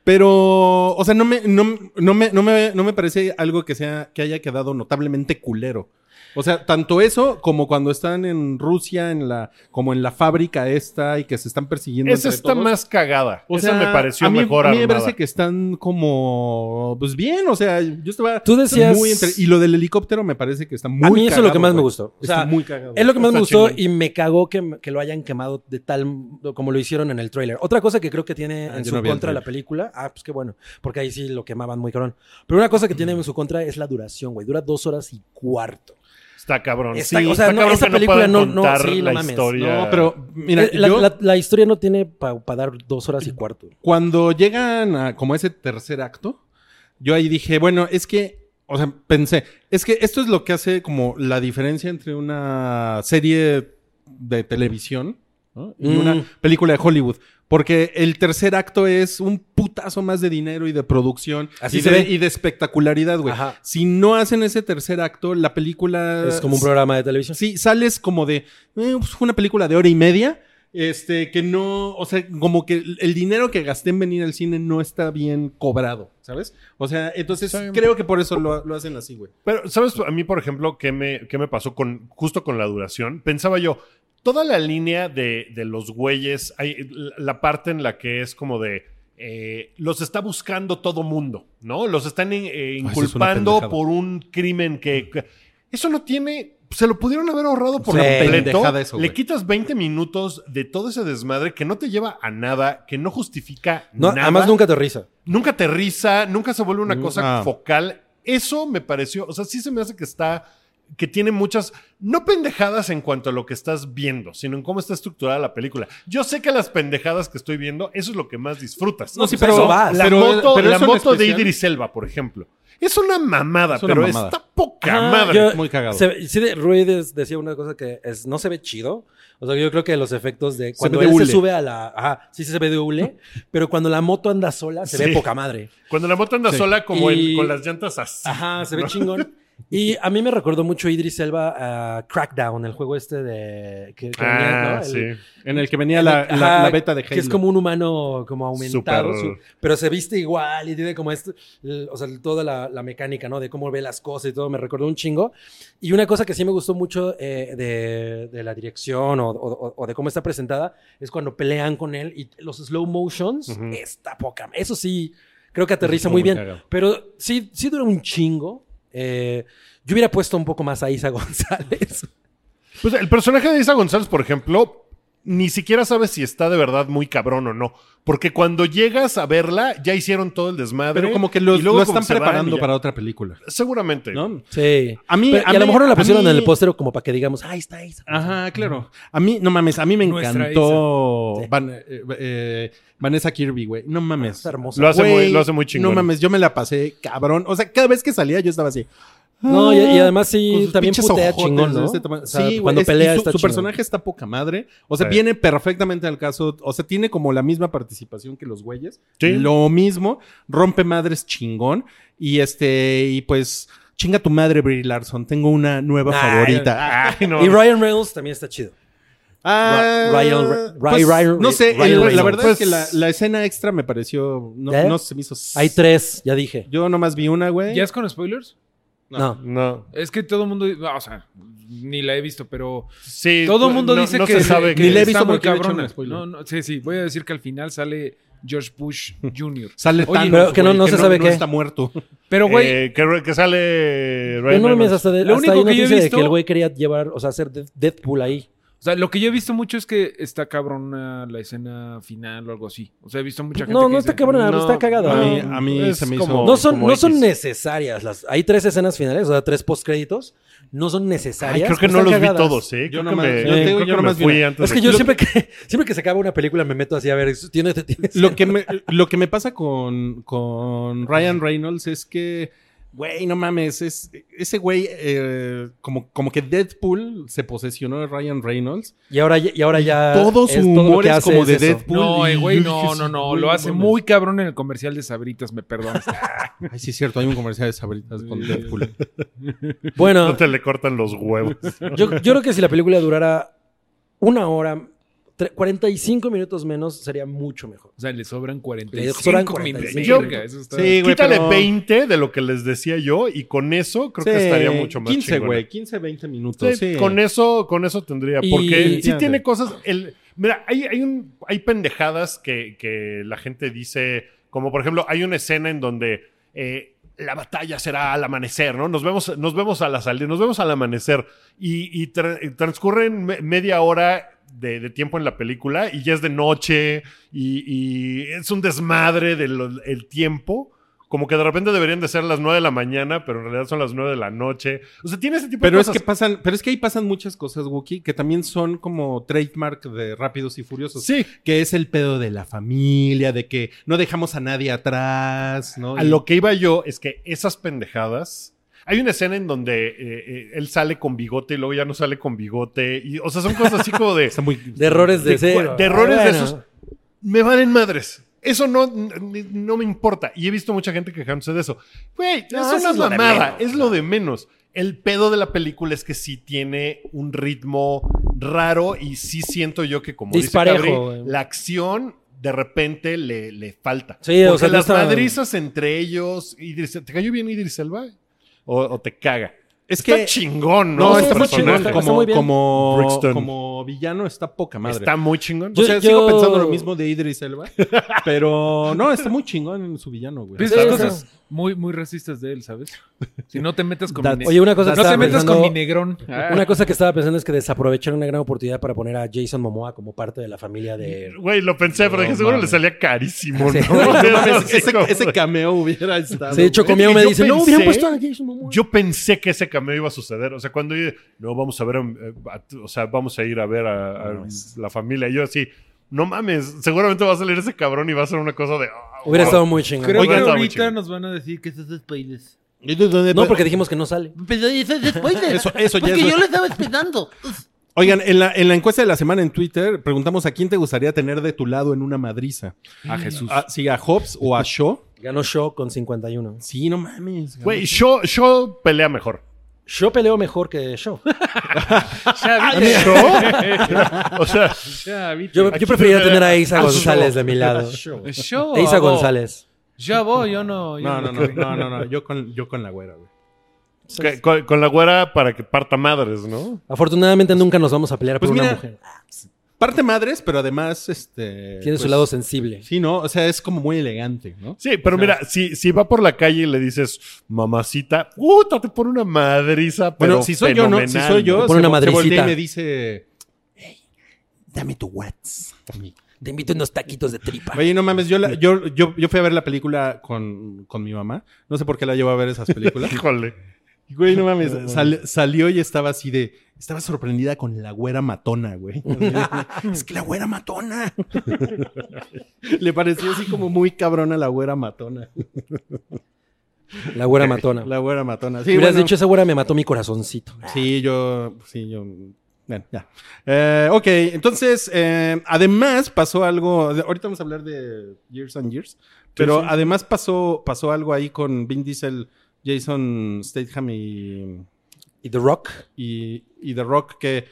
Speaker 5: pero. O sea, no me, no, no me, no me, no me parece algo que sea. que haya quedado notablemente culero. O sea, tanto eso como cuando están en Rusia, en la, como en la fábrica esta y que se están persiguiendo.
Speaker 2: Esa
Speaker 5: entre
Speaker 2: está
Speaker 5: todos.
Speaker 2: más cagada.
Speaker 5: O
Speaker 2: Esa
Speaker 5: sea,
Speaker 2: me pareció
Speaker 5: a mí,
Speaker 2: mejor
Speaker 5: A mí me
Speaker 2: armada.
Speaker 5: parece que están como. Pues bien, o sea, yo estaba.
Speaker 4: Tú decías-
Speaker 5: Muy entre- y lo del helicóptero me parece que está muy.
Speaker 4: A mí eso es lo que
Speaker 5: cagado,
Speaker 4: más me
Speaker 5: güey.
Speaker 4: gustó. O sea,
Speaker 5: Está muy cagado.
Speaker 4: Es lo que más
Speaker 2: Está
Speaker 4: me gustó
Speaker 2: chingón.
Speaker 4: y me cagó que, que lo hayan quemado de tal como lo hicieron en el tráiler. Otra cosa que creo que tiene
Speaker 5: Ah,
Speaker 4: en
Speaker 5: yo
Speaker 4: su
Speaker 5: no vi el
Speaker 4: contra la
Speaker 5: tráiler.
Speaker 4: película, ah, pues qué bueno, porque ahí sí lo quemaban muy cabrón. Pero una cosa que tiene en su contra es la duración, güey. Dura dos horas y cuarto.
Speaker 2: Está cabrón.
Speaker 4: Está-
Speaker 2: sí,
Speaker 4: o sea,
Speaker 2: está
Speaker 4: no,
Speaker 2: cabrón
Speaker 4: esa
Speaker 2: que no
Speaker 4: película
Speaker 2: puedan
Speaker 4: no- no,
Speaker 2: contar
Speaker 4: sí, no
Speaker 2: la
Speaker 4: mames.
Speaker 2: historia.
Speaker 5: No, pero mira,
Speaker 4: Eh, la,
Speaker 5: yo-
Speaker 4: la- la historia no tiene para dar dos horas y cuarto.
Speaker 5: cuando llegan a como ese tercer acto, yo ahí dije, bueno, es que, o sea, pensé, es que esto es lo que hace como la diferencia entre una serie de televisión ¿no? y
Speaker 4: Mm.
Speaker 5: una película de Hollywood. Porque el tercer acto es un putazo más de dinero y de producción
Speaker 4: Así
Speaker 5: y,
Speaker 4: se
Speaker 5: de,
Speaker 4: ve.
Speaker 5: y de espectacularidad, güey.
Speaker 4: Ajá.
Speaker 5: Si no hacen ese tercer acto, la película
Speaker 4: Es como un programa de televisión.
Speaker 5: Mm. Sí, sales como de. eh, pues, fue una película de hora y media. Este, que no. O sea, como que el el dinero que gasté en venir al cine no está bien cobrado, ¿sabes? O sea, entonces
Speaker 2: Sí.
Speaker 5: creo que por eso lo, lo hacen así, güey.
Speaker 2: Pero, ¿sabes? A mí, por ejemplo, ¿qué me, qué me pasó con, justo con la duración? Pensaba yo, toda la línea de, de los güeyes, hay, la- la parte en la que es como de. eh, los está buscando todo mundo, ¿no? Los están eh,
Speaker 5: Ah, es una
Speaker 2: inculpando
Speaker 5: pendejada.
Speaker 2: por un crimen que. que- Eso no tiene. Se lo pudieron haber ahorrado por
Speaker 4: Sí.
Speaker 2: completo.
Speaker 5: Pendejada eso,
Speaker 2: Le
Speaker 5: güey.
Speaker 2: quitas 20 minutos de todo ese desmadre que no te lleva a nada, que no justifica
Speaker 4: No,
Speaker 2: nada.
Speaker 4: además nunca aterriza.
Speaker 2: Nunca aterriza, nunca se vuelve una
Speaker 5: Mm,
Speaker 2: cosa
Speaker 5: ah.
Speaker 2: focal. Eso me pareció, o sea, sí se me hace que está, que tiene muchas, no pendejadas en cuanto a lo que estás viendo, sino en cómo está estructurada la película. Yo sé que las pendejadas que estoy viendo, eso es lo que más disfrutas.
Speaker 5: No, sí,
Speaker 4: pues a eso
Speaker 5: pero,
Speaker 4: vas.
Speaker 2: la
Speaker 5: pero-
Speaker 2: moto,
Speaker 5: pero
Speaker 2: la
Speaker 5: eso en
Speaker 2: moto de
Speaker 5: especial-
Speaker 2: Idris Elba, por ejemplo. Es una mamada,
Speaker 5: Es una
Speaker 2: pero
Speaker 5: mamada.
Speaker 2: está poca
Speaker 4: Ah,
Speaker 2: madre.
Speaker 4: yo-
Speaker 5: muy cagado.
Speaker 4: se ve- sí, de- Rui des- decía una cosa que es, no se ve chido. O sea, yo creo que los efectos de cuando
Speaker 5: ve de
Speaker 4: él se
Speaker 5: hule.
Speaker 4: sube a la. Ajá, sí se ve de hule, pero cuando la moto anda sola, se
Speaker 2: Sí.
Speaker 4: ve poca madre.
Speaker 2: Cuando la moto anda
Speaker 5: Sí.
Speaker 2: sola, como
Speaker 4: Y-
Speaker 2: en- con las llantas así.
Speaker 4: Ajá, se ve chingón. Y a mí me recordó mucho Idris Elba a Crackdown, el juego este de. Que, que
Speaker 2: Ah,
Speaker 4: venía, ¿no? El-
Speaker 2: sí.
Speaker 5: En el que venía la, la- la
Speaker 4: Ajá,
Speaker 5: beta de Halo.
Speaker 4: Que es como un humano como aumentado,
Speaker 2: Súper-
Speaker 4: su- pero se viste igual y tiene como esto, l- o sea, toda la, la mecánica, ¿no? De cómo ve las cosas y todo, me recordó un chingo. Y una cosa que sí me gustó mucho eh, de, de la dirección o, o- o de cómo está presentada es cuando pelean con él y los slow motions,
Speaker 2: Ujú.
Speaker 4: está poca. Eso sí, creo que aterriza
Speaker 5: Está
Speaker 4: muy
Speaker 5: muy
Speaker 4: bien.
Speaker 5: cagado.
Speaker 4: Pero sí, sí dura un chingo. Eh, yo hubiera puesto un poco más a Isa González.
Speaker 2: Pues el personaje de Isa González, por ejemplo, ni siquiera sabe si está de verdad muy cabrón o no. Porque cuando llegas a verla, ya hicieron todo el desmadre.
Speaker 5: Pero como que lo,
Speaker 2: y luego
Speaker 5: lo
Speaker 2: como
Speaker 5: están
Speaker 2: que se van
Speaker 5: preparando
Speaker 2: y ya-
Speaker 5: para otra película.
Speaker 2: Seguramente.
Speaker 5: ¿no?
Speaker 4: Sí.
Speaker 5: A mí-
Speaker 4: Pero-
Speaker 5: a
Speaker 4: y a lo
Speaker 5: mí-
Speaker 4: mejor no la
Speaker 5: a
Speaker 4: pusieron
Speaker 5: mí-
Speaker 4: en el póster como para que digamos, ahí está Isa.
Speaker 5: Ajá, claro. A mí, no mames, a mí me
Speaker 3: Nuestra
Speaker 5: encantó
Speaker 4: Isa.
Speaker 5: Van- eh, eh, Vanessa Kirby, güey. No mames.
Speaker 4: Está hermosa.
Speaker 2: Lo hace,
Speaker 5: Güey,
Speaker 2: muy, lo hace muy chingón.
Speaker 5: No mames, yo me la pasé cabrón. O sea, cada vez que salía yo estaba así.
Speaker 4: No, y, y
Speaker 5: "Ah",
Speaker 4: además
Speaker 5: con
Speaker 4: sí,
Speaker 5: sus
Speaker 4: también
Speaker 5: pinches
Speaker 4: putea
Speaker 5: ojotes
Speaker 4: chingón,
Speaker 5: de
Speaker 4: ¿no?
Speaker 5: este tamaño.
Speaker 4: O
Speaker 5: O
Speaker 4: sea,
Speaker 5: sea, güey,
Speaker 4: cuando
Speaker 5: es-
Speaker 4: pelea
Speaker 5: y su,
Speaker 4: está
Speaker 5: su
Speaker 4: chingón.
Speaker 5: personaje está poca madre. O sea,
Speaker 2: Sí.
Speaker 5: viene perfectamente al caso. O sea, tiene como la misma participación que los güeyes.
Speaker 2: Sí.
Speaker 5: Lo mismo. Rompe madres chingón. Y este, y pues, chinga tu madre, Brie Larson. Tengo una nueva
Speaker 4: Ay.
Speaker 5: favorita. Ah.
Speaker 2: Ay, no.
Speaker 4: Y Ryan Reynolds también está chido.
Speaker 5: Ah,
Speaker 4: Ryan Re-
Speaker 5: pues,
Speaker 4: Ryan-
Speaker 5: no sé,
Speaker 4: Ryan
Speaker 5: el- la
Speaker 4: Reynolds.
Speaker 5: verdad
Speaker 4: Pues-
Speaker 5: es que la, la escena extra me pareció, no,
Speaker 4: ¿Eh?
Speaker 5: no se me hizo. s-
Speaker 4: Hay tres, ya dije.
Speaker 5: Yo nomás vi una, güey.
Speaker 3: ¿Ya es con spoilers?
Speaker 4: No.
Speaker 2: No.
Speaker 3: Es que todo el mundo, o sea, ni la he visto, pero
Speaker 2: Sí.
Speaker 3: todo el
Speaker 2: no-
Speaker 3: mundo
Speaker 2: no-
Speaker 3: dice
Speaker 2: no
Speaker 3: que
Speaker 2: se sabe
Speaker 5: ni
Speaker 2: que
Speaker 5: le he visto
Speaker 3: está muy
Speaker 5: porque le he hecho
Speaker 3: cabrón.
Speaker 5: un spoiler.
Speaker 3: No, no, sí, sí, voy a decir que al final sale George Bush Jr.
Speaker 5: Sale
Speaker 3: Oye,
Speaker 5: Thanos,
Speaker 4: pero que no-
Speaker 5: güey,
Speaker 4: no se sabe
Speaker 5: no
Speaker 4: qué.
Speaker 5: está muerto.
Speaker 3: Pero güey,
Speaker 2: eh, que, que sale
Speaker 4: Pero
Speaker 2: Ryan
Speaker 4: no mames,
Speaker 2: Reynolds.
Speaker 4: hasta, de,
Speaker 3: Lo
Speaker 4: hasta
Speaker 3: único
Speaker 4: ahí
Speaker 3: que yo he
Speaker 4: noticia de
Speaker 3: visto-
Speaker 4: que el güey quería llevar, o sea, hacer Death- Deadpool ahí.
Speaker 3: o sea, lo que yo he visto mucho es que está cabrona la escena final o algo así. O sea, he visto mucha gente
Speaker 4: No,
Speaker 3: que
Speaker 4: no
Speaker 3: dice,
Speaker 4: está cabrona,
Speaker 2: no,
Speaker 4: está cagada.
Speaker 5: A mí,
Speaker 4: No,
Speaker 5: a mí
Speaker 2: es
Speaker 5: se me
Speaker 2: como-
Speaker 5: hizo.
Speaker 4: No son,
Speaker 2: como
Speaker 4: no son
Speaker 2: X.
Speaker 4: necesarias. Las, hay tres escenas finales, o sea, tres postcréditos. No son
Speaker 2: Ay,
Speaker 4: necesarias.
Speaker 2: creo que
Speaker 4: pero
Speaker 2: no los
Speaker 4: están
Speaker 2: vi
Speaker 4: cagadas.
Speaker 2: todos, ¿eh? Creo
Speaker 5: Yo
Speaker 2: que
Speaker 5: nomás-
Speaker 2: me,
Speaker 5: yo te digo,
Speaker 2: creo
Speaker 5: yo
Speaker 2: que me
Speaker 5: nomás vi
Speaker 2: fui
Speaker 5: una.
Speaker 2: antes
Speaker 4: Es
Speaker 2: de-
Speaker 4: que yo siempre que, siempre que se acaba una película me meto así a ver, tiene, tiene-
Speaker 5: Lo que me, lo que me pasa con, con Ryan Reynolds es que, güey, no mames, es, ese güey, eh, como, como que Deadpool se posesionó de Ryan Reynolds.
Speaker 4: Y ahora, y ahora ya.
Speaker 5: todo su
Speaker 4: es- lo
Speaker 5: humor
Speaker 4: que
Speaker 5: es
Speaker 4: hace
Speaker 5: como de
Speaker 4: eso.
Speaker 5: Deadpool.
Speaker 3: No,
Speaker 5: y-
Speaker 3: eh, güey, no, no, no.
Speaker 5: Güey,
Speaker 3: Lo hace
Speaker 5: mames.
Speaker 3: muy cabrón en el comercial de Sabritas, me perdonas.
Speaker 5: Ay, sí, es cierto, hay un comercial de sabritas con Deadpool.
Speaker 4: Bueno,
Speaker 2: No te le cortan los huevos.
Speaker 4: yo, yo creo que si la película durara una hora, tre- 45 minutos menos, sería mucho mejor.
Speaker 3: O sea, le sobran
Speaker 4: Le sobran
Speaker 3: 45 minutos.
Speaker 4: 45.
Speaker 3: Verga, eso está-
Speaker 5: Sí, güey,
Speaker 2: Quítale
Speaker 5: pero-
Speaker 2: 20 de lo que les decía yo y con eso creo que
Speaker 5: Sí,
Speaker 2: estaría mucho más
Speaker 5: 15,
Speaker 2: chingona.
Speaker 5: güey, 15, 20 minutos.
Speaker 2: Sí,
Speaker 5: Sí,
Speaker 2: Con eso, con eso tendría.
Speaker 4: Y-
Speaker 2: Porque sí
Speaker 5: Entiendo.
Speaker 2: tiene cosas. El, mira, hay, hay, un, hay pendejadas que, que la gente dice. Como por ejemplo, hay una escena en donde eh, la batalla será al amanecer, ¿no? Nos vemos, nos vemos a la salida, nos vemos al amanecer. Y, y tra- eh, transcurren me- media hora. De, de tiempo en la película y ya es de noche y, y es un desmadre del el tiempo Como que de repente deberían de ser las 9 de la mañana, pero en realidad son las 9 de la noche. O sea, tiene ese tipo
Speaker 5: Pero
Speaker 2: de
Speaker 5: es
Speaker 2: cosas.
Speaker 5: que pasan, pero es que ahí pasan muchas cosas, Wookie, que también son como trademark de Rápidos y Furiosos.
Speaker 2: Sí,
Speaker 5: Que es el pedo de la familia, de que no dejamos a nadie atrás, ¿no?
Speaker 2: a
Speaker 5: Y-
Speaker 2: lo que iba yo es que esas pendejadas. Hay una escena en donde eh, eh, él sale con bigote y luego ya no sale con bigote. Y, o sea, son cosas así como de.
Speaker 5: Está muy-
Speaker 4: De errores de,
Speaker 2: De-
Speaker 4: cero.
Speaker 2: de errores de
Speaker 4: Bueno,
Speaker 2: esos- me valen madres. Eso no, n- no me importa. Y he visto mucha gente quejándose de eso. Güey,
Speaker 4: No,
Speaker 2: eso
Speaker 4: eso
Speaker 2: no
Speaker 4: es
Speaker 2: es
Speaker 4: lo de
Speaker 2: mamada,
Speaker 4: menos.
Speaker 2: es lo de menos. El pedo de la película es que sí tiene un ritmo raro y sí siento yo que, como
Speaker 4: Disparejo,
Speaker 2: dice Cabri,
Speaker 4: güey.
Speaker 2: la acción de repente le, le falta.
Speaker 4: Sí, o
Speaker 2: Porque
Speaker 4: sea, no
Speaker 2: las
Speaker 4: está-
Speaker 2: madrizas entre ellos. Idris- ¿Te cayó bien Idris Elba? ¿O, o te caga?
Speaker 5: Es
Speaker 2: Está
Speaker 5: que
Speaker 2: chingón, ¿no?
Speaker 5: no,
Speaker 2: Ese
Speaker 5: está muy
Speaker 2: personaje.
Speaker 5: chingón.
Speaker 4: está-
Speaker 5: como,
Speaker 4: muy bien.
Speaker 5: como,
Speaker 2: Brixton.
Speaker 5: como villano está poca madre.
Speaker 2: Está muy chingón.
Speaker 5: o sea,
Speaker 4: Yo-
Speaker 5: sigo
Speaker 4: yo-
Speaker 5: pensando lo mismo de Idris Elba, pero no, está muy chingón en su villano, güey.
Speaker 3: Pues
Speaker 4: Sí,
Speaker 3: esas
Speaker 4: sí.
Speaker 3: cosas muy, muy racistas de él, ¿sabes? Si no te metas con
Speaker 5: That-
Speaker 3: mi
Speaker 4: Oye, una cosa
Speaker 3: No
Speaker 4: estaba
Speaker 3: te metas con mi
Speaker 4: pensando-
Speaker 3: negrón. Ah.
Speaker 4: Una cosa que estaba pensando es que desaprovecharon una gran oportunidad para poner a Jason Momoa como parte de la familia de.
Speaker 2: Güey, lo pensé, pero
Speaker 5: No
Speaker 2: dije, seguro
Speaker 5: mames.
Speaker 2: le salía carísimo,
Speaker 4: Sí.
Speaker 2: ¿no?
Speaker 5: No mames,
Speaker 2: Sí,
Speaker 5: ese,
Speaker 2: como-
Speaker 5: ese cameo hubiera estado.
Speaker 4: Sí,
Speaker 2: Es
Speaker 4: Chocomío
Speaker 2: que
Speaker 4: me
Speaker 2: yo
Speaker 4: dice: No,
Speaker 2: pensé-
Speaker 4: hubieran puesto a Jason Momoa.
Speaker 2: Yo pensé que ese cameo iba a suceder. O sea, cuando yo, no, vamos a ver, eh, a- o sea, vamos a ir a ver a, a
Speaker 5: No mames.
Speaker 2: la familia. Y yo así, no mames, seguramente va a salir ese cabrón y va a ser una cosa de... ah,
Speaker 4: Hubiera
Speaker 2: wow.
Speaker 4: estado muy chingón.
Speaker 3: Creo
Speaker 2: Oigan,
Speaker 3: que
Speaker 2: está muy
Speaker 3: ahorita
Speaker 2: chido.
Speaker 3: nos van a decir que eso es spoilers.
Speaker 4: no, porque dijimos que no sale.
Speaker 6: Pero eso es spoiler.
Speaker 5: Eso- eso ya
Speaker 6: porque
Speaker 5: es-
Speaker 6: yo lo estaba esperando.
Speaker 5: Oigan, en la, en la encuesta de la semana en Twitter preguntamos a quién te gustaría tener de tu lado en una madriza.
Speaker 3: A Jesús.
Speaker 5: Ah, sí, a Hobbs o a Shaw.
Speaker 4: Ganó Shaw con 51.
Speaker 5: Sí, no mames.
Speaker 2: Güey, yo, yo pelea mejor.
Speaker 4: Shaw peleó mejor que Shaw.
Speaker 2: ¿Yo? o sea,
Speaker 4: Yo,
Speaker 2: Aquí
Speaker 4: yo preferiría
Speaker 2: tiene
Speaker 4: tener
Speaker 2: a
Speaker 4: a Isa
Speaker 2: Shaw.
Speaker 4: González de mi lado.
Speaker 3: Yo,
Speaker 4: Isa González.
Speaker 3: Yo voy, yo no. yo
Speaker 5: No, no, no, no, no, no, Yo con, yo con la güera, güey.
Speaker 2: que- con, con la güera para que parta madres, ¿no?
Speaker 4: Afortunadamente nunca nos vamos a pelear
Speaker 5: Pues
Speaker 4: por
Speaker 5: mira,
Speaker 4: una mujer.
Speaker 5: Parte madres, pero además, este.
Speaker 4: Tiene su
Speaker 5: pues,
Speaker 4: lado sensible.
Speaker 5: Sí, no, o sea, es como muy elegante, ¿no?
Speaker 2: Sí, pero mira, si, si va por la calle y le dices, mamacita, puta, te pone una madriza, pero
Speaker 5: bueno, si soy yo, ¿no? Si soy yo,
Speaker 4: Te pone
Speaker 5: se
Speaker 4: una
Speaker 5: vo- se
Speaker 4: madrecita.
Speaker 5: voltea y me dice.
Speaker 6: Dame tu WhatsApp. Te invito unos taquitos de tripa.
Speaker 5: Oye, no mames, yo, la- yo, yo, yo fui a ver la película con, con mi mamá. No sé por qué la llevo a ver esas películas.
Speaker 2: Híjole.
Speaker 5: Y, Güey, no mames, sal- salió y estaba así de. Estaba sorprendida con la güera matona, güey. Así de, es que la güera matona. Le pareció así como muy cabrona la güera matona.
Speaker 4: La güera matona.
Speaker 5: La güera matona. Sí,
Speaker 4: Hubieras
Speaker 5: bueno,
Speaker 4: dicho, esa güera me mató mi corazoncito.
Speaker 5: Sí, yo. Sí, yo. Bueno, ya. Eh, ok, entonces, eh, además pasó algo. Ahorita vamos a hablar de Years and Years. Pero
Speaker 2: sí.
Speaker 5: además pasó, pasó algo ahí con Vin Diesel, Jason Statham y.
Speaker 4: ¿Y The Rock?
Speaker 5: y, y The Rock que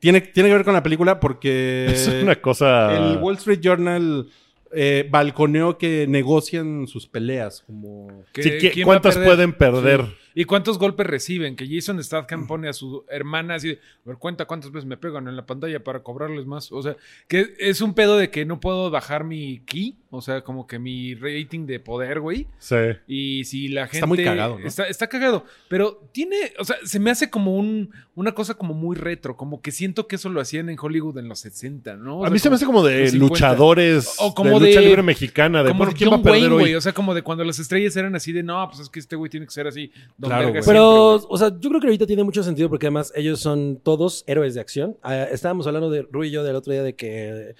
Speaker 5: tiene, tiene que ver con la película
Speaker 3: Eh,
Speaker 5: porque
Speaker 2: es una cosa...
Speaker 5: el Wall Street Journal eh, balconeó que negocian sus peleas como...
Speaker 3: Que-
Speaker 2: Sí, ¿qué-
Speaker 3: ¿quién va a
Speaker 2: ¿Cuántas
Speaker 3: perder?
Speaker 2: pueden perder?
Speaker 3: ¿Y cuántos golpes reciben? Que Jason Statham pone a su hermana así de, a ver, cuenta cuántas veces me pegan en la pantalla para cobrarles más. O sea, que es un pedo de que no puedo bajar mi key, o sea, como que mi rating de poder, güey.
Speaker 2: Sí.
Speaker 3: Y si la gente...
Speaker 5: Está muy cagado, ¿no?
Speaker 3: Está, está cagado, pero tiene, o sea, se me hace como un, una cosa como muy retro, como que siento que eso lo hacían en Hollywood en los 60, ¿no? O
Speaker 2: A
Speaker 3: sea,
Speaker 2: mí se me
Speaker 3: como-
Speaker 2: hace como de
Speaker 3: los 50.
Speaker 2: luchadores
Speaker 3: O como
Speaker 2: de lucha
Speaker 3: de-
Speaker 2: libre mexicana, de
Speaker 3: como
Speaker 2: bueno,
Speaker 3: de
Speaker 2: ¿quién va a
Speaker 3: John
Speaker 2: perder
Speaker 3: Wayne,
Speaker 2: hoy?
Speaker 3: güey. O sea, como de cuando las estrellas eran así de, no, pues es que este güey tiene que ser así. don
Speaker 5: Claro,
Speaker 3: verga
Speaker 5: güey.
Speaker 3: siempre,
Speaker 4: Pero,
Speaker 3: güey".
Speaker 4: o sea, yo creo que ahorita tiene mucho sentido porque además ellos son todos héroes de acción. Ah, estábamos hablando de Rui y yo del otro día de que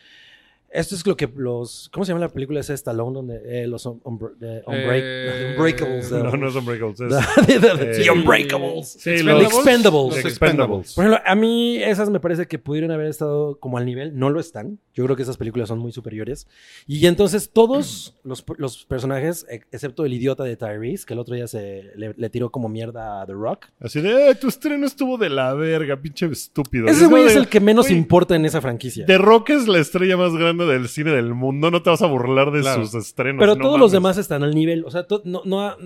Speaker 4: esto es lo que los. ¿Cómo se llama la película esa de Stallone? Donde, eh, los un- unbra- de Unbreak-
Speaker 3: Eh,
Speaker 4: Unbreakables.
Speaker 2: no, no es Unbreakables. es-
Speaker 4: de- de- de-
Speaker 2: eh,
Speaker 6: The Unbreakables.
Speaker 2: sí,
Speaker 4: Los
Speaker 2: los,
Speaker 4: Expendables.
Speaker 2: los Expendables.
Speaker 4: Por ejemplo, a mí esas me parece que pudieron haber estado como al nivel, no lo están. Yo creo que esas películas son muy superiores. Y entonces todos los, los personajes, ex- excepto el idiota de Tyrese, que el otro día se le, le tiró como mierda a The Rock.
Speaker 2: Así de, eh, tu estreno estuvo de la verga, pinche estúpido.
Speaker 4: Ese güey es el que menos
Speaker 2: güey,
Speaker 4: importa en esa franquicia.
Speaker 2: The Rock es la estrella más grande del cine del mundo. No te vas a burlar de
Speaker 5: Claro.
Speaker 2: sus estrenos.
Speaker 4: Pero
Speaker 2: no
Speaker 4: todos los
Speaker 2: mames.
Speaker 4: demás están al nivel. O sea, to- no, no, ha-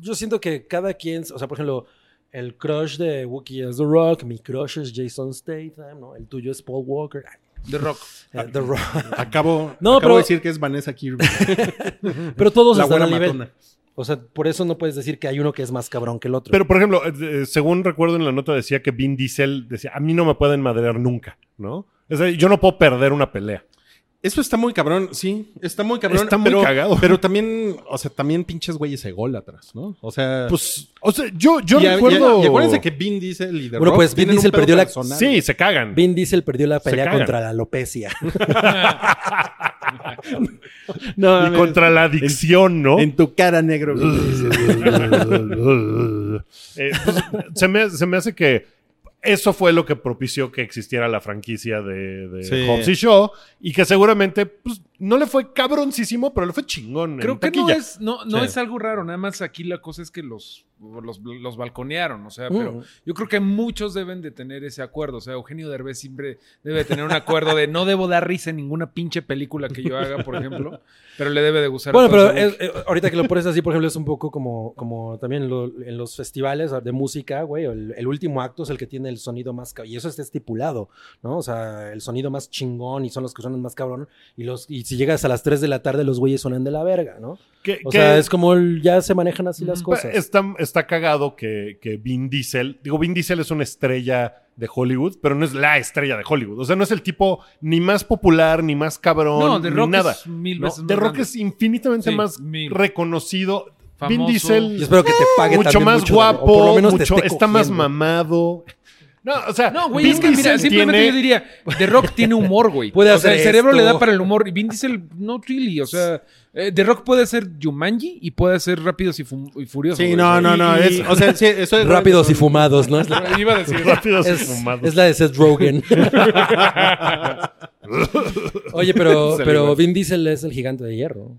Speaker 4: yo siento que cada quien, o sea, por ejemplo, el crush de Wookiee es The Rock, mi crush es Jason Statham, ¿no? el tuyo es Paul Walker,
Speaker 3: The Rock.
Speaker 4: eh, The Rock.
Speaker 5: Acabo,
Speaker 4: No,
Speaker 5: acabo
Speaker 4: pero-
Speaker 5: de decir que es Vanessa Kirby.
Speaker 4: Pero todos
Speaker 5: la
Speaker 4: están
Speaker 5: buena
Speaker 4: al nivel.
Speaker 5: matona.
Speaker 4: O sea, por eso no puedes decir que hay uno que es más cabrón que el otro.
Speaker 2: Pero, por ejemplo, eh, eh, según recuerdo en la nota decía que Vin Diesel decía, a mí no me pueden madrear nunca, ¿no? Es decir, yo no puedo perder una pelea.
Speaker 5: Eso está muy cabrón, sí. Está muy cabrón.
Speaker 2: Está muy
Speaker 5: pero,
Speaker 2: cagado.
Speaker 5: Pero también, o sea, también pinches güeyes ególatras, ¿no? O sea.
Speaker 2: Pues, o sea, yo, yo
Speaker 5: y, a- y a-
Speaker 2: recuerdo.
Speaker 5: y acuérdense que Vin Diesel y The
Speaker 4: Bueno,
Speaker 5: Rock
Speaker 4: pues, Vin
Speaker 5: tienen un
Speaker 4: Diesel
Speaker 5: pedo
Speaker 4: perdió la-
Speaker 5: personal.
Speaker 2: Sí, se cagan.
Speaker 4: Vin Diesel perdió la
Speaker 2: Se
Speaker 4: pelea
Speaker 2: cagan.
Speaker 4: contra la alopecia.
Speaker 5: No,
Speaker 2: Y contra la adicción, ¿no?
Speaker 5: En tu cara, negro. Vin Diesel.
Speaker 2: Eh, pues, se, me, se me hace que eso fue lo que propició que existiera la franquicia de, de
Speaker 5: Sí.
Speaker 2: Hobbs y Shaw y que seguramente pues, no le fue cabroncísimo, pero le fue chingón.
Speaker 3: Creo
Speaker 2: en
Speaker 3: que no
Speaker 2: taquilla.
Speaker 3: es, no, no
Speaker 5: Sí.
Speaker 3: es algo raro, nada más aquí la cosa es que los, los, los balconearon, o
Speaker 4: Mm.
Speaker 2: Mm.
Speaker 3: sea, pero yo creo que muchos deben de tener ese acuerdo, o sea, Eugenio Derbez siempre debe de tener un acuerdo de no debo dar risa en ninguna pinche película que yo haga, por ejemplo, pero le debe de gustar. a
Speaker 4: Bueno,
Speaker 3: todos
Speaker 4: pero
Speaker 3: los-
Speaker 4: es- eh, ahorita que lo pones así, por ejemplo, es un poco como, como también lo- en los festivales de música, güey, el, el último acto es el que tiene el sonido más ca- y eso está estipulado, ¿no? O sea, el sonido más chingón y son los que suenan más cabrón y los y si llegas a las 3 de la tarde los güeyes suenan de la verga, ¿no?
Speaker 2: Que- Mm,
Speaker 4: O
Speaker 2: que-
Speaker 4: sea, es como el- ya se manejan así las
Speaker 2: pa-
Speaker 4: cosas.
Speaker 2: Está, está cagado que, que Vin Diesel, digo, Vin Diesel es una estrella de Hollywood, pero no es la estrella de Hollywood. O sea, no es el tipo ni más popular, ni más cabrón,
Speaker 3: no, The
Speaker 2: ni
Speaker 3: Rock
Speaker 2: nada.
Speaker 3: es mil
Speaker 2: ¿no?
Speaker 3: veces
Speaker 2: The
Speaker 3: más
Speaker 2: Rock
Speaker 3: grande.
Speaker 2: es infinitamente
Speaker 3: Sí,
Speaker 2: más
Speaker 3: mil.
Speaker 2: reconocido. Vin
Speaker 3: Famoso.
Speaker 4: Yo
Speaker 2: Diesel
Speaker 4: espero que te pague
Speaker 2: mucho
Speaker 4: también
Speaker 2: más
Speaker 4: mucho,
Speaker 2: guapo,
Speaker 4: o por lo menos te
Speaker 2: mucho-
Speaker 4: esté
Speaker 2: está más
Speaker 4: cogiendo.
Speaker 2: mamado. No, o sea,
Speaker 3: No, güey,
Speaker 2: Vin
Speaker 3: es que mira,
Speaker 2: Diesel
Speaker 3: simplemente
Speaker 2: tiene-
Speaker 3: yo diría, The Rock tiene humor, güey.
Speaker 4: Puede
Speaker 3: o sea,
Speaker 4: hacer
Speaker 3: el cerebro
Speaker 4: esto.
Speaker 3: le da para el humor. Y Vin Diesel, no really. O sea, eh, The Rock puede hacer Jumanji y puede hacer Rápidos y, Fum- y Furiosos.
Speaker 5: Sí,
Speaker 3: güey.
Speaker 5: no, no, no.
Speaker 2: Y-
Speaker 5: es- o sea, sí, eso es
Speaker 4: Rápidos y fumados, ¿no? Es la,
Speaker 3: Iba a decir.
Speaker 2: Rápidos y
Speaker 4: es-
Speaker 2: fumados.
Speaker 4: es la de Seth Rogen. Oye, pero,
Speaker 3: Se le
Speaker 4: pero
Speaker 3: iba.
Speaker 4: Vin Diesel es el gigante de hierro.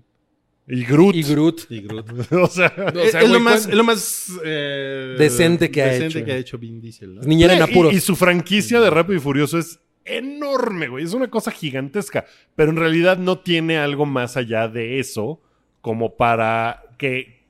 Speaker 2: Y Groot.
Speaker 4: Y Groot.
Speaker 5: Y Groot.
Speaker 2: o sea,
Speaker 3: O
Speaker 5: Eh, es,
Speaker 3: sea,
Speaker 5: es lo
Speaker 3: güey,
Speaker 5: más,
Speaker 3: ¿cuál-
Speaker 5: es lo más eh,
Speaker 4: Decente que ha hecho.
Speaker 5: que ha hecho Vin Diesel. ¿no?
Speaker 4: Niñera en apuros.
Speaker 2: y, y su franquicia de Rápido y Furioso es enorme, güey. Es una cosa gigantesca. Pero en realidad no tiene algo más allá de eso como para que...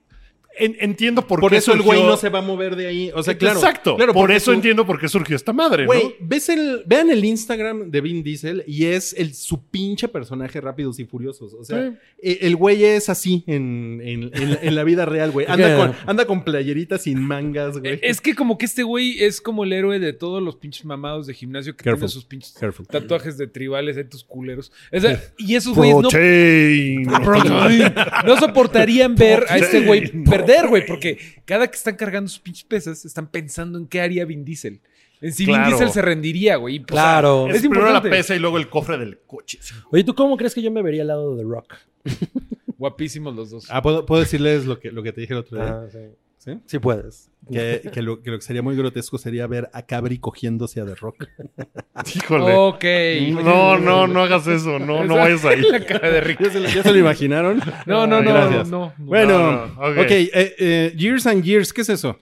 Speaker 2: en- entiendo por,
Speaker 5: Por,
Speaker 2: qué
Speaker 5: eso el güey
Speaker 2: surgió-
Speaker 5: no se va a mover de ahí. O sea, claro.
Speaker 2: Exacto.
Speaker 5: Claro,
Speaker 2: por
Speaker 5: porque
Speaker 2: eso
Speaker 5: su-
Speaker 2: entiendo por qué surgió esta madre,
Speaker 5: Güey,
Speaker 2: ¿no?
Speaker 5: ves el, vean el Instagram de Vin Diesel y es el, su pinche personaje Rápidos y Furiosos. O sea,
Speaker 2: Sí.
Speaker 5: e- el güey es así en, en- en- en la vida real, güey. Anda,
Speaker 4: Ya.
Speaker 5: con, anda con playeritas sin mangas, güey.
Speaker 3: Es que como que este güey es como el héroe de todos los pinches mamados de gimnasio que
Speaker 5: Careful.
Speaker 3: tienen sus pinches
Speaker 5: Careful.
Speaker 3: tatuajes de tribales, de tus culeros. O sea, y esos güeyes no,
Speaker 2: Protein.
Speaker 3: Protein. No soportarían ver a este güey
Speaker 2: Protein.
Speaker 3: perder, güey, porque cada que están cargando sus pinches pesas, están pensando en qué haría Vin Diesel. En si
Speaker 2: Claro.
Speaker 3: Vin Diesel se rendiría, güey. y, pues,
Speaker 4: Claro.
Speaker 2: Es,
Speaker 3: Es
Speaker 2: primero la
Speaker 3: importante.
Speaker 2: pesa y luego el cofre del coche.
Speaker 4: Oye, ¿tú cómo crees que yo me vería al lado de The Rock?
Speaker 3: Guapísimos los dos. Ah,
Speaker 5: Ah, ¿puedo, puedo decirles lo que, lo que te dije el otro día.
Speaker 4: sí.
Speaker 5: ¿Sí?
Speaker 4: Sí puedes.
Speaker 5: Que, que lo, que lo que sería muy grotesco sería ver a Cabri cogiéndose a The Rock.
Speaker 2: Híjole.
Speaker 3: Ok.
Speaker 2: No, no, no hagas eso. No, no
Speaker 3: Esa-
Speaker 2: vayas ahí.
Speaker 3: La cara de Rick.
Speaker 5: ¿Ya se, lo- ya se lo imaginaron?
Speaker 3: No, no,
Speaker 2: Ay,
Speaker 3: no,
Speaker 2: gracias.
Speaker 3: no, no.
Speaker 5: Bueno,
Speaker 2: No, no, ok.
Speaker 5: ok. eh, eh, years and Years, ¿qué es eso?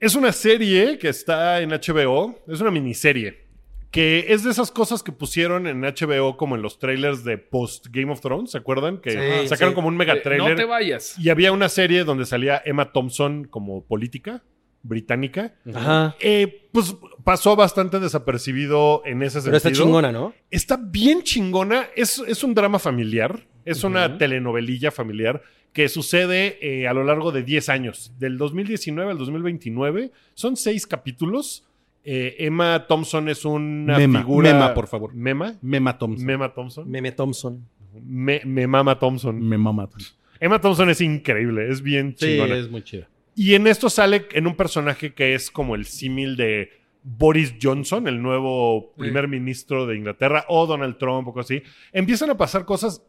Speaker 2: Es una serie que está en HBO, es una miniserie, que es de esas cosas que pusieron en HBO como en los trailers de post Game of Thrones, ¿se acuerdan? Que
Speaker 4: Sí,
Speaker 2: sacaron
Speaker 4: sí.
Speaker 2: como un
Speaker 3: Eh,
Speaker 2: mega
Speaker 3: No
Speaker 2: trailer.
Speaker 3: te vayas.
Speaker 2: y había una serie donde salía Emma Thompson como política británica.
Speaker 4: Ajá.
Speaker 2: Eh, pues pasó bastante desapercibido en ese sentido.
Speaker 4: Pero está chingona, ¿no?
Speaker 2: Está bien chingona. Es, es un drama familiar. Es una telenovelilla familiar que sucede eh, a lo largo de 10 años. Del 2019 al 2029. Son seis capítulos. Eh, Emma Thompson es una
Speaker 5: Mema,
Speaker 2: figura...
Speaker 5: Mema, por favor.
Speaker 2: Mema.
Speaker 5: Mema Thompson.
Speaker 2: Mema Thompson.
Speaker 4: Meme Thompson.
Speaker 2: Me, me mama Thompson.
Speaker 5: Mema Thompson.
Speaker 2: Emma Thompson es increíble. Es bien chingona.
Speaker 5: muy chido.
Speaker 2: Y en esto sale en un personaje que es como el símil de Boris Johnson, el nuevo
Speaker 3: Sí.
Speaker 2: primer ministro de Inglaterra, o Donald Trump, o cosas así. Empiezan a pasar cosas.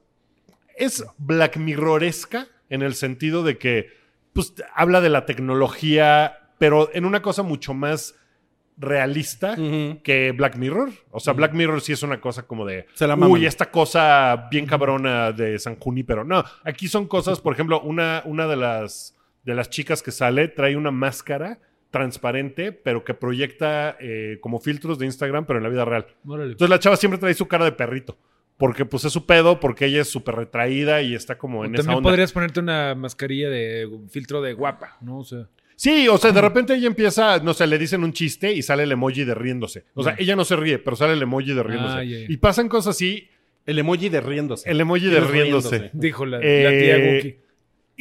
Speaker 2: Es Black Mirroresca en el sentido de que pues, habla de la tecnología, pero en una cosa mucho más realista que Black Mirror. O sea, Black Mirror sí es una cosa como de.
Speaker 5: Se la maman.
Speaker 2: uy, esta cosa bien cabrona de San Junípero. No, aquí son cosas, por ejemplo, una, una de, las, de las chicas que sale trae una máscara transparente, pero que proyecta eh, como filtros de Instagram, pero en la vida real.
Speaker 3: Órale.
Speaker 2: Entonces la chava siempre trae su cara de perrito. Porque pues es su pedo, porque ella es súper retraída y está
Speaker 5: Pues
Speaker 2: como en esa
Speaker 3: También
Speaker 2: onda.
Speaker 3: podrías ponerte una mascarilla de un filtro de guapa, ¿no? O sea,
Speaker 2: Sí, o sea, de repente ella empieza, no sé, le dicen un chiste y sale el emoji de riéndose. O sea, ella no se ríe, pero sale el emoji de riéndose.
Speaker 3: ya, ya.
Speaker 2: Y pasan cosas así,
Speaker 5: El emoji de riéndose.
Speaker 2: el emoji de riéndose.
Speaker 3: dijo la, la
Speaker 2: Eh,
Speaker 3: tía Guki.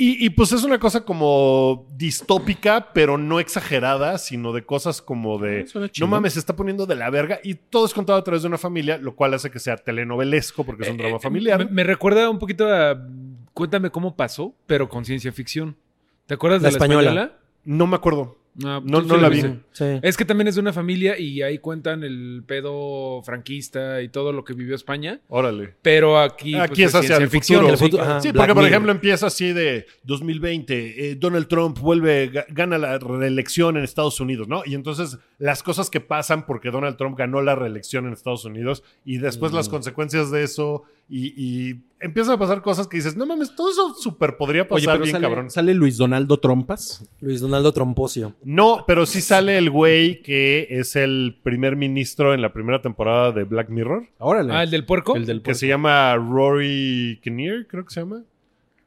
Speaker 2: Y, y, pues es una cosa como distópica, pero no exagerada, sino de cosas como de
Speaker 5: Ah, suena
Speaker 2: no
Speaker 5: chingón.
Speaker 2: mames, se está poniendo de la verga. Y todo es contado a través de una familia, lo cual hace que sea telenovelesco porque es pues un drama familiar.
Speaker 3: Eh, Me, me recuerda un poquito a Cuéntame cómo pasó, pero con ciencia ficción. ¿Te acuerdas
Speaker 4: La
Speaker 3: de la
Speaker 4: española.
Speaker 3: española?
Speaker 2: no me acuerdo.
Speaker 3: No,
Speaker 2: No-
Speaker 3: tú sí
Speaker 2: no la vi.
Speaker 3: viste.
Speaker 4: Sí.
Speaker 3: Es que también es de una familia y ahí cuentan el pedo franquista y todo lo que vivió España.
Speaker 2: Órale.
Speaker 3: Pero aquí,
Speaker 2: Aquí
Speaker 3: pues,
Speaker 2: es hacia el futuro.
Speaker 4: El
Speaker 3: sí.
Speaker 4: futuro, ajá.
Speaker 2: Sí,
Speaker 4: Black
Speaker 2: porque por
Speaker 4: Mirror.
Speaker 2: ejemplo empieza así de 2020, eh, Donald Trump vuelve, ga- gana la reelección en Estados Unidos, ¿no? Y entonces las cosas que pasan porque Donald Trump ganó la reelección en Estados Unidos y después las consecuencias de eso y, y empiezan a pasar cosas que dices, no mames, todo eso súper podría pasar bien
Speaker 5: sale,
Speaker 2: cabrón.
Speaker 5: sale Luis Donaldo Trompas.
Speaker 4: Luis Donaldo Tromposio.
Speaker 2: No, pero sí sale el güey que es el primer ministro en la primera temporada de Black Mirror.
Speaker 5: Órale.
Speaker 3: Ah, el del puerco.
Speaker 5: El del
Speaker 2: que
Speaker 5: puerco.
Speaker 2: se llama Rory Kinnear, creo que se llama.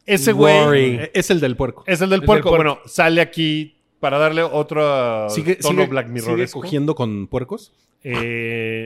Speaker 2: Ese güey
Speaker 4: Rory.
Speaker 5: Eh, Es el del puerco.
Speaker 2: es el del
Speaker 3: El
Speaker 2: puerco.
Speaker 3: del puerco.
Speaker 2: Bueno, sale aquí para darle otro
Speaker 5: Sigue,
Speaker 2: tono
Speaker 5: sigue-
Speaker 2: Black Mirror. Eh,
Speaker 5: sigue cogiendo con puercos.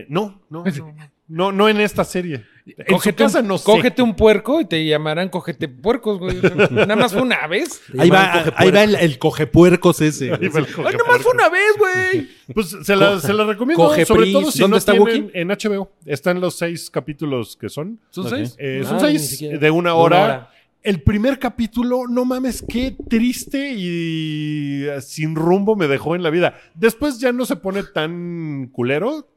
Speaker 2: no, no, no, no. no, no en esta serie. En su
Speaker 3: Cógete,
Speaker 2: casa
Speaker 3: un,
Speaker 2: no sé.
Speaker 3: cógete un puerco y te llamarán cógete puercos, güey. Nada más fue una vez.
Speaker 4: Te
Speaker 5: Ahí
Speaker 4: llaman
Speaker 5: va,
Speaker 4: coge
Speaker 5: ahí
Speaker 4: puerco.
Speaker 5: va el, el cogepuercos ese.
Speaker 2: Ahí va el
Speaker 3: Ay, Ah, nada más
Speaker 2: cogepuerco.
Speaker 3: fue una vez, güey.
Speaker 2: Pues se la, se la recomiendo,
Speaker 4: Coge
Speaker 2: sobre
Speaker 4: Pris.
Speaker 2: todo si
Speaker 4: ¿Dónde
Speaker 2: no
Speaker 4: está
Speaker 2: tienen en HBO. Están los seis capítulos que son.
Speaker 3: ¿Son
Speaker 5: Ok.
Speaker 3: seis?
Speaker 2: Eh,
Speaker 4: Ah,
Speaker 2: son
Speaker 4: ni
Speaker 2: seis
Speaker 4: siquiera.
Speaker 2: de una
Speaker 4: De una
Speaker 2: hora.
Speaker 4: hora.
Speaker 2: El primer capítulo, no mames, qué triste y eh, sin rumbo me dejó en la vida. Después ya no se pone tan culero,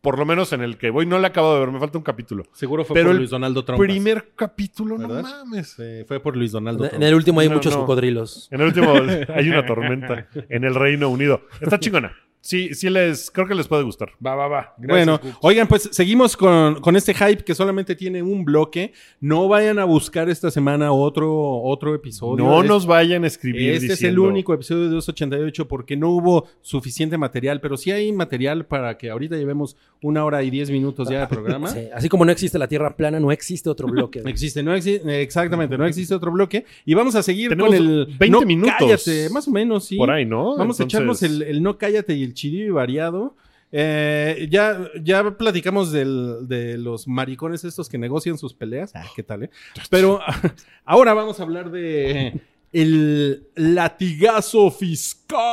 Speaker 2: por lo menos en el que voy. No le acabo de ver, me falta un capítulo.
Speaker 5: Seguro fue
Speaker 2: Pero
Speaker 5: por
Speaker 2: el
Speaker 5: Luis Donaldo Trompas.
Speaker 2: Primer capítulo,
Speaker 5: ¿Verdad?
Speaker 2: no mames.
Speaker 5: Sí, fue por Luis Donaldo
Speaker 4: En
Speaker 5: Trompas.
Speaker 4: el último hay
Speaker 2: No,
Speaker 4: muchos
Speaker 2: no.
Speaker 4: cocodrilos.
Speaker 2: En el último hay una tormenta en el Reino Unido. Está chingona. Sí, sí les, creo que les puede gustar.
Speaker 3: Va, va, va. Gracias,
Speaker 5: Bueno,
Speaker 3: Cooks.
Speaker 5: oigan, pues seguimos con, con este hype que solamente tiene un bloque. No vayan a buscar esta semana otro, otro episodio.
Speaker 2: No
Speaker 5: Es-
Speaker 2: nos vayan a escribir.
Speaker 5: Este es el
Speaker 2: diciendo-
Speaker 5: único episodio de 288 porque no hubo suficiente material, pero sí hay material para que ahorita llevemos una hora y diez minutos ya de programa.
Speaker 4: Sí, Así como no existe la Tierra plana, no existe otro bloque.
Speaker 5: No Existe, no existe, exactamente, no existe otro bloque. Y vamos a seguir
Speaker 2: Tenemos
Speaker 5: con el
Speaker 2: 20
Speaker 5: no
Speaker 2: minutos.
Speaker 5: cállate, más o menos, sí.
Speaker 2: Por ahí, ¿no?
Speaker 5: Vamos a echarnos
Speaker 2: Entonces-
Speaker 5: el, el no cállate y el chidillo y variado. Eh, ya, ya platicamos del- de los maricones estos que negocian sus peleas. Ah, qué tal, eh. Pero ahora vamos a hablar de el latigazo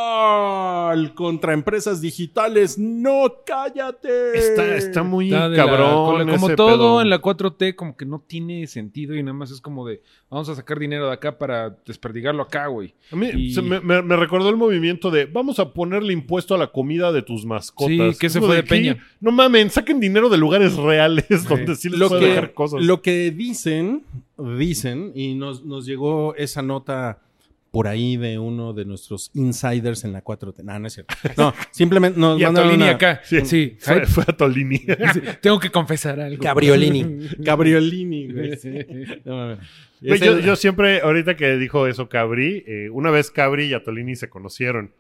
Speaker 5: fiscal contra empresas digitales. ¡No cállate!
Speaker 2: Está, está muy
Speaker 3: Está de la-
Speaker 2: cabrón.
Speaker 3: con la- como
Speaker 2: ese
Speaker 3: todo
Speaker 2: pedo.
Speaker 3: en la 4T, como que no tiene sentido y nada más es como de vamos a sacar dinero de acá para desperdigarlo acá, güey.
Speaker 2: A mí
Speaker 3: y-
Speaker 2: se me, me- me recordó el movimiento de vamos a ponerle impuesto a la comida de tus mascotas.
Speaker 3: Sí, que se
Speaker 2: Como
Speaker 3: fue de
Speaker 2: ¿qué?
Speaker 3: Peña.
Speaker 2: No mamen, saquen dinero de lugares reales donde sí les
Speaker 5: lo
Speaker 2: pueden
Speaker 5: que,
Speaker 2: dejar cosas.
Speaker 5: lo que dicen, dicen, y nos, nos llegó esa nota por ahí de uno de nuestros insiders en la 4T. No, no es cierto. No, simplemente nos
Speaker 3: Y a
Speaker 5: mandaron
Speaker 3: Tolini
Speaker 5: una-
Speaker 3: acá.
Speaker 2: Sí.
Speaker 3: Sí.
Speaker 2: fue, fue a Tolini.
Speaker 3: Tengo que confesar algo.
Speaker 4: Cabriolini.
Speaker 5: Gabriolini, güey. No, mames.
Speaker 2: Güey,
Speaker 5: Es
Speaker 2: yo,
Speaker 5: el-
Speaker 2: yo siempre, ahorita que dijo eso Cabri, eh, una vez Cabri y a Tolini se conocieron.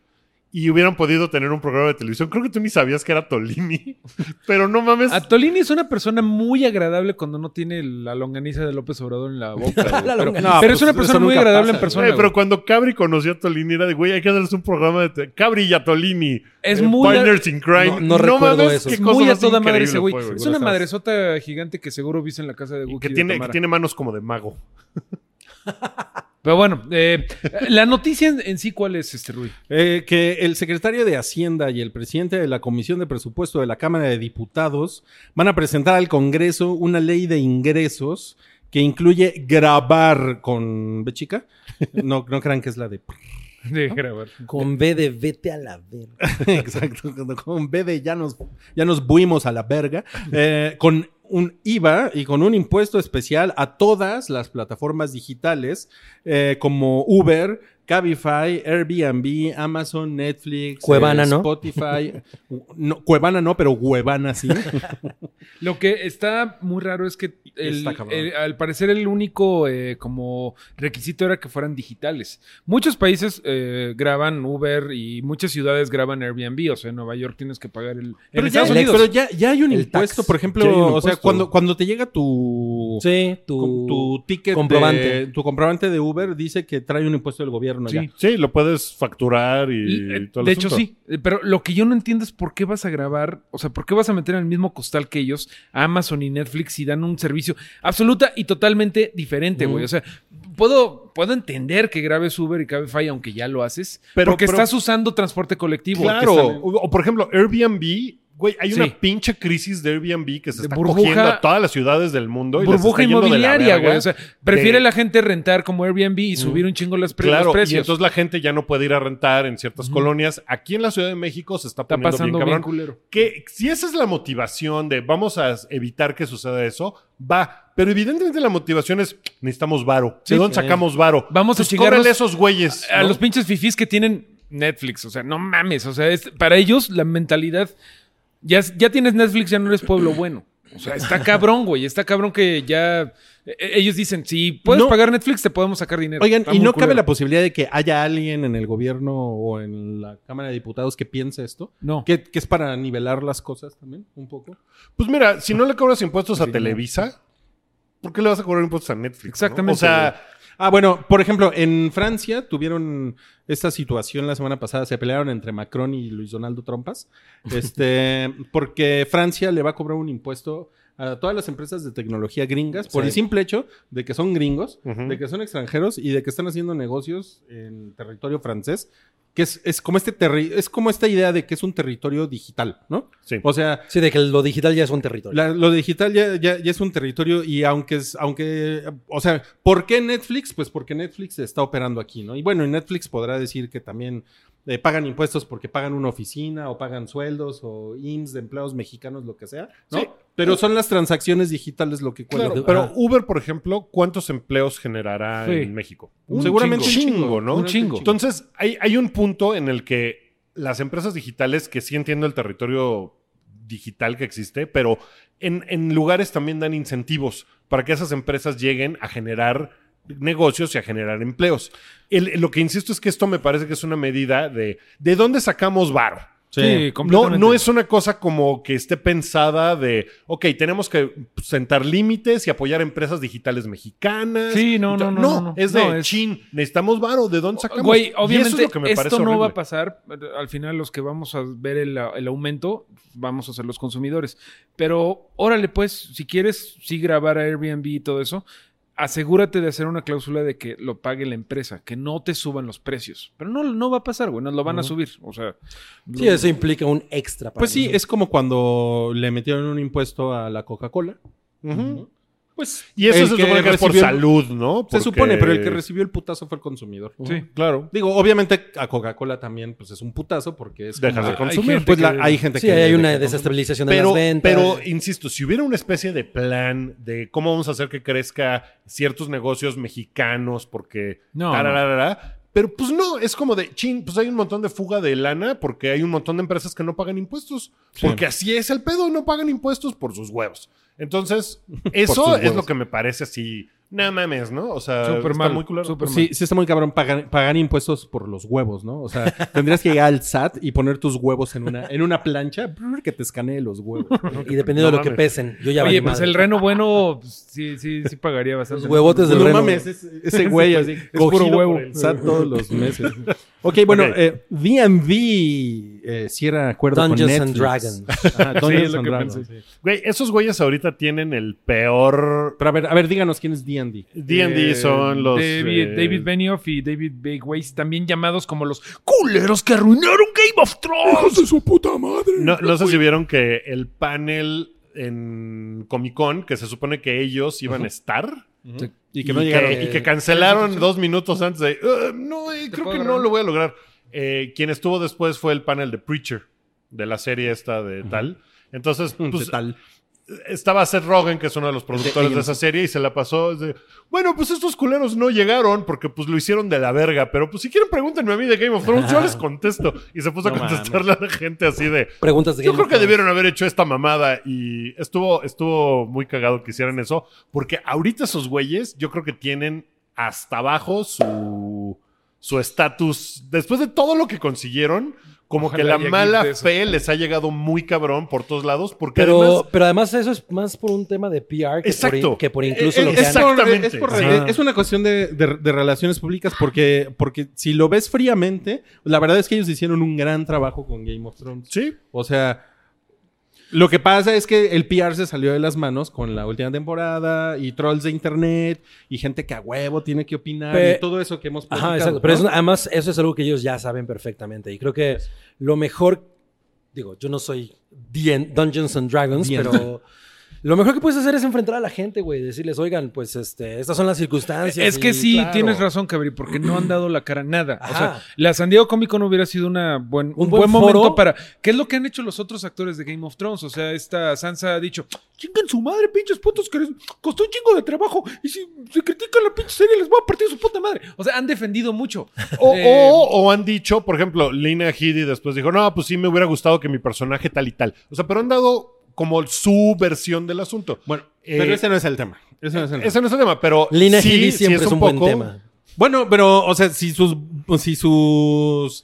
Speaker 2: Y hubieran podido tener un programa de televisión. Creo que tú ni sabías que era Tolini. Pero no mames.
Speaker 3: A Tolini es una persona muy agradable cuando no tiene la longaniza de López Obrador en la boca. güey.
Speaker 4: La
Speaker 3: pero
Speaker 4: longaniza.
Speaker 3: pero
Speaker 5: No, pues,
Speaker 3: es una
Speaker 5: eso
Speaker 3: persona muy
Speaker 5: nunca
Speaker 3: agradable
Speaker 5: pasa,
Speaker 3: en persona.
Speaker 2: Eh,
Speaker 3: güey.
Speaker 2: pero cuando Cabri conoció a Tolini era de, güey, hay que hacerles un programa de te- Cabri y a Tolini.
Speaker 3: Es
Speaker 2: Eh,
Speaker 3: muy-
Speaker 2: Partners in Crime.
Speaker 4: No- no recuerdo
Speaker 2: mames,
Speaker 4: eso.
Speaker 2: qué
Speaker 3: es muy
Speaker 2: cosa
Speaker 3: a
Speaker 2: más
Speaker 3: toda madre
Speaker 2: increíble
Speaker 3: ese güey.
Speaker 2: fue,
Speaker 3: Es una
Speaker 5: Buenas tardes.
Speaker 3: madresota gigante que seguro viste en la casa de
Speaker 2: Y
Speaker 3: Wookiee.
Speaker 2: Que
Speaker 3: de
Speaker 2: tiene, que
Speaker 3: Tamara.
Speaker 2: tiene manos como de mago.
Speaker 3: Pero bueno, eh, la noticia en, en sí, ¿cuál es este, Rui?
Speaker 5: Eh, que el secretario de Hacienda y el presidente de la Comisión de Presupuesto de la Cámara de Diputados van a presentar al Congreso una ley de ingresos que incluye grabar con... ¿Ve chica? No, no crean que es la de...
Speaker 3: De grabar.
Speaker 4: Con B de vete a la verga.
Speaker 5: Exacto, cuando con B de ya nos, ya nos buimos a la verga, eh, con un IVA y con un impuesto especial a todas las plataformas digitales eh, como Uber, Cabify, Airbnb, Amazon, Netflix, eh,
Speaker 4: Cuevana, ¿no?
Speaker 5: Spotify. no, Cuevana no, pero Huevana sí.
Speaker 3: Lo que está muy raro es que el-
Speaker 5: Está cabrón.
Speaker 3: el- al parecer el único eh, como requisito era que fueran digitales. Muchos países eh, graban Uber y muchas ciudades graban Airbnb. O sea, en Nueva York tienes que pagar el...
Speaker 5: pero
Speaker 3: en
Speaker 5: ya,
Speaker 3: Estados
Speaker 5: pero
Speaker 3: Unidos.
Speaker 5: ya, ya hay un
Speaker 4: El
Speaker 5: impuesto,
Speaker 4: tax.
Speaker 5: por ejemplo,
Speaker 2: Ya hay un
Speaker 5: o sea,
Speaker 2: impuesto.
Speaker 5: cuando, cuando te llega tu...
Speaker 4: Sí,
Speaker 5: con-
Speaker 4: tu...
Speaker 5: Tu ticket,
Speaker 4: comprobante.
Speaker 5: de- tu comprobante de Uber dice que trae un impuesto del invierno
Speaker 3: Sí.
Speaker 5: allá.
Speaker 2: Sí, lo puedes facturar y,
Speaker 3: Y, eh,
Speaker 2: todo el
Speaker 3: de hecho,
Speaker 2: asunto.
Speaker 3: sí. Eh, Pero lo que yo no entiendo es por qué vas a grabar, o sea, por qué vas a meter en el mismo costal que ellos, Amazon y Netflix, y dan un servicio absoluta y totalmente diferente, güey. O sea, puedo, puedo entender que grabes Uber y Cabify, aunque ya lo haces,
Speaker 2: Pero-
Speaker 3: porque
Speaker 2: pero-
Speaker 3: estás usando transporte colectivo.
Speaker 2: Claro.
Speaker 3: porque están-
Speaker 2: O, o, por ejemplo, Airbnb. Güey, hay
Speaker 3: Sí.
Speaker 2: una pinche crisis de Airbnb que se
Speaker 3: De
Speaker 2: está
Speaker 3: burbuja-
Speaker 2: cogiendo a todas las ciudades del mundo. Y les
Speaker 3: burbuja
Speaker 2: está yendo de la
Speaker 3: inmobiliaria,
Speaker 2: verga.
Speaker 3: güey. O sea, prefiere
Speaker 2: De-
Speaker 3: la gente rentar como Airbnb y subir un chingo los, pre- los
Speaker 2: Claro, y
Speaker 3: precios.
Speaker 2: entonces la gente ya no puede ir a rentar en ciertas colonias. Aquí en la Ciudad de México se está,
Speaker 3: Está
Speaker 2: poniendo
Speaker 3: pasando
Speaker 2: bien
Speaker 3: bien,
Speaker 2: cabrón.
Speaker 3: culero.
Speaker 2: que si esa es la motivación de vamos a evitar que suceda eso, va. Pero evidentemente la motivación es necesitamos varo.
Speaker 3: Sí. eh,
Speaker 2: ¿De dónde sacamos varo?
Speaker 3: Vamos a
Speaker 2: pues
Speaker 3: chingarnos
Speaker 2: cóbrale a esos güeyes.
Speaker 3: A
Speaker 2: ¿no?
Speaker 3: los pinches fifís que tienen Netflix, o sea, no mames, o sea, es- para ellos la mentalidad, ya, es- ya tienes Netflix, ya no eres pueblo bueno. O sea, está cabrón, güey, está cabrón que ya... e- ellos dicen, si puedes
Speaker 5: No.
Speaker 3: pagar Netflix, te podemos sacar dinero.
Speaker 5: Oigan,
Speaker 3: Está
Speaker 5: y
Speaker 3: muy
Speaker 5: no cabe
Speaker 3: culero.
Speaker 5: la posibilidad de que haya alguien en el gobierno o en la Cámara de Diputados que piense esto.
Speaker 3: No.
Speaker 5: Que, que es para nivelar las cosas también, un poco.
Speaker 2: Pues mira, si no le cobras impuestos a
Speaker 5: Sí, no.
Speaker 2: Televisa, ¿por qué le vas a cobrar impuestos a Netflix? no?
Speaker 3: Exactamente,
Speaker 2: O sea,
Speaker 5: Ah, bueno, por ejemplo, en Francia tuvieron esta situación la semana pasada. Se pelearon entre Macron y Luis Donaldo Trompas. Este, porque Francia le va a cobrar un impuesto a todas las empresas de tecnología gringas por
Speaker 4: Sí.
Speaker 5: el simple hecho de que son gringos,
Speaker 2: Ujú.
Speaker 5: de que son extranjeros y de que están haciendo negocios en territorio francés. Que es, es como este terri- es como esta idea de que es un territorio digital, ¿no?
Speaker 2: Sí.
Speaker 5: O sea,
Speaker 4: Sí, de que lo digital ya es un territorio.
Speaker 5: la- lo digital ya, ya- ya es un territorio y aunque es, aunque, o sea, ¿por qué Netflix? Pues porque Netflix está operando aquí, ¿no? Y bueno, y Netflix podrá decir que también eh, pagan impuestos porque pagan una oficina o pagan sueldos o IMSS de empleados mexicanos, lo que sea, ¿no?
Speaker 2: Sí.
Speaker 5: Pero son las transacciones digitales lo que cuentan.
Speaker 2: claro,
Speaker 4: Ajá.
Speaker 2: pero Uber, por ejemplo, ¿cuántos empleos generará
Speaker 3: Sí.
Speaker 2: en México?
Speaker 3: Un
Speaker 5: Seguramente
Speaker 2: chingo.
Speaker 5: un chingo,
Speaker 2: Un chingo,
Speaker 3: Un chingo.
Speaker 2: Entonces, hay, hay un punto en el que las empresas digitales, que sí entiendo el territorio digital que existe, pero en, en lugares también dan incentivos para que esas empresas lleguen a generar negocios y a generar empleos. El- lo que insisto es que esto me parece que es una medida de de dónde sacamos varo.
Speaker 3: Sí,
Speaker 2: No,
Speaker 3: completamente.
Speaker 2: no es una cosa como que esté pensada de, ok, tenemos que sentar límites y apoyar empresas digitales mexicanas.
Speaker 3: Sí, no,
Speaker 2: Y to-
Speaker 3: no, no, no, no.
Speaker 2: Es de
Speaker 3: No, es-
Speaker 2: chin, necesitamos varo, ¿de dónde sacamos?
Speaker 3: Güey,
Speaker 2: Y eso
Speaker 3: obviamente
Speaker 2: es lo que me parece
Speaker 3: esto no va
Speaker 2: horrible.
Speaker 3: a pasar. Al final los que vamos a ver el, el aumento vamos a ser los consumidores. Pero órale pues, si quieres sí grabar a Airbnb y todo eso, asegúrate de hacer una cláusula de que lo pague la empresa, que no te suban los precios. Pero no, no va a pasar, güey, nos lo van a subir. O sea,
Speaker 4: Sí, eso implica un extra. para
Speaker 5: Pues sí,
Speaker 4: nosotros.
Speaker 5: es como cuando le metieron un impuesto a la Coca-Cola.
Speaker 2: Ujú.
Speaker 5: Pues
Speaker 2: Y eso
Speaker 5: el
Speaker 2: se supone que es por
Speaker 5: recibió-
Speaker 2: salud, ¿no?
Speaker 5: Se
Speaker 2: Porque-
Speaker 5: supone, pero el que recibió el putazo fue el consumidor.
Speaker 3: sí.
Speaker 2: Claro.
Speaker 5: Digo, obviamente a Coca-Cola también pues es un putazo porque es
Speaker 2: Dejas
Speaker 5: como-
Speaker 2: de consumir.
Speaker 5: Pues la-
Speaker 3: que-
Speaker 5: hay gente
Speaker 4: Sí,
Speaker 5: que
Speaker 4: hay
Speaker 5: deja
Speaker 4: una
Speaker 5: de consumir.
Speaker 4: desestabilización de
Speaker 2: Pero,
Speaker 4: las ventas.
Speaker 2: pero, insisto, si hubiera una especie de plan de cómo vamos a hacer que crezca ciertos negocios mexicanos, porque...
Speaker 3: No,
Speaker 2: tarararara, Pero pues no, es como de, chin, pues hay un montón de fuga de lana porque hay un montón de empresas que no pagan impuestos.
Speaker 5: Sí.
Speaker 2: Porque así es el pedo, no pagan impuestos por sus huevos. Entonces, eso
Speaker 5: sus
Speaker 2: es
Speaker 5: huevos.
Speaker 2: lo que me parece así, nada mames, ¿no? O sea,
Speaker 3: Súper
Speaker 2: está
Speaker 3: mal,
Speaker 2: muy culero.
Speaker 3: súper mal.
Speaker 5: Sí, sí está muy cabrón pagar, pagar impuestos por los huevos, ¿no? O sea, tendrías que ir al SAT y poner tus huevos en una, en una plancha brr, que te escanee los huevos.
Speaker 4: y
Speaker 2: No
Speaker 4: dependiendo de lo que
Speaker 2: mames.
Speaker 4: pesen. Yo ya
Speaker 3: Oye,
Speaker 4: valí
Speaker 3: pues
Speaker 4: madre.
Speaker 3: el reno bueno pues, sí, sí, sí pagaría bastante.
Speaker 4: Los huevotes del
Speaker 5: Pues,
Speaker 4: reno.
Speaker 5: no mames, es- ese güey así, es
Speaker 3: puro huevo.
Speaker 5: el SAT todos los meses. Ok, bueno,
Speaker 2: Ok.
Speaker 5: eh, D&D eh, cierra acuerdo
Speaker 4: Dungeons
Speaker 5: con
Speaker 4: and
Speaker 5: Netflix.
Speaker 4: Dragons.
Speaker 5: Ajá,
Speaker 3: Sí,
Speaker 5: Dungeons
Speaker 3: es lo
Speaker 5: and
Speaker 3: que
Speaker 5: Dragons.
Speaker 3: pensé.
Speaker 2: Güey, esos güeyes ahorita tienen el peor...
Speaker 5: Pero a ver, a ver, díganos quién es D&D.
Speaker 2: D&D
Speaker 3: Eh,
Speaker 2: son los...
Speaker 3: David,
Speaker 2: eh,
Speaker 3: David Benioff y David Big Ways, también llamados como los culeros que arruinaron Game of Thrones.
Speaker 5: su puta madre!
Speaker 2: No, no sé si vieron que el panel en Comic Con, que se supone que ellos iban a estar...
Speaker 5: Y que no llegaron.
Speaker 2: y que cancelaron dos minutos antes de. "Eh, no, eh, creo
Speaker 3: puedo
Speaker 2: que no
Speaker 3: agarrar?
Speaker 2: lo voy a lograr. Eh, quien estuvo después fue el panel de Preacher, de la serie esta de tal. Entonces, pues,
Speaker 5: tal.
Speaker 2: estaba Seth Rogen, que es uno de los productores de, esa serie, y se la pasó. de, bueno, pues estos culeros no llegaron porque pues lo hicieron de la verga, pero pues si quieren pregúntenme a mí de Game of Thrones, yo les contesto. Y se puso a
Speaker 5: No mames.
Speaker 2: contestarle a la gente así de,
Speaker 4: Preguntas de
Speaker 2: yo
Speaker 4: Game
Speaker 2: creo
Speaker 4: of
Speaker 2: que
Speaker 4: Thrones.
Speaker 2: debieron haber hecho esta mamada y estuvo, estuvo muy cagado que hicieran eso, porque ahorita esos güeyes yo creo que tienen hasta abajo su, su estatus, después de todo lo que consiguieron, como que
Speaker 3: Ojalá
Speaker 2: la
Speaker 3: haya
Speaker 2: mala
Speaker 3: gif de eso.
Speaker 2: fe les ha llegado muy cabrón por todos lados, porque
Speaker 4: Pero,
Speaker 2: además...
Speaker 4: pero además eso es más por un tema de PR que, por,
Speaker 2: Exacto.
Speaker 4: in- que por incluso
Speaker 2: Eh,
Speaker 4: lo
Speaker 2: eh,
Speaker 4: que han-
Speaker 5: Es, por-
Speaker 2: Exactamente.
Speaker 5: es por-
Speaker 4: Ajá.
Speaker 5: es una cuestión de, de- de relaciones públicas porque, porque si lo ves fríamente, la verdad es que ellos hicieron un gran trabajo con Game of Thrones.
Speaker 2: Sí,
Speaker 5: O sea, lo que pasa es que el PR se salió de las manos con la última temporada y trolls de internet y gente que a huevo tiene que opinar
Speaker 4: Pe-
Speaker 5: y todo eso que hemos
Speaker 4: Ajá,
Speaker 5: platicado,
Speaker 4: exacto. Pero
Speaker 5: ¿no?
Speaker 4: es una- además, eso es algo que ellos ya saben perfectamente. Y creo que lo mejor, digo, yo no soy Dien- Dungeons and Dragons,
Speaker 5: Dien.
Speaker 4: pero lo mejor que puedes hacer es enfrentar a la gente, güey. Decirles, oigan, pues este, estas son las circunstancias.
Speaker 3: Es que
Speaker 4: y-
Speaker 3: sí,
Speaker 4: claro.
Speaker 3: tienes razón, Cabri, porque no han dado la cara nada. O
Speaker 4: Ajá.
Speaker 3: sea, la San Diego Comic Con hubiera sido una buen, un,
Speaker 4: Un
Speaker 3: buen,
Speaker 4: buen
Speaker 3: momento
Speaker 4: foro.
Speaker 3: para. ¿Qué es lo que han hecho los otros actores de Game of Thrones? O sea, esta Sansa ha dicho: chingan su madre, pinches putos, que les costó un chingo de trabajo. Y si se critican la pinche serie, les voy a partir su puta madre. O sea, han defendido mucho.
Speaker 2: O,
Speaker 3: Eh,
Speaker 2: o- o han dicho, por ejemplo, Lina Headey después dijo, no, pues sí me hubiera gustado que mi personaje tal y tal. O sea, pero han dado como su versión del asunto.
Speaker 5: Bueno,
Speaker 2: Eh,
Speaker 5: pero ese no es el tema. Ese no es el tema.
Speaker 2: Ese no es el tema, pero
Speaker 4: Lina
Speaker 2: sí,
Speaker 4: Headey
Speaker 2: sí
Speaker 4: siempre es un, buen
Speaker 2: poco-
Speaker 4: tema.
Speaker 5: Bueno, pero, o sea, si sus. Si sus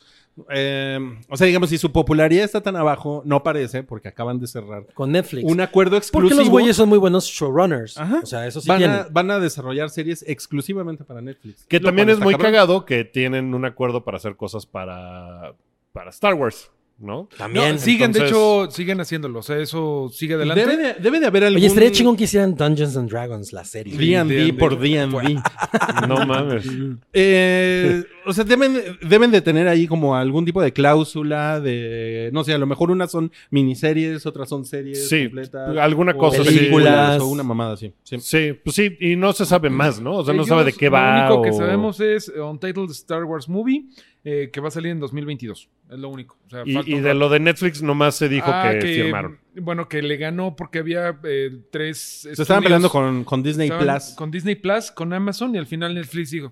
Speaker 5: eh, o sea, digamos, si su popularidad está tan abajo, no parece, porque acaban de cerrar
Speaker 4: Con Netflix.
Speaker 5: un acuerdo exclusivo.
Speaker 4: porque los güeyes son muy buenos showrunners.
Speaker 5: Ajá.
Speaker 4: O sea, eso sí
Speaker 5: van,
Speaker 4: tienen.
Speaker 5: a, van a desarrollar series exclusivamente para Netflix.
Speaker 2: Que
Speaker 5: Lo
Speaker 2: también
Speaker 5: cual
Speaker 2: es
Speaker 5: está
Speaker 2: muy
Speaker 5: cabrón.
Speaker 2: cagado que tienen un acuerdo para hacer cosas para, para Star Wars, ¿no?
Speaker 3: no,
Speaker 4: También.
Speaker 3: siguen, de
Speaker 2: entonces-
Speaker 3: hecho, siguen haciéndolo. O sea, eso sigue adelante.
Speaker 5: Debe de, debe de haber algún.
Speaker 4: Oye, estaría chingón que hicieran Dungeons and Dragons, la serie.
Speaker 5: D&D por D&D.
Speaker 2: No mames.
Speaker 5: Eh, o sea, deben, deben de tener ahí como algún tipo de cláusula de, no sé, a lo mejor unas son miniseries, otras son series
Speaker 2: Sí,
Speaker 5: completas.
Speaker 2: alguna
Speaker 5: o
Speaker 2: cosa,
Speaker 4: sí.
Speaker 5: películas, o una mamada, sí. sí.
Speaker 2: Sí, pues sí, y no se sabe más, ¿no? O sea, no
Speaker 3: Ellos-
Speaker 2: sabe de qué va.
Speaker 3: Lo único que
Speaker 2: o-
Speaker 3: sabemos es eh, Untitled Star Wars Movie, eh, que va a salir en 2022. Es lo único. O sea, falta
Speaker 2: Y, y
Speaker 3: un
Speaker 2: de
Speaker 3: rato.
Speaker 2: lo de Netflix nomás se dijo
Speaker 3: Ah,
Speaker 2: que, firmaron.
Speaker 3: Bueno, que le ganó porque había eh, tres.
Speaker 5: Se estaban peleando con, con Disney Plus.
Speaker 3: Con Disney Plus, con Amazon, y al final Netflix dijo: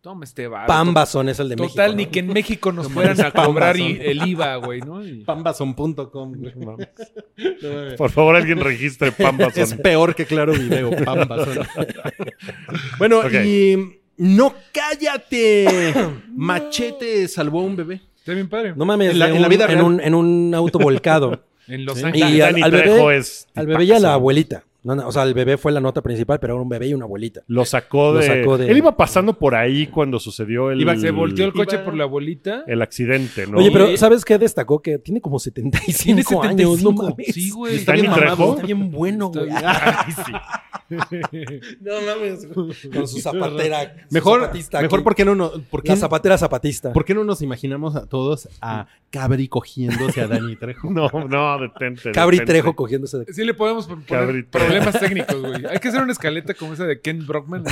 Speaker 3: Toma este bar.
Speaker 4: Pambazón es el de México.
Speaker 3: Total, ni
Speaker 4: ¿no?
Speaker 3: que en México nos fueran a
Speaker 5: Pambazón.
Speaker 3: cobrar y- el IVA, güey, ¿no? Y-
Speaker 5: Pambazon.com. güey, mames. No mames.
Speaker 2: Por favor, alguien registre Pambazón.
Speaker 5: Es peor que Claro Video, Pambazón. bueno,
Speaker 2: Ok.
Speaker 5: y... ¡No cállate! Machete salvó a un bebé.
Speaker 3: Está bien padre.
Speaker 4: No mames,
Speaker 5: En la-
Speaker 4: de
Speaker 5: en la
Speaker 4: un-
Speaker 5: vida real.
Speaker 4: un, en un auto volcado.
Speaker 3: En Los
Speaker 5: Sí.
Speaker 3: Ángeles.
Speaker 4: Y al-
Speaker 2: Dani
Speaker 4: al bebé-
Speaker 2: Trejo es
Speaker 4: Al bebé y a la abuelita. No, no, o sea, el bebé fue la nota principal, pero era un bebé y una abuelita.
Speaker 2: Lo sacó,
Speaker 4: Lo
Speaker 2: de...
Speaker 4: sacó de-
Speaker 2: Él iba pasando por ahí cuando sucedió el,
Speaker 5: Iba-
Speaker 3: Se volteó el
Speaker 5: Iba-
Speaker 3: coche por la abuelita.
Speaker 2: el accidente, ¿no?
Speaker 4: Oye, pero
Speaker 3: Y-
Speaker 4: ¿sabes qué destacó? Que tiene como 75
Speaker 3: Tiene
Speaker 4: años. No
Speaker 3: 75.
Speaker 4: mames.
Speaker 3: Sí, güey.
Speaker 2: Está bien
Speaker 5: mamado,
Speaker 2: Trejo.
Speaker 4: Está bien bueno,
Speaker 3: Está
Speaker 4: güey.
Speaker 3: bien.
Speaker 2: Ay, sí.
Speaker 5: No mames.
Speaker 4: Con su zapatera. su
Speaker 5: Mejor,
Speaker 4: zapatista
Speaker 5: mejor
Speaker 4: aquí.
Speaker 5: porque no, no, ¿por qué
Speaker 4: La zapatera zapatista.
Speaker 5: ¿Por qué no nos imaginamos a todos a Cabri cogiéndose a Dani Trejo?
Speaker 2: No, no, detente.
Speaker 4: Cabri
Speaker 2: detente.
Speaker 4: Trejo cogiéndose de...
Speaker 3: Sí le podemos poner
Speaker 2: Cabrito.
Speaker 3: problemas técnicos, güey. Hay que hacer una escaleta como esa de Ken Brockman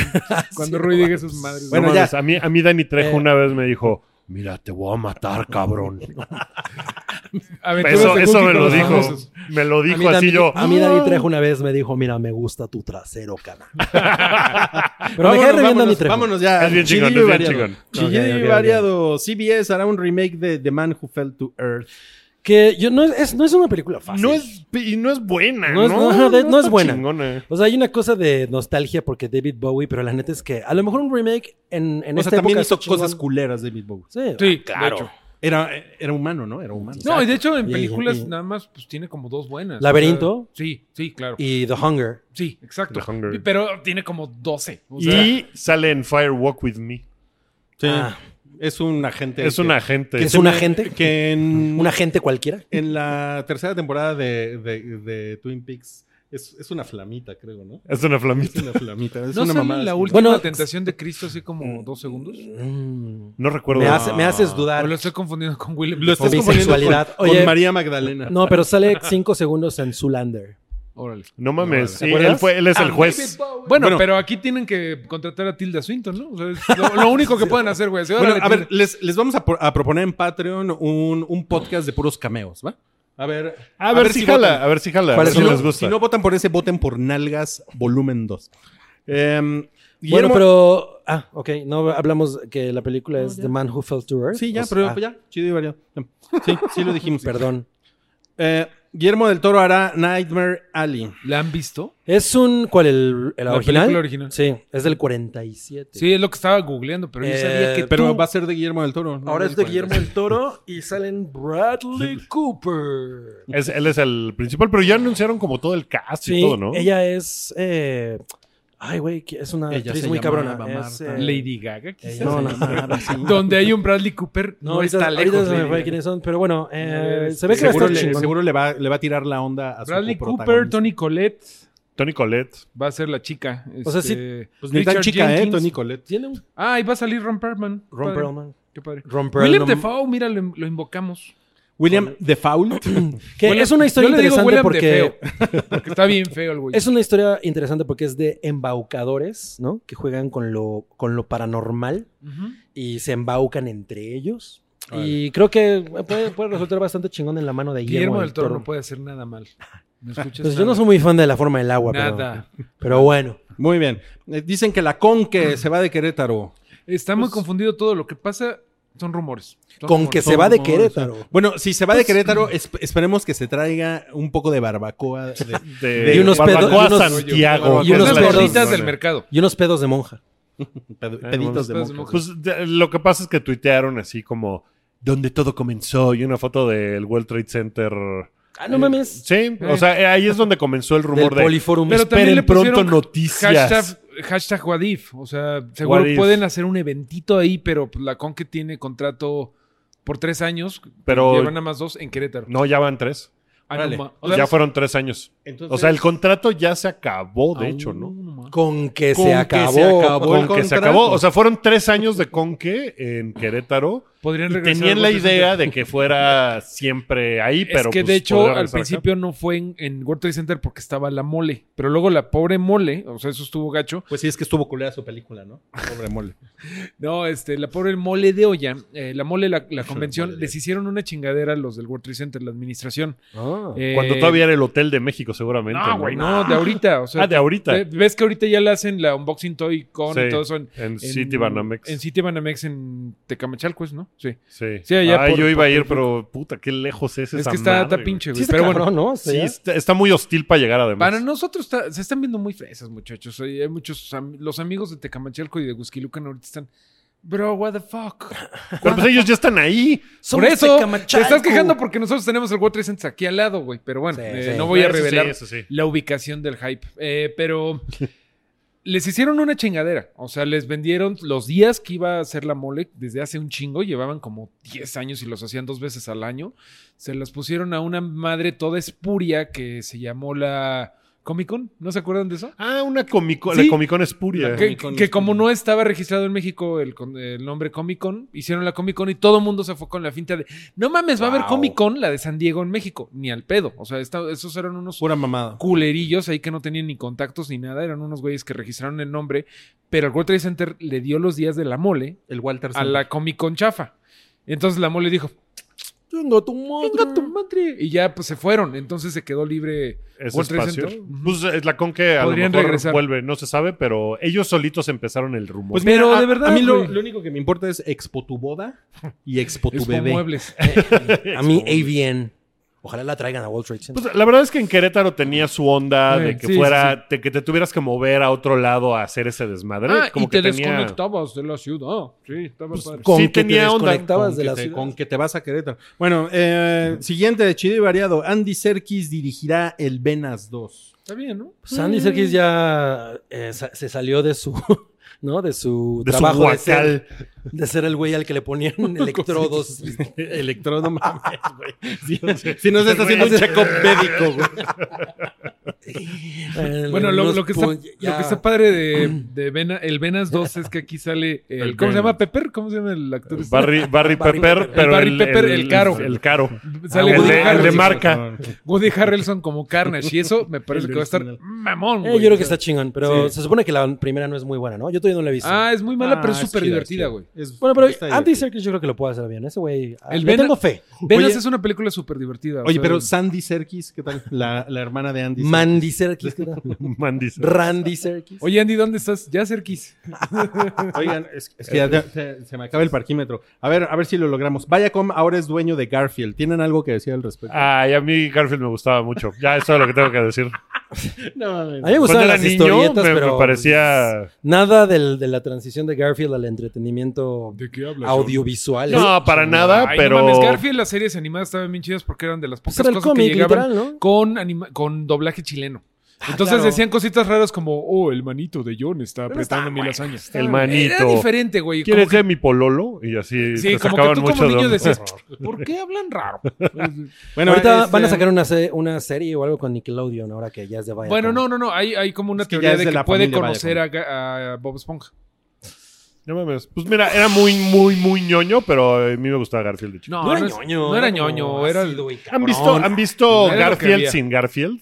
Speaker 3: cuando
Speaker 4: Sí,
Speaker 3: Rui
Speaker 4: no
Speaker 3: diga sus madres.
Speaker 5: Bueno,
Speaker 2: Bueno,
Speaker 5: ya.
Speaker 2: A mí, a mí Dani Trejo
Speaker 4: Eh.
Speaker 2: una vez me dijo, mira, te voy a matar, cabrón.
Speaker 3: Aventuras
Speaker 2: Eso,
Speaker 3: de
Speaker 2: eso
Speaker 3: Cookie
Speaker 2: me
Speaker 3: con
Speaker 2: lo
Speaker 3: los
Speaker 2: dijo.
Speaker 3: famosos.
Speaker 2: Me lo
Speaker 4: A mí
Speaker 2: dijo así
Speaker 4: David-
Speaker 2: yo.
Speaker 4: A mí David Trejo una vez me dijo, mira, me gusta tu trasero, cara. Pero me
Speaker 5: Vámonos,
Speaker 4: cae re bien
Speaker 5: vámonos,
Speaker 4: David Trejo.
Speaker 5: Vámonos ya.
Speaker 2: Es bien
Speaker 5: Chidillo
Speaker 2: chingón,
Speaker 5: y
Speaker 2: es bien
Speaker 5: variado.
Speaker 2: chingón.
Speaker 5: Chidillo
Speaker 4: Ok, ok,
Speaker 5: y
Speaker 4: ok.
Speaker 5: variado. CBS hará un remake de The Man Who Fell to Earth.
Speaker 4: Que yo, no, es- es, no es una película fácil.
Speaker 2: No es, y no es buena,
Speaker 4: No
Speaker 2: ¿no?
Speaker 4: es- ajá, de- no es
Speaker 2: está
Speaker 4: buena.
Speaker 2: chingona.
Speaker 4: O sea, hay una cosa de nostalgia porque David Bowie, pero la neta es que a lo mejor un remake en, en
Speaker 5: o
Speaker 4: esta
Speaker 5: sea, también
Speaker 4: época
Speaker 5: hizo
Speaker 4: está chingón.
Speaker 5: cosas culeras David Bowie.
Speaker 4: Sí,
Speaker 3: Sí,
Speaker 4: claro.
Speaker 3: de hecho.
Speaker 5: Era, era humano, ¿no? Era humano.
Speaker 3: No, y de hecho en
Speaker 4: Y-
Speaker 3: películas
Speaker 4: y-
Speaker 3: nada más pues tiene como dos buenas.
Speaker 4: ¿Laberinto?
Speaker 3: O sea, sí, sí, claro.
Speaker 4: Y The Hunger.
Speaker 3: sí, exacto.
Speaker 2: The Hunger.
Speaker 3: Pero tiene como 12. o sea,
Speaker 2: Y sale en Fire Walk With Me.
Speaker 5: Sí.
Speaker 4: Ah.
Speaker 5: Es un agente.
Speaker 2: Es
Speaker 5: que-
Speaker 2: un agente.
Speaker 5: que
Speaker 4: ¿Es
Speaker 5: se
Speaker 4: un
Speaker 5: me-
Speaker 4: agente?
Speaker 5: Que en,
Speaker 4: ¿Un agente cualquiera?
Speaker 5: en la tercera temporada de, de- de Twin Peaks es, es una flamita, creo, ¿no?
Speaker 2: Es una
Speaker 5: Es
Speaker 2: flamita.
Speaker 5: una flamita. Es
Speaker 3: ¿No
Speaker 5: una
Speaker 3: sale
Speaker 5: mamada
Speaker 3: la
Speaker 5: así.
Speaker 3: última
Speaker 4: Bueno,
Speaker 3: tentación de Cristo hace como dos segundos?
Speaker 4: Mm.
Speaker 2: No recuerdo.
Speaker 4: Me, hace- me haces
Speaker 3: O
Speaker 4: dudar.
Speaker 3: lo estoy confundiendo con William.
Speaker 5: Lo estás
Speaker 3: Dafoe. Ah,
Speaker 5: confundiendo con,
Speaker 4: Bisexualidad.
Speaker 5: con
Speaker 4: Oye.
Speaker 5: María Magdalena.
Speaker 4: No, pero sale cinco segundos en Zulander.
Speaker 3: Órale.
Speaker 2: No mames. sí,
Speaker 5: ¿Te acuerdas?
Speaker 2: él, fue, él
Speaker 3: Ah,
Speaker 2: es el juez.
Speaker 3: Bueno,
Speaker 5: Bueno.
Speaker 3: pero aquí tienen que contratar a Tilda Swinton, ¿no? O sea, es lo, lo único que pueden hacer, güey. Así,
Speaker 5: Bueno,
Speaker 3: órale, pues.
Speaker 5: a ver,
Speaker 3: Tilda.
Speaker 5: les, les vamos a, por- a proponer en Patreon un, un podcast de puros cameos, ¿va? A ver,
Speaker 2: A ver si jala,
Speaker 5: votan.
Speaker 2: a ver si jala. A
Speaker 4: ¿Cuáles
Speaker 2: ver si
Speaker 5: Si
Speaker 4: son
Speaker 5: no,
Speaker 2: les gusta.
Speaker 5: si no votan por ese, voten por Nalgas Volumen 2. Eh,
Speaker 4: Bueno, pero... Ah, ok. No hablamos que la película es The Man Who Fell to Earth. Pues,
Speaker 5: Sí, ya,
Speaker 4: O sea,
Speaker 5: pero
Speaker 4: ah,
Speaker 5: ya, chido y variado. Sí, sí lo dijimos.
Speaker 4: Perdón.
Speaker 5: Eh, Guillermo del Toro hará Nightmare Alley.
Speaker 3: ¿La han visto?
Speaker 4: Es un. ¿Cuál? ¿El, el
Speaker 3: La
Speaker 4: original?
Speaker 3: película original.
Speaker 4: Sí, es del 47.
Speaker 3: Sí, es lo que estaba googleando, pero yo
Speaker 4: Eh,
Speaker 3: sabía que
Speaker 5: Pero
Speaker 3: tú-
Speaker 5: va a ser de Guillermo del Toro. ¿no?
Speaker 4: Ahora es de
Speaker 5: Cuarenta.
Speaker 4: Guillermo del Toro y salen Bradley Cooper.
Speaker 2: Es- él es el principal, pero ya anunciaron como todo el cast y todo, ¿no?
Speaker 4: ella es. eh, ay, güey, que es una
Speaker 5: Ella
Speaker 4: actriz
Speaker 5: se
Speaker 4: muy
Speaker 5: llamaba
Speaker 4: cabrona. Es,
Speaker 5: Marta.
Speaker 4: eh,
Speaker 3: Lady Gaga, quizás.
Speaker 4: No, no,
Speaker 3: Donde hay un Bradley Cooper, no,
Speaker 4: No, ahorita,
Speaker 3: está
Speaker 4: ahorita
Speaker 3: lejos.
Speaker 4: se me
Speaker 3: Lady
Speaker 4: fue
Speaker 3: Gaga.
Speaker 4: quiénes son, pero bueno, eh,
Speaker 3: Eh,
Speaker 4: se ve que va a
Speaker 5: seguro,
Speaker 4: estar
Speaker 5: le,
Speaker 4: chingón.
Speaker 5: seguro le va, le va a tirar la onda a su
Speaker 3: Bradley Cooper,
Speaker 5: coprotagonista.
Speaker 3: Tony Collette
Speaker 2: Tony Colette.
Speaker 3: va a ser la chica.
Speaker 4: O sea, sí,
Speaker 3: Este,
Speaker 5: Pues ni tan
Speaker 3: Richard
Speaker 5: chica, ¿eh?
Speaker 3: Jenkins.
Speaker 5: Tony Colette.
Speaker 4: Tiene un
Speaker 3: Ah, y va a salir Ron Perlman.
Speaker 4: Ron
Speaker 3: Padre.
Speaker 4: Perlman.
Speaker 3: Qué padre.
Speaker 4: Ron
Speaker 3: William
Speaker 4: Perlman.
Speaker 3: Defoe, mira, lo, lo invocamos.
Speaker 5: William Default.
Speaker 4: Que
Speaker 3: William-
Speaker 4: es una historia
Speaker 3: yo le digo
Speaker 4: interesante
Speaker 3: William
Speaker 4: porque
Speaker 3: Defoe, porque está bien feo el güey.
Speaker 4: es una historia interesante porque es de embaucadores, ¿no? Que juegan con lo con lo paranormal
Speaker 3: Ujú.
Speaker 4: y se embaucan entre ellos. Y creo que puede, puede resultar bastante chingón en la mano de Guillermo,
Speaker 3: Guillermo del Toro no puede hacer nada mal. ¿Me escuchas?
Speaker 4: Pues yo
Speaker 3: Nada.
Speaker 4: no soy muy fan de la forma del agua, pero,
Speaker 3: Nada.
Speaker 4: pero bueno.
Speaker 5: Muy bien. Eh, Dicen que la Conque se va de Querétaro.
Speaker 3: Está muy confundido todo. Lo que pasa son rumores. Son
Speaker 4: Pues- Con
Speaker 3: rumores.
Speaker 4: que se va de
Speaker 5: No, o sea,
Speaker 4: Querétaro.
Speaker 5: Bueno, si se va de Querétaro, esp- esperemos que se traiga un poco de barbacoa. de-
Speaker 2: De,
Speaker 4: Y unos
Speaker 2: Barbacoa
Speaker 4: pedos- y unos-
Speaker 2: Santiago.
Speaker 4: y unos
Speaker 3: Las
Speaker 4: pedos-
Speaker 3: gorditas del mercado.
Speaker 4: Y unos pedos de monja.
Speaker 5: ped-
Speaker 2: Ah,
Speaker 5: peditos de
Speaker 3: Pedos de moco.
Speaker 5: moco.
Speaker 2: Pues de- lo que pasa es que tuitearon así como donde todo comenzó y una foto del World Trade Center.
Speaker 4: Ah, no mames.
Speaker 2: Sí, o sea, eh, ahí es donde comenzó el rumor
Speaker 4: Del
Speaker 2: de
Speaker 4: Poliforum.
Speaker 3: Pero también
Speaker 2: esperen
Speaker 3: le pusieron
Speaker 2: pronto noticias.
Speaker 3: Hashtag, hashtag what if. O sea, seguro
Speaker 2: What if.
Speaker 3: pueden hacer un eventito ahí, pero pues, la Conque tiene contrato por tres años.
Speaker 2: Pero-
Speaker 3: Llevan nada más dos en Querétaro.
Speaker 2: No, ya van tres.
Speaker 3: Ah, no
Speaker 5: Órale.
Speaker 3: ma- o sea,
Speaker 2: ya fueron tres años.
Speaker 5: Entonces-
Speaker 2: o sea, el contrato ya se acabó, de
Speaker 3: aún
Speaker 2: hecho, ¿no?
Speaker 3: ah, ma-
Speaker 4: Con que
Speaker 5: Con
Speaker 4: se
Speaker 5: que
Speaker 4: acabó.
Speaker 5: se acabó.
Speaker 2: Con que se
Speaker 5: contrato.
Speaker 2: acabó. O sea, fueron tres años de Conque en Querétaro.
Speaker 3: Podrían
Speaker 2: Y
Speaker 3: regresar.
Speaker 2: tenían
Speaker 3: al
Speaker 2: la
Speaker 3: World Trade
Speaker 2: idea
Speaker 3: Center.
Speaker 2: de que fuera siempre ahí, pero.
Speaker 3: es que
Speaker 2: pues,
Speaker 3: de hecho
Speaker 2: podría
Speaker 3: al
Speaker 2: regresar acá.
Speaker 3: principio no fue en, en World Trade Center porque estaba la mole, pero luego la pobre mole, o sea, eso estuvo gacho,
Speaker 5: Pues sí, es que estuvo culera su película, ¿no? Pobre mole.
Speaker 3: No, este, la pobre mole de olla, eh, la mole, la, la convención,
Speaker 5: Mole de
Speaker 3: les hicieron una chingadera a los del World Trade Center, la administración. Eh,
Speaker 2: Cuando todavía era el Hotel de México, seguramente.
Speaker 3: No, Ah, güey, no, de ahorita. O sea,
Speaker 2: Ah, de ahorita.
Speaker 3: ve- Ves que ahorita ya le hacen la Unboxing Toy Con
Speaker 2: Sí,
Speaker 3: y todo eso en,
Speaker 2: en
Speaker 3: en-
Speaker 2: City Banamex.
Speaker 3: En City Banamex, en Tecamachalco, ¿es, ¿no? Sí.
Speaker 2: Sí.
Speaker 3: Sí, allá
Speaker 2: Ay,
Speaker 3: por-
Speaker 2: yo iba
Speaker 3: por
Speaker 2: a ir,
Speaker 3: Tepito.
Speaker 2: pero puta, qué lejos es esa
Speaker 3: es que está,
Speaker 2: madre,
Speaker 3: está
Speaker 2: güey.
Speaker 3: pinche, güey.
Speaker 4: Sí, está
Speaker 3: pero bueno.
Speaker 4: cabrón, ¿no? O sea,
Speaker 2: Sí,
Speaker 4: ya.
Speaker 2: está, está muy hostil para llegar además.
Speaker 3: Para nosotros está- se están viendo muy fresas, muchachos. Hay hay muchos am- los amigos de Tecamachalco y de Guzquilucan ahorita están. Bro, what the fuck?
Speaker 2: Pero pues ellos ya están ahí.
Speaker 3: Por
Speaker 6: Somos
Speaker 3: eso te
Speaker 6: Tecamachalco.
Speaker 3: estás quejando porque nosotros tenemos el World Trade Center aquí al lado, güey. Pero bueno,
Speaker 4: Sí,
Speaker 3: eh,
Speaker 4: sí.
Speaker 3: no voy a
Speaker 2: Eso sí,
Speaker 3: revelar
Speaker 2: eso sí.
Speaker 3: la ubicación del hype. Eh, pero les hicieron una chingadera. O sea, les vendieron los días que iba a hacer la mole desde hace un chingo. Llevaban como 10 años y los hacían dos veces al año. Se las pusieron a una madre toda espuria que se llamó la Comic Con. ¿No se acuerdan de eso?
Speaker 2: Ah, una Comic Con,
Speaker 3: Sí.
Speaker 2: la Comic Con espuria.
Speaker 3: Que,
Speaker 5: Comic Con
Speaker 3: que
Speaker 5: es
Speaker 3: como
Speaker 5: como-
Speaker 3: no estaba registrado en México el, con- el nombre Comic Con, hicieron la Comic Con y todo el mundo se fue con la finta de, no mames, va a haber
Speaker 5: Wow.
Speaker 3: Comic Con, la de San Diego en México, ni al pedo. O sea, esta- esos eran unos
Speaker 5: Pura mamada.
Speaker 3: culerillos ahí que no tenían ni contactos ni nada, eran unos güeyes que registraron el nombre, pero el World Trade Center le dio los días de la mole
Speaker 5: El Walter
Speaker 2: Pues,
Speaker 3: a la Comic Con chafa. Entonces la mole dijo,
Speaker 4: Chinga tu madre.
Speaker 3: venga tu madre. Y ya pues se fueron, entonces se quedó libre.
Speaker 2: Ese
Speaker 3: World Trade
Speaker 2: espacio.
Speaker 3: Center. Ujú.
Speaker 2: Pues es la con que a lo
Speaker 3: Podrían
Speaker 2: mejor
Speaker 3: regresar.
Speaker 2: vuelve, no se sabe, pero ellos solitos empezaron el rumor.
Speaker 5: Pues
Speaker 3: Pero
Speaker 5: mira, a-
Speaker 3: de verdad,
Speaker 5: A mí lo,
Speaker 3: güey.
Speaker 5: lo único que me importa es Expo tu boda y Expo tu
Speaker 3: Expo
Speaker 5: bebé.
Speaker 3: Muebles.
Speaker 4: A mí, AVN. Ojalá la traigan a World Trade Center.
Speaker 2: Pues, la verdad es que en Querétaro tenía su onda
Speaker 3: Eh,
Speaker 2: de que
Speaker 3: sí,
Speaker 2: fuera,
Speaker 3: sí,
Speaker 2: de que te tuvieras que mover a otro lado a hacer ese desmadre.
Speaker 3: Ah,
Speaker 2: como
Speaker 3: y
Speaker 2: que
Speaker 3: te
Speaker 2: tenía-
Speaker 3: desconectabas de la ciudad. Pues, Sí, estaba padre.
Speaker 4: con
Speaker 2: sí
Speaker 4: que
Speaker 2: tenía
Speaker 4: te
Speaker 2: onda.
Speaker 4: desconectabas
Speaker 5: Con
Speaker 4: de
Speaker 5: que
Speaker 4: la
Speaker 5: te-
Speaker 4: ciudad.
Speaker 5: Con que te vas a Querétaro. Bueno, eh, siguiente de Chido y Variado. Andy Serkis dirigirá El Venas 2.
Speaker 3: Está bien, ¿no?
Speaker 4: Pues, Sandy Serkis ya eh, sa- se salió de su, ¿no? De su
Speaker 2: De su
Speaker 4: trabajo de
Speaker 2: guacal.
Speaker 4: ser, de ser el güey al que le ponían electrodos.
Speaker 5: Electrodo, mames, güey. Si, si no se está haciendo un
Speaker 2: Güey.
Speaker 5: check-up médico, güey.
Speaker 4: Eh,
Speaker 3: Mm. Bueno, lo,
Speaker 4: unos
Speaker 3: lo que está,
Speaker 4: pun- ya.
Speaker 3: lo que está padre de, de Vena- el Venas 2 es que aquí sale el,
Speaker 2: El
Speaker 3: ¿cómo se
Speaker 2: Venas.
Speaker 3: llama? Pepper, ¿cómo se llama el actor? este?
Speaker 2: Barry, Barry
Speaker 4: Barry
Speaker 2: Pepper,
Speaker 4: Pepper.
Speaker 2: pero
Speaker 3: Barry Pepper, el caro.
Speaker 2: El caro.
Speaker 3: Sale
Speaker 2: Ah, el,
Speaker 3: Woody,
Speaker 2: de, el de
Speaker 3: Harrelson,
Speaker 2: marca.
Speaker 3: Woody Harrelson como Carnage y eso me parece que va a estar mamón.
Speaker 4: Eh,
Speaker 3: güey.
Speaker 4: yo creo que
Speaker 3: O sea,
Speaker 4: está chingón, pero
Speaker 3: Sí.
Speaker 4: se supone que la primera no es muy buena, ¿no? Yo Yo todavía no la he visto.
Speaker 3: Ah, es muy mala, pero es
Speaker 5: Ah,
Speaker 3: súper
Speaker 5: chida,
Speaker 3: divertida,
Speaker 5: chida.
Speaker 3: güey.
Speaker 5: Es-
Speaker 4: bueno, pero
Speaker 5: está
Speaker 4: Andy
Speaker 5: divertida.
Speaker 4: Serkis yo creo que lo puede hacer bien. Ese güey. ah,
Speaker 3: El
Speaker 4: Le
Speaker 3: Venom-
Speaker 4: tengo fe.
Speaker 3: Venas es una película súper divertida. o
Speaker 5: Oye,
Speaker 3: sea,
Speaker 5: pero Sandy Serkis, ¿qué tal? La, la hermana de Andy.
Speaker 4: Mandy Serkis. ¿qué tal?
Speaker 2: Mandy.
Speaker 4: Randy Serkis.
Speaker 3: Oye, Andy, ¿dónde estás? Ya cerquis.
Speaker 5: Serkis. Oigan, es, es que ya te- se, se me acaba el parquímetro. A ver, a ver si lo logramos. Viacom ahora es dueño de Garfield. ¿Tienen algo que decir al respecto?
Speaker 2: Ay, a mí Garfield me gustaba mucho. Ya, eso es lo que tengo que decir.
Speaker 5: no,
Speaker 4: A mí me gustaban
Speaker 2: Cuando
Speaker 4: las
Speaker 2: era niño,
Speaker 4: historietas,
Speaker 2: me- me
Speaker 4: pero.
Speaker 2: parecía-
Speaker 4: Nada del- de la transición de Garfield al entretenimiento
Speaker 3: qué hablas?
Speaker 4: audiovisual.
Speaker 2: No, para nada, pero.
Speaker 3: mames, Garfield, las series animadas estaban bien chidas porque eran de las
Speaker 4: Pues
Speaker 3: pocas
Speaker 4: era el
Speaker 3: cosas que
Speaker 4: cómic,
Speaker 3: llegaban
Speaker 4: literal, ¿no?
Speaker 3: con, anima- con doblaje chileno. Entonces
Speaker 4: claro.
Speaker 3: decían cositas raras como, oh, el manito de John está apretando mi lasaña.
Speaker 2: el
Speaker 3: Era
Speaker 2: manito.
Speaker 3: diferente, güey.
Speaker 2: ¿Quieres
Speaker 3: como que-
Speaker 2: ser mi pololo? Y así
Speaker 3: Sí,
Speaker 2: te
Speaker 3: como que
Speaker 2: sacaban
Speaker 3: tú
Speaker 2: mucho
Speaker 3: como
Speaker 2: de
Speaker 3: niño
Speaker 2: onda.
Speaker 3: decías, ¿por qué hablan raro?
Speaker 5: Bueno,
Speaker 4: Ahorita
Speaker 5: este,
Speaker 4: van a sacar una, se- una serie o algo con Nickelodeon, ahora que ya es de Viacom.
Speaker 3: Bueno, no, no, no. Hay, hay como una
Speaker 5: Es que ya
Speaker 3: teoría
Speaker 5: es
Speaker 3: de
Speaker 5: de
Speaker 3: que
Speaker 5: la
Speaker 3: puede
Speaker 5: familia
Speaker 3: conocer a, Ga- a Bob Esponja.
Speaker 2: No mames. Pues mira, era muy, muy, muy ñoño, pero a mí me gustaba Garfield de chico.
Speaker 3: No, no, es- No era ñoño. Era el-
Speaker 2: ¿Han visto, ¿han visto
Speaker 3: Era lo que
Speaker 2: Garfield
Speaker 3: había.
Speaker 2: sin Garfield?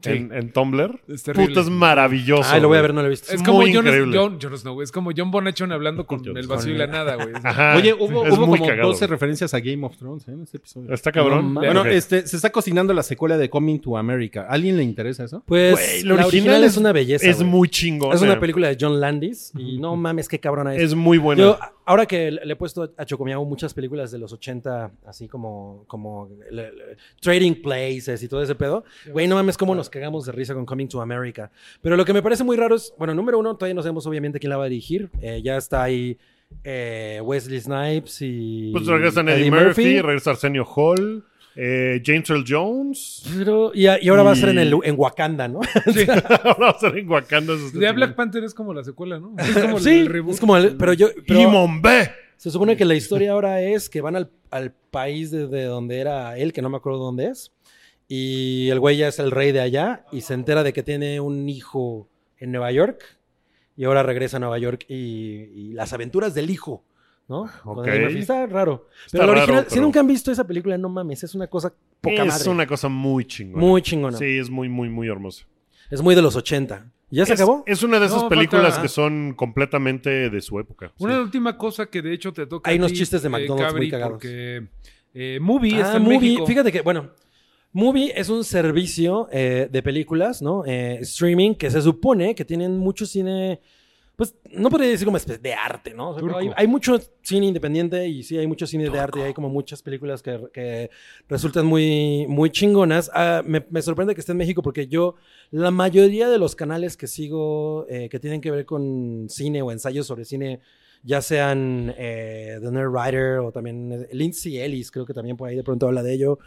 Speaker 3: Sí.
Speaker 2: En, en Tumblr.
Speaker 3: Es terrible.
Speaker 2: Puta, es maravilloso.
Speaker 4: Ay, lo voy a
Speaker 2: güey.
Speaker 4: ver, no lo he visto.
Speaker 3: Es como
Speaker 2: muy
Speaker 3: John,
Speaker 2: increíble.
Speaker 3: John- Jon Snow, güey. Es como John Bonachon hablando con
Speaker 2: John
Speaker 3: el vacío y la nada, güey.
Speaker 2: Ajá.
Speaker 5: Oye, hubo,
Speaker 2: Es
Speaker 5: hubo
Speaker 2: muy
Speaker 5: como
Speaker 2: cagado,
Speaker 5: 12
Speaker 2: güey.
Speaker 5: referencias a Game of Thrones ¿eh? en este episodio.
Speaker 2: Está cabrón.
Speaker 4: No,
Speaker 2: Ok.
Speaker 5: Bueno, este, se está cocinando la secuela de Coming to America. ¿A alguien le interesa eso?
Speaker 4: Pues
Speaker 2: Güey,
Speaker 4: la,
Speaker 2: lo
Speaker 4: original es, una belleza.
Speaker 2: Es
Speaker 4: güey.
Speaker 2: muy chingón. eh.
Speaker 4: Es una película de John Landis y no mames, qué cabrona es.
Speaker 2: Es muy buena.
Speaker 4: Yo, a- ahora que le le he puesto a Chocomiao muchas películas de los 80, así como, como le- le- Trading Places y todo ese pedo, güey, no mames cómo nos cagamos de risa con Coming to America. Pero lo que me parece muy raro es, bueno, número uno, todavía no sabemos obviamente quién la va a dirigir. Eh, ya está ahí eh, Wesley Snipes y.
Speaker 2: pues regresan Eddie Murphy, regresa Arsenio Hall, eh, James Earl Jones.
Speaker 4: Pero- y, a- y ahora va a ser en,
Speaker 2: Y-
Speaker 4: el, en Wakanda, ¿no?
Speaker 2: Ahora va a ser en Wakanda. eso está
Speaker 3: De
Speaker 2: chingón.
Speaker 3: Black Panther es como la secuela, ¿no? Es como
Speaker 4: sí,
Speaker 3: el reboot.
Speaker 4: es como el- Pero yo. pero-
Speaker 2: Y Mombe.
Speaker 4: Se supone que la historia ahora es que van al, al país de, de donde era él, que no me acuerdo dónde es, y el güey ya es el rey de allá y se entera de que tiene un hijo en Nueva York y ahora regresa a Nueva York y, y las aventuras del hijo, ¿no? Con
Speaker 2: Ah, Ok.
Speaker 4: Eddie Murphy. Está raro.
Speaker 2: Está
Speaker 4: Pero la
Speaker 2: raro,
Speaker 4: original, si
Speaker 2: pero-
Speaker 4: nunca han visto esa película, no mames, es una cosa poca
Speaker 2: Es
Speaker 4: madre.
Speaker 2: una cosa muy chingona.
Speaker 4: Muy chingona.
Speaker 2: Sí, es muy, muy, muy hermosa.
Speaker 4: Es muy de los 80. ¿Ya se
Speaker 2: es,
Speaker 4: acabó?
Speaker 2: Es una de esas
Speaker 3: No,
Speaker 2: películas
Speaker 3: falta-
Speaker 2: que son completamente de su época.
Speaker 3: Una
Speaker 2: Sí.
Speaker 3: última cosa que de hecho te toca.
Speaker 4: Hay
Speaker 3: a
Speaker 4: unos
Speaker 3: ti,
Speaker 4: chistes de
Speaker 3: eh,
Speaker 4: McDonald's muy
Speaker 3: Cabri,
Speaker 4: cagados.
Speaker 3: Porque eh, Movie
Speaker 4: Ah,
Speaker 3: está en
Speaker 4: Movie,
Speaker 3: México.
Speaker 4: Fíjate que, bueno, Movie es un servicio eh, de películas, ¿no? Eh, streaming que se supone que tienen mucho cine, pues no podría decir como espe- de arte, ¿no? O sea,
Speaker 3: Turco.
Speaker 4: hay, hay mucho cine independiente y sí, hay mucho cine de arte y hay como muchas películas que, que resultan muy, muy chingonas. Ah, me, me sorprende que esté en México porque yo, la mayoría de los canales que sigo eh, que tienen que ver con cine o ensayos sobre cine ya sean eh, The Nerd Writer o también eh, Lindsay Ellis, creo que también por ahí de pronto habla de ello.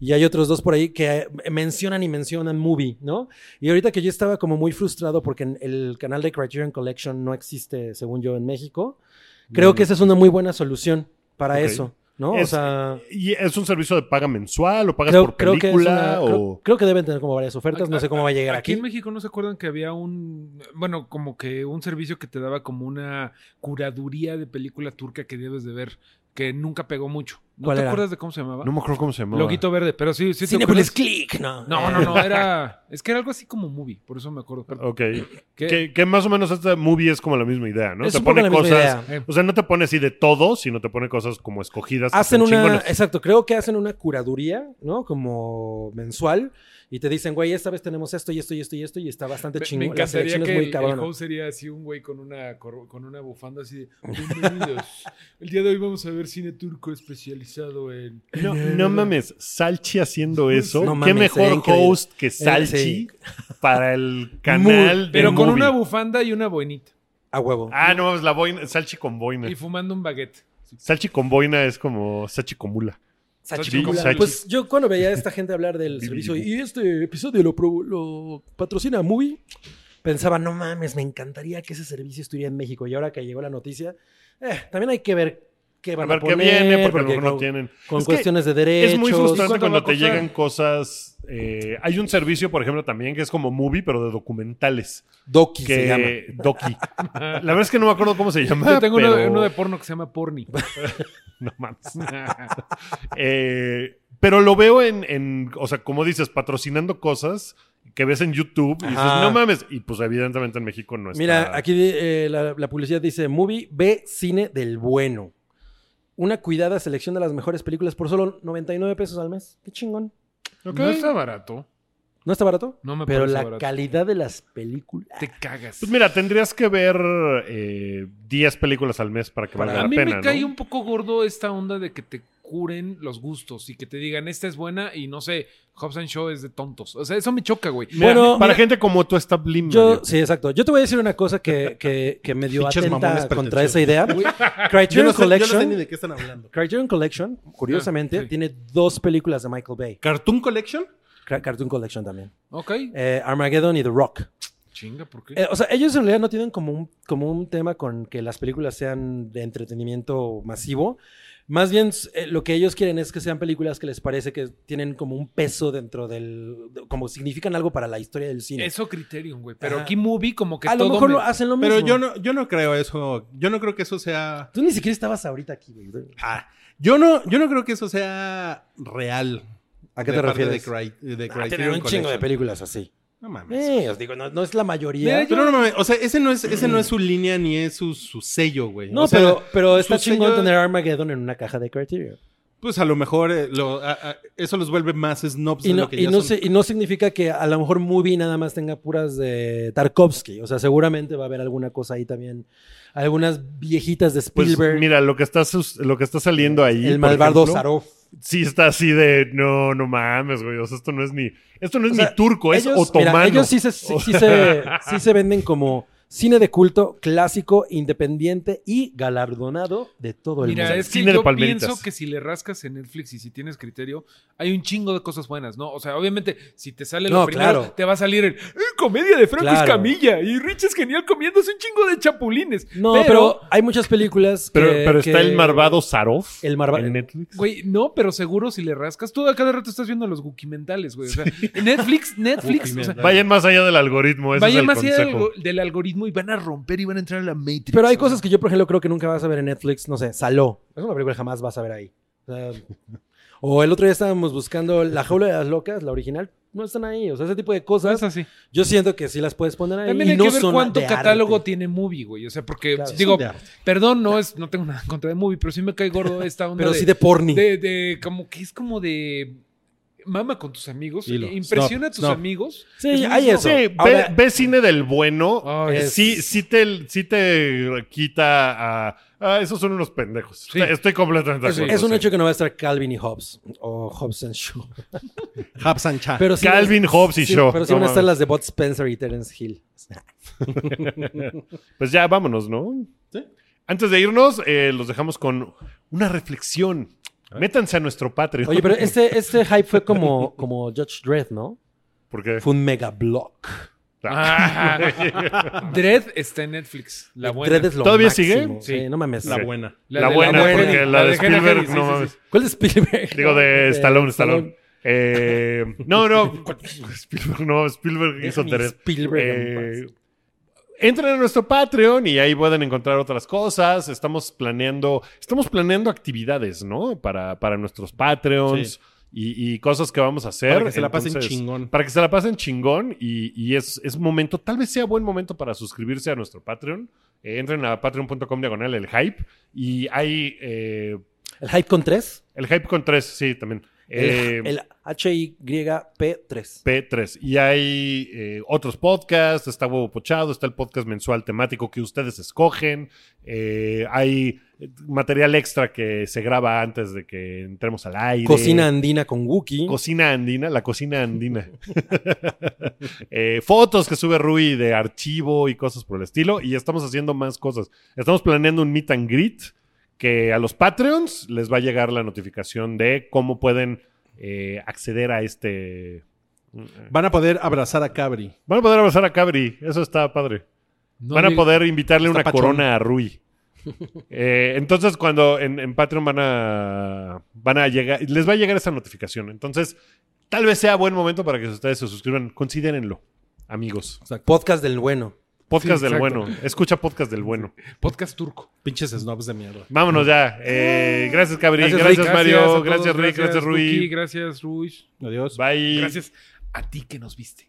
Speaker 4: Y hay otros dos por ahí que eh, mencionan y mencionan movie, ¿no? Y ahorita que yo estaba como muy frustrado porque en el canal de Criterion Collection no existe, según yo, en México, creo que esa es una muy buena solución para
Speaker 2: Ok.
Speaker 4: eso, ¿no?
Speaker 2: Es-
Speaker 4: o sea,
Speaker 2: ¿Y es un servicio de paga mensual o pagas
Speaker 4: creo,
Speaker 2: por
Speaker 4: creo que es
Speaker 2: película?
Speaker 4: una- creo-
Speaker 2: o...
Speaker 4: creo, que deben tener como varias ofertas, no sé cómo va a llegar
Speaker 3: Aquí
Speaker 4: aquí.
Speaker 3: en México no se acuerdan que había un, bueno, como que un servicio que te daba como una curaduría de película turca que debes de ver, que nunca pegó mucho. ¿No
Speaker 4: ¿Cuál
Speaker 3: te
Speaker 4: era?
Speaker 3: acuerdas de cómo se llamaba?
Speaker 2: No me acuerdo cómo se llamaba.
Speaker 3: Loguito verde, pero sí, sí te
Speaker 4: Cinepolis
Speaker 3: acuerdas.
Speaker 4: Click, ¿no?
Speaker 3: pues,
Speaker 4: Eh,
Speaker 3: No, no, no, era, es que era algo así como movie, por eso me acuerdo.
Speaker 2: Ok.
Speaker 3: Que-
Speaker 2: Que, que más o menos esta movie es como la misma idea, ¿no?
Speaker 4: Es
Speaker 2: te
Speaker 4: un poco
Speaker 2: pone
Speaker 4: la misma idea.
Speaker 2: cosas. O sea, no te pone así de todo, sino te pone cosas como escogidas. Pues que
Speaker 4: Hacen
Speaker 2: son
Speaker 4: una,
Speaker 2: chingonas.
Speaker 4: exacto, creo que hacen una curaduría, ¿no? Como mensual y te dicen, güey, esta vez tenemos esto y esto y esto y esto y está bastante
Speaker 3: Me-
Speaker 4: chingón.
Speaker 3: Me
Speaker 4: La
Speaker 3: encantaría
Speaker 4: selección
Speaker 3: que
Speaker 4: es muy
Speaker 3: el, el
Speaker 4: cabrona.
Speaker 3: host sería así un güey con una, cor- con una bufanda así de bienvenidos. el día de hoy vamos a ver cine turco especializado en...
Speaker 2: No, no mames, Salchi haciendo eso.
Speaker 4: No
Speaker 2: Qué
Speaker 4: mames,
Speaker 2: mejor
Speaker 4: sería increíble.
Speaker 2: host que Salchi
Speaker 4: sí.
Speaker 2: para el canal de
Speaker 3: Pero con
Speaker 2: movie.
Speaker 3: una bufanda y una boinita.
Speaker 4: A huevo.
Speaker 2: Ah, no, es la boina, Salchi con boina.
Speaker 3: Y fumando un baguette.
Speaker 2: Salchi con boina es como Salchi con mula.
Speaker 4: Sachimula.
Speaker 2: Sachi.
Speaker 4: Pues yo cuando veía a esta gente hablar del servicio y este episodio lo, pro- lo patrocina Movie, pensaba, no mames, me encantaría que ese servicio estuviera en México. Y ahora que llegó la noticia, eh, también hay que ver qué
Speaker 2: A
Speaker 4: van a,
Speaker 2: ver qué
Speaker 4: poner.
Speaker 2: viene, porque a lo mejor no
Speaker 4: con-
Speaker 2: tienen.
Speaker 4: Con
Speaker 2: Es que-
Speaker 4: cuestiones de derechos.
Speaker 2: Es muy frustrante
Speaker 3: ¿Cuánto va
Speaker 2: cuando
Speaker 3: a
Speaker 2: te
Speaker 3: costar?
Speaker 2: llegan cosas. eh, hay un servicio, por ejemplo, también que es como movie, pero de documentales.
Speaker 4: Doki
Speaker 2: Que
Speaker 4: se llama.
Speaker 2: Doki. La verdad es que no me acuerdo cómo se llama.
Speaker 3: Yo tengo uno,
Speaker 2: pero...
Speaker 3: uno de porno que se llama Porni.
Speaker 2: No mames. Eh, pero lo veo en, en, o sea, como dices, patrocinando cosas que ves en YouTube y dices,
Speaker 4: Ajá.
Speaker 2: no mames. Y pues evidentemente en México no
Speaker 3: Pues
Speaker 2: está.
Speaker 4: Mira, aquí eh, la, la publicidad dice, movie ve cine del bueno. Una cuidada selección de las mejores películas por solo 99 pesos al mes. Qué chingón.
Speaker 3: No está barato.
Speaker 4: ¿No está barato?
Speaker 3: No me
Speaker 4: Pero
Speaker 3: parece
Speaker 4: la
Speaker 3: barato.
Speaker 4: calidad de las películas.
Speaker 3: Te cagas.
Speaker 2: Pues mira, tendrías que ver eh, 10 películas al mes para que valga
Speaker 3: a
Speaker 2: la
Speaker 3: mí
Speaker 2: pena.
Speaker 3: me cae
Speaker 2: ¿no?
Speaker 3: un poco gordo esta onda de que te curen los gustos y que te digan, esta es buena y no sé, Hobbs and Shaw es de tontos. O sea, eso me choca, güey.
Speaker 2: Mira,
Speaker 4: Bueno,
Speaker 2: para
Speaker 4: mira,
Speaker 2: gente como tú está Blim.
Speaker 4: Yo,
Speaker 2: Mario.
Speaker 4: sí, exacto. Yo te voy a decir una cosa que, que, que medio
Speaker 5: Pinches mamones
Speaker 4: atenta contra
Speaker 5: pretenciosos.
Speaker 4: esa idea.
Speaker 5: Yo
Speaker 4: Criterion
Speaker 5: no, sé, yo no sé
Speaker 4: Collection,
Speaker 5: ni de qué están hablando.
Speaker 4: Criterion Collection, curiosamente,
Speaker 3: Ah, sí.
Speaker 4: tiene dos películas de Michael Bay.
Speaker 5: ¿Cartoon Collection?
Speaker 4: Cra- Cartoon Collection también.
Speaker 3: Ok.
Speaker 4: Eh, Armageddon y The Rock.
Speaker 3: Chinga, ¿por qué?
Speaker 4: Eh, o sea, ellos en realidad no tienen como un, como un tema con que las películas sean de entretenimiento masivo. Más bien eh, lo que ellos quieren es que sean películas que les parece que tienen como un peso dentro del... de- como significan algo para la historia del cine.
Speaker 3: Eso Criterion, güey. Pero
Speaker 4: Ajá.
Speaker 3: aquí Movie como que
Speaker 4: a lo
Speaker 3: todo
Speaker 4: mejor
Speaker 3: me-
Speaker 4: lo hacen lo mismo.
Speaker 5: Pero yo no, yo no creo eso. Yo no creo que eso sea.
Speaker 4: Tú ni siquiera estabas ahorita aquí, güey.
Speaker 5: Ah, yo no, yo no creo que eso sea real.
Speaker 4: ¿A qué
Speaker 5: de
Speaker 4: te
Speaker 5: parte
Speaker 4: refieres?
Speaker 5: De Cri- de
Speaker 4: Ah, tienen un
Speaker 5: Criterion
Speaker 4: chingo de
Speaker 5: Collection.
Speaker 4: películas así.
Speaker 5: No mames.
Speaker 4: Eh, os digo, no, no es la mayoría.
Speaker 3: Mira,
Speaker 5: Pero no mames, o sea, ese no es, ese no es su línea ni es su, su sello, güey.
Speaker 4: no,
Speaker 5: O sea,
Speaker 4: pero, pero está
Speaker 5: su
Speaker 4: chingón
Speaker 5: sello-
Speaker 4: tener Armageddon en una caja de Criterion.
Speaker 5: Pues a lo mejor eh, lo- a- a- eso los vuelve más
Speaker 2: pues,
Speaker 5: snobs
Speaker 4: Y
Speaker 5: de
Speaker 4: no,
Speaker 5: lo que
Speaker 4: y
Speaker 5: ya
Speaker 4: no
Speaker 5: son.
Speaker 4: se- y no significa que a lo mejor Movie nada más tenga puras de Tarkovsky. O sea, seguramente va a haber alguna cosa ahí también. Algunas viejitas de
Speaker 2: Pues
Speaker 4: Spielberg.
Speaker 2: mira, lo que, está sus- lo que está saliendo ahí.
Speaker 4: el
Speaker 2: por
Speaker 4: malvado
Speaker 2: ejemplo,
Speaker 4: Zaroff.
Speaker 2: Sí está así de, no, no mames, güey. O sea, esto no es ni, esto no es
Speaker 4: O sea,
Speaker 2: ni turco, es
Speaker 4: Ellos- mira,
Speaker 2: otomano.
Speaker 4: ellos sí se, sí- sí se- sí se venden como cine de culto, clásico, independiente y galardonado de todo el
Speaker 3: Mira,
Speaker 4: mundo.
Speaker 3: es que
Speaker 2: Cine de
Speaker 3: yo
Speaker 2: palmeritas.
Speaker 3: pienso que si le rascas en Netflix y si tienes criterio, hay un chingo de cosas buenas, ¿no? O sea, obviamente, si te sale lo
Speaker 4: No,
Speaker 3: primero,
Speaker 4: claro.
Speaker 3: te va a salir el "Eh, comedia de Franco
Speaker 4: Claro.
Speaker 3: Escamilla y Rich es genial comiéndose un chingo de chapulines.
Speaker 4: No, pero, hay muchas películas que-
Speaker 2: pero, pero está
Speaker 4: que-
Speaker 2: el malvado Zaroff
Speaker 4: El malva-
Speaker 2: en Netflix.
Speaker 3: Güey, no, pero seguro si le rascas. Tú a cada rato estás viendo los guquimentales, güey. O sea, Netflix, Netflix. o sea,
Speaker 2: Vayan más allá del algoritmo, ese es
Speaker 3: vayan
Speaker 2: el
Speaker 3: más allá del,
Speaker 2: consejo.
Speaker 3: algo- del algoritmo y van a romper y van a entrar a la Matrix.
Speaker 4: Pero hay
Speaker 3: o sea.
Speaker 4: cosas que yo, por ejemplo, creo que nunca vas a ver en Netflix. No sé, Saló. Es una película que jamás vas a ver ahí. O, sea, o el otro día estábamos buscando La Jaula de las Locas, la original. No están ahí. O sea, ese tipo de cosas.
Speaker 3: Es así.
Speaker 4: Yo siento que sí las puedes poner ahí. y
Speaker 3: También hay
Speaker 4: no
Speaker 3: que ver
Speaker 4: son
Speaker 3: cuánto
Speaker 4: de
Speaker 3: catálogo
Speaker 4: arte.
Speaker 3: tiene Movie, güey. O sea, porque
Speaker 4: Claro.
Speaker 3: digo,
Speaker 5: De arte.
Speaker 3: perdón, no es, no tengo nada en contra de Movie, pero sí me cae gordo esta onda.
Speaker 4: Pero
Speaker 3: de,
Speaker 4: sí de porni.
Speaker 3: de, de- como que es como de mama con tus amigos,
Speaker 5: Dilo.
Speaker 3: impresiona a
Speaker 5: Snob,
Speaker 3: tus
Speaker 5: snob.
Speaker 3: amigos.
Speaker 4: Sí,
Speaker 3: Es muy
Speaker 4: hay
Speaker 3: snob.
Speaker 4: eso.
Speaker 2: Sí, ve,
Speaker 4: Ahora-
Speaker 2: ve cine del bueno.
Speaker 3: Ay,
Speaker 2: eh,
Speaker 3: es-
Speaker 2: sí, sí te, sí te quita a. ah, esos son unos pendejos.
Speaker 3: Sí.
Speaker 2: Estoy completamente de
Speaker 3: Es-
Speaker 2: acuerdo.
Speaker 4: Es un
Speaker 2: sí.
Speaker 4: hecho que no va a estar Calvin y Hobbes. O Hobbes and Shaw.
Speaker 5: Hubs and
Speaker 3: Ah,
Speaker 5: Cha.
Speaker 4: Pero sí-
Speaker 2: Calvin, Hobbes y
Speaker 4: sí,
Speaker 2: Shaw.
Speaker 4: Pero sí
Speaker 2: No
Speaker 4: van a estar
Speaker 2: mames.
Speaker 4: las de Bud Spencer y Terence Hill.
Speaker 2: Pues ya vámonos, ¿no? Antes de irnos, eh, los dejamos con una reflexión. Métanse a nuestro Patreon.
Speaker 4: Oye, pero este, este hype fue como, como Judge Dredd, ¿no?
Speaker 2: Porque.
Speaker 4: Fue un mega block.
Speaker 3: Ah. Dread está en Netflix, la buena.
Speaker 4: Dredd es lo
Speaker 2: ¿Todavía sigue?
Speaker 4: máximo. Sí.
Speaker 3: Sí.
Speaker 4: no mames.
Speaker 5: La
Speaker 2: Ok.
Speaker 5: buena.
Speaker 2: La, buena, porque la de
Speaker 3: Hannah
Speaker 2: Spielberg,
Speaker 3: Harris,
Speaker 2: no
Speaker 3: sí, sí,
Speaker 2: mames.
Speaker 3: sí.
Speaker 4: ¿Cuál es Spielberg?
Speaker 2: Digo, de
Speaker 4: Eh,
Speaker 2: Stallone, Stallone. Eh, no, no. Spielberg, no. Spielberg hizo
Speaker 4: Déjame
Speaker 2: Teres.
Speaker 4: Spielberg
Speaker 2: Eh,
Speaker 4: en paz.
Speaker 2: Entren a nuestro Patreon y ahí pueden encontrar otras cosas. Estamos planeando, estamos planeando actividades, ¿no? Para, para nuestros Patreons
Speaker 5: Sí.
Speaker 2: y, y cosas que vamos a hacer.
Speaker 5: Para que se la pasen
Speaker 2: Entonces,
Speaker 5: chingón.
Speaker 2: Para que se la pasen chingón y, y es, es momento, tal vez sea buen momento para suscribirse a nuestro Patreon. Eh, entren a patreon.com diagonal el hype y hay eh,
Speaker 4: ¿El hype con 3?
Speaker 2: el hype con tres, sí, también. Eh,
Speaker 4: El, el H-Y-P-3.
Speaker 2: P3. Y hay eh, otros podcasts, está Huevo Pochado, está el podcast mensual temático que ustedes escogen, eh, hay material extra que se graba antes de que entremos al aire.
Speaker 4: Cocina andina con Wookie.
Speaker 2: Cocina andina, la cocina andina. Eh, fotos que sube Rui de archivo y cosas por el estilo. Y estamos haciendo más cosas. Estamos planeando un meet and greet que a los Patreons les va a llegar la notificación de cómo pueden eh, acceder a este
Speaker 5: Van a poder abrazar a Cabri.
Speaker 2: Van a poder abrazar a Cabri, eso está padre.
Speaker 3: No
Speaker 2: van a
Speaker 3: diga-
Speaker 2: poder invitarle
Speaker 5: Está
Speaker 2: una
Speaker 5: pachón.
Speaker 2: corona a Rui. Eh, entonces, cuando en, en Patreon van a, van a llegar, les va a llegar esa notificación. Entonces, tal vez sea buen momento para que ustedes se suscriban. Considérenlo, amigos.
Speaker 4: Podcast del bueno.
Speaker 2: Podcast
Speaker 3: Sí,
Speaker 2: del
Speaker 3: exacto.
Speaker 2: bueno. Escucha podcast del bueno.
Speaker 3: Podcast turco.
Speaker 5: Pinches snobs de mierda.
Speaker 2: Vámonos ya. Eh, gracias, Cabri. Gracias,
Speaker 3: Rick,
Speaker 2: Mario.
Speaker 3: a todos,
Speaker 2: gracias, Rick. Gracias, Rui.
Speaker 3: Cookie, gracias, Ruiz.
Speaker 5: Adiós.
Speaker 2: Bye.
Speaker 3: Gracias a ti que nos viste.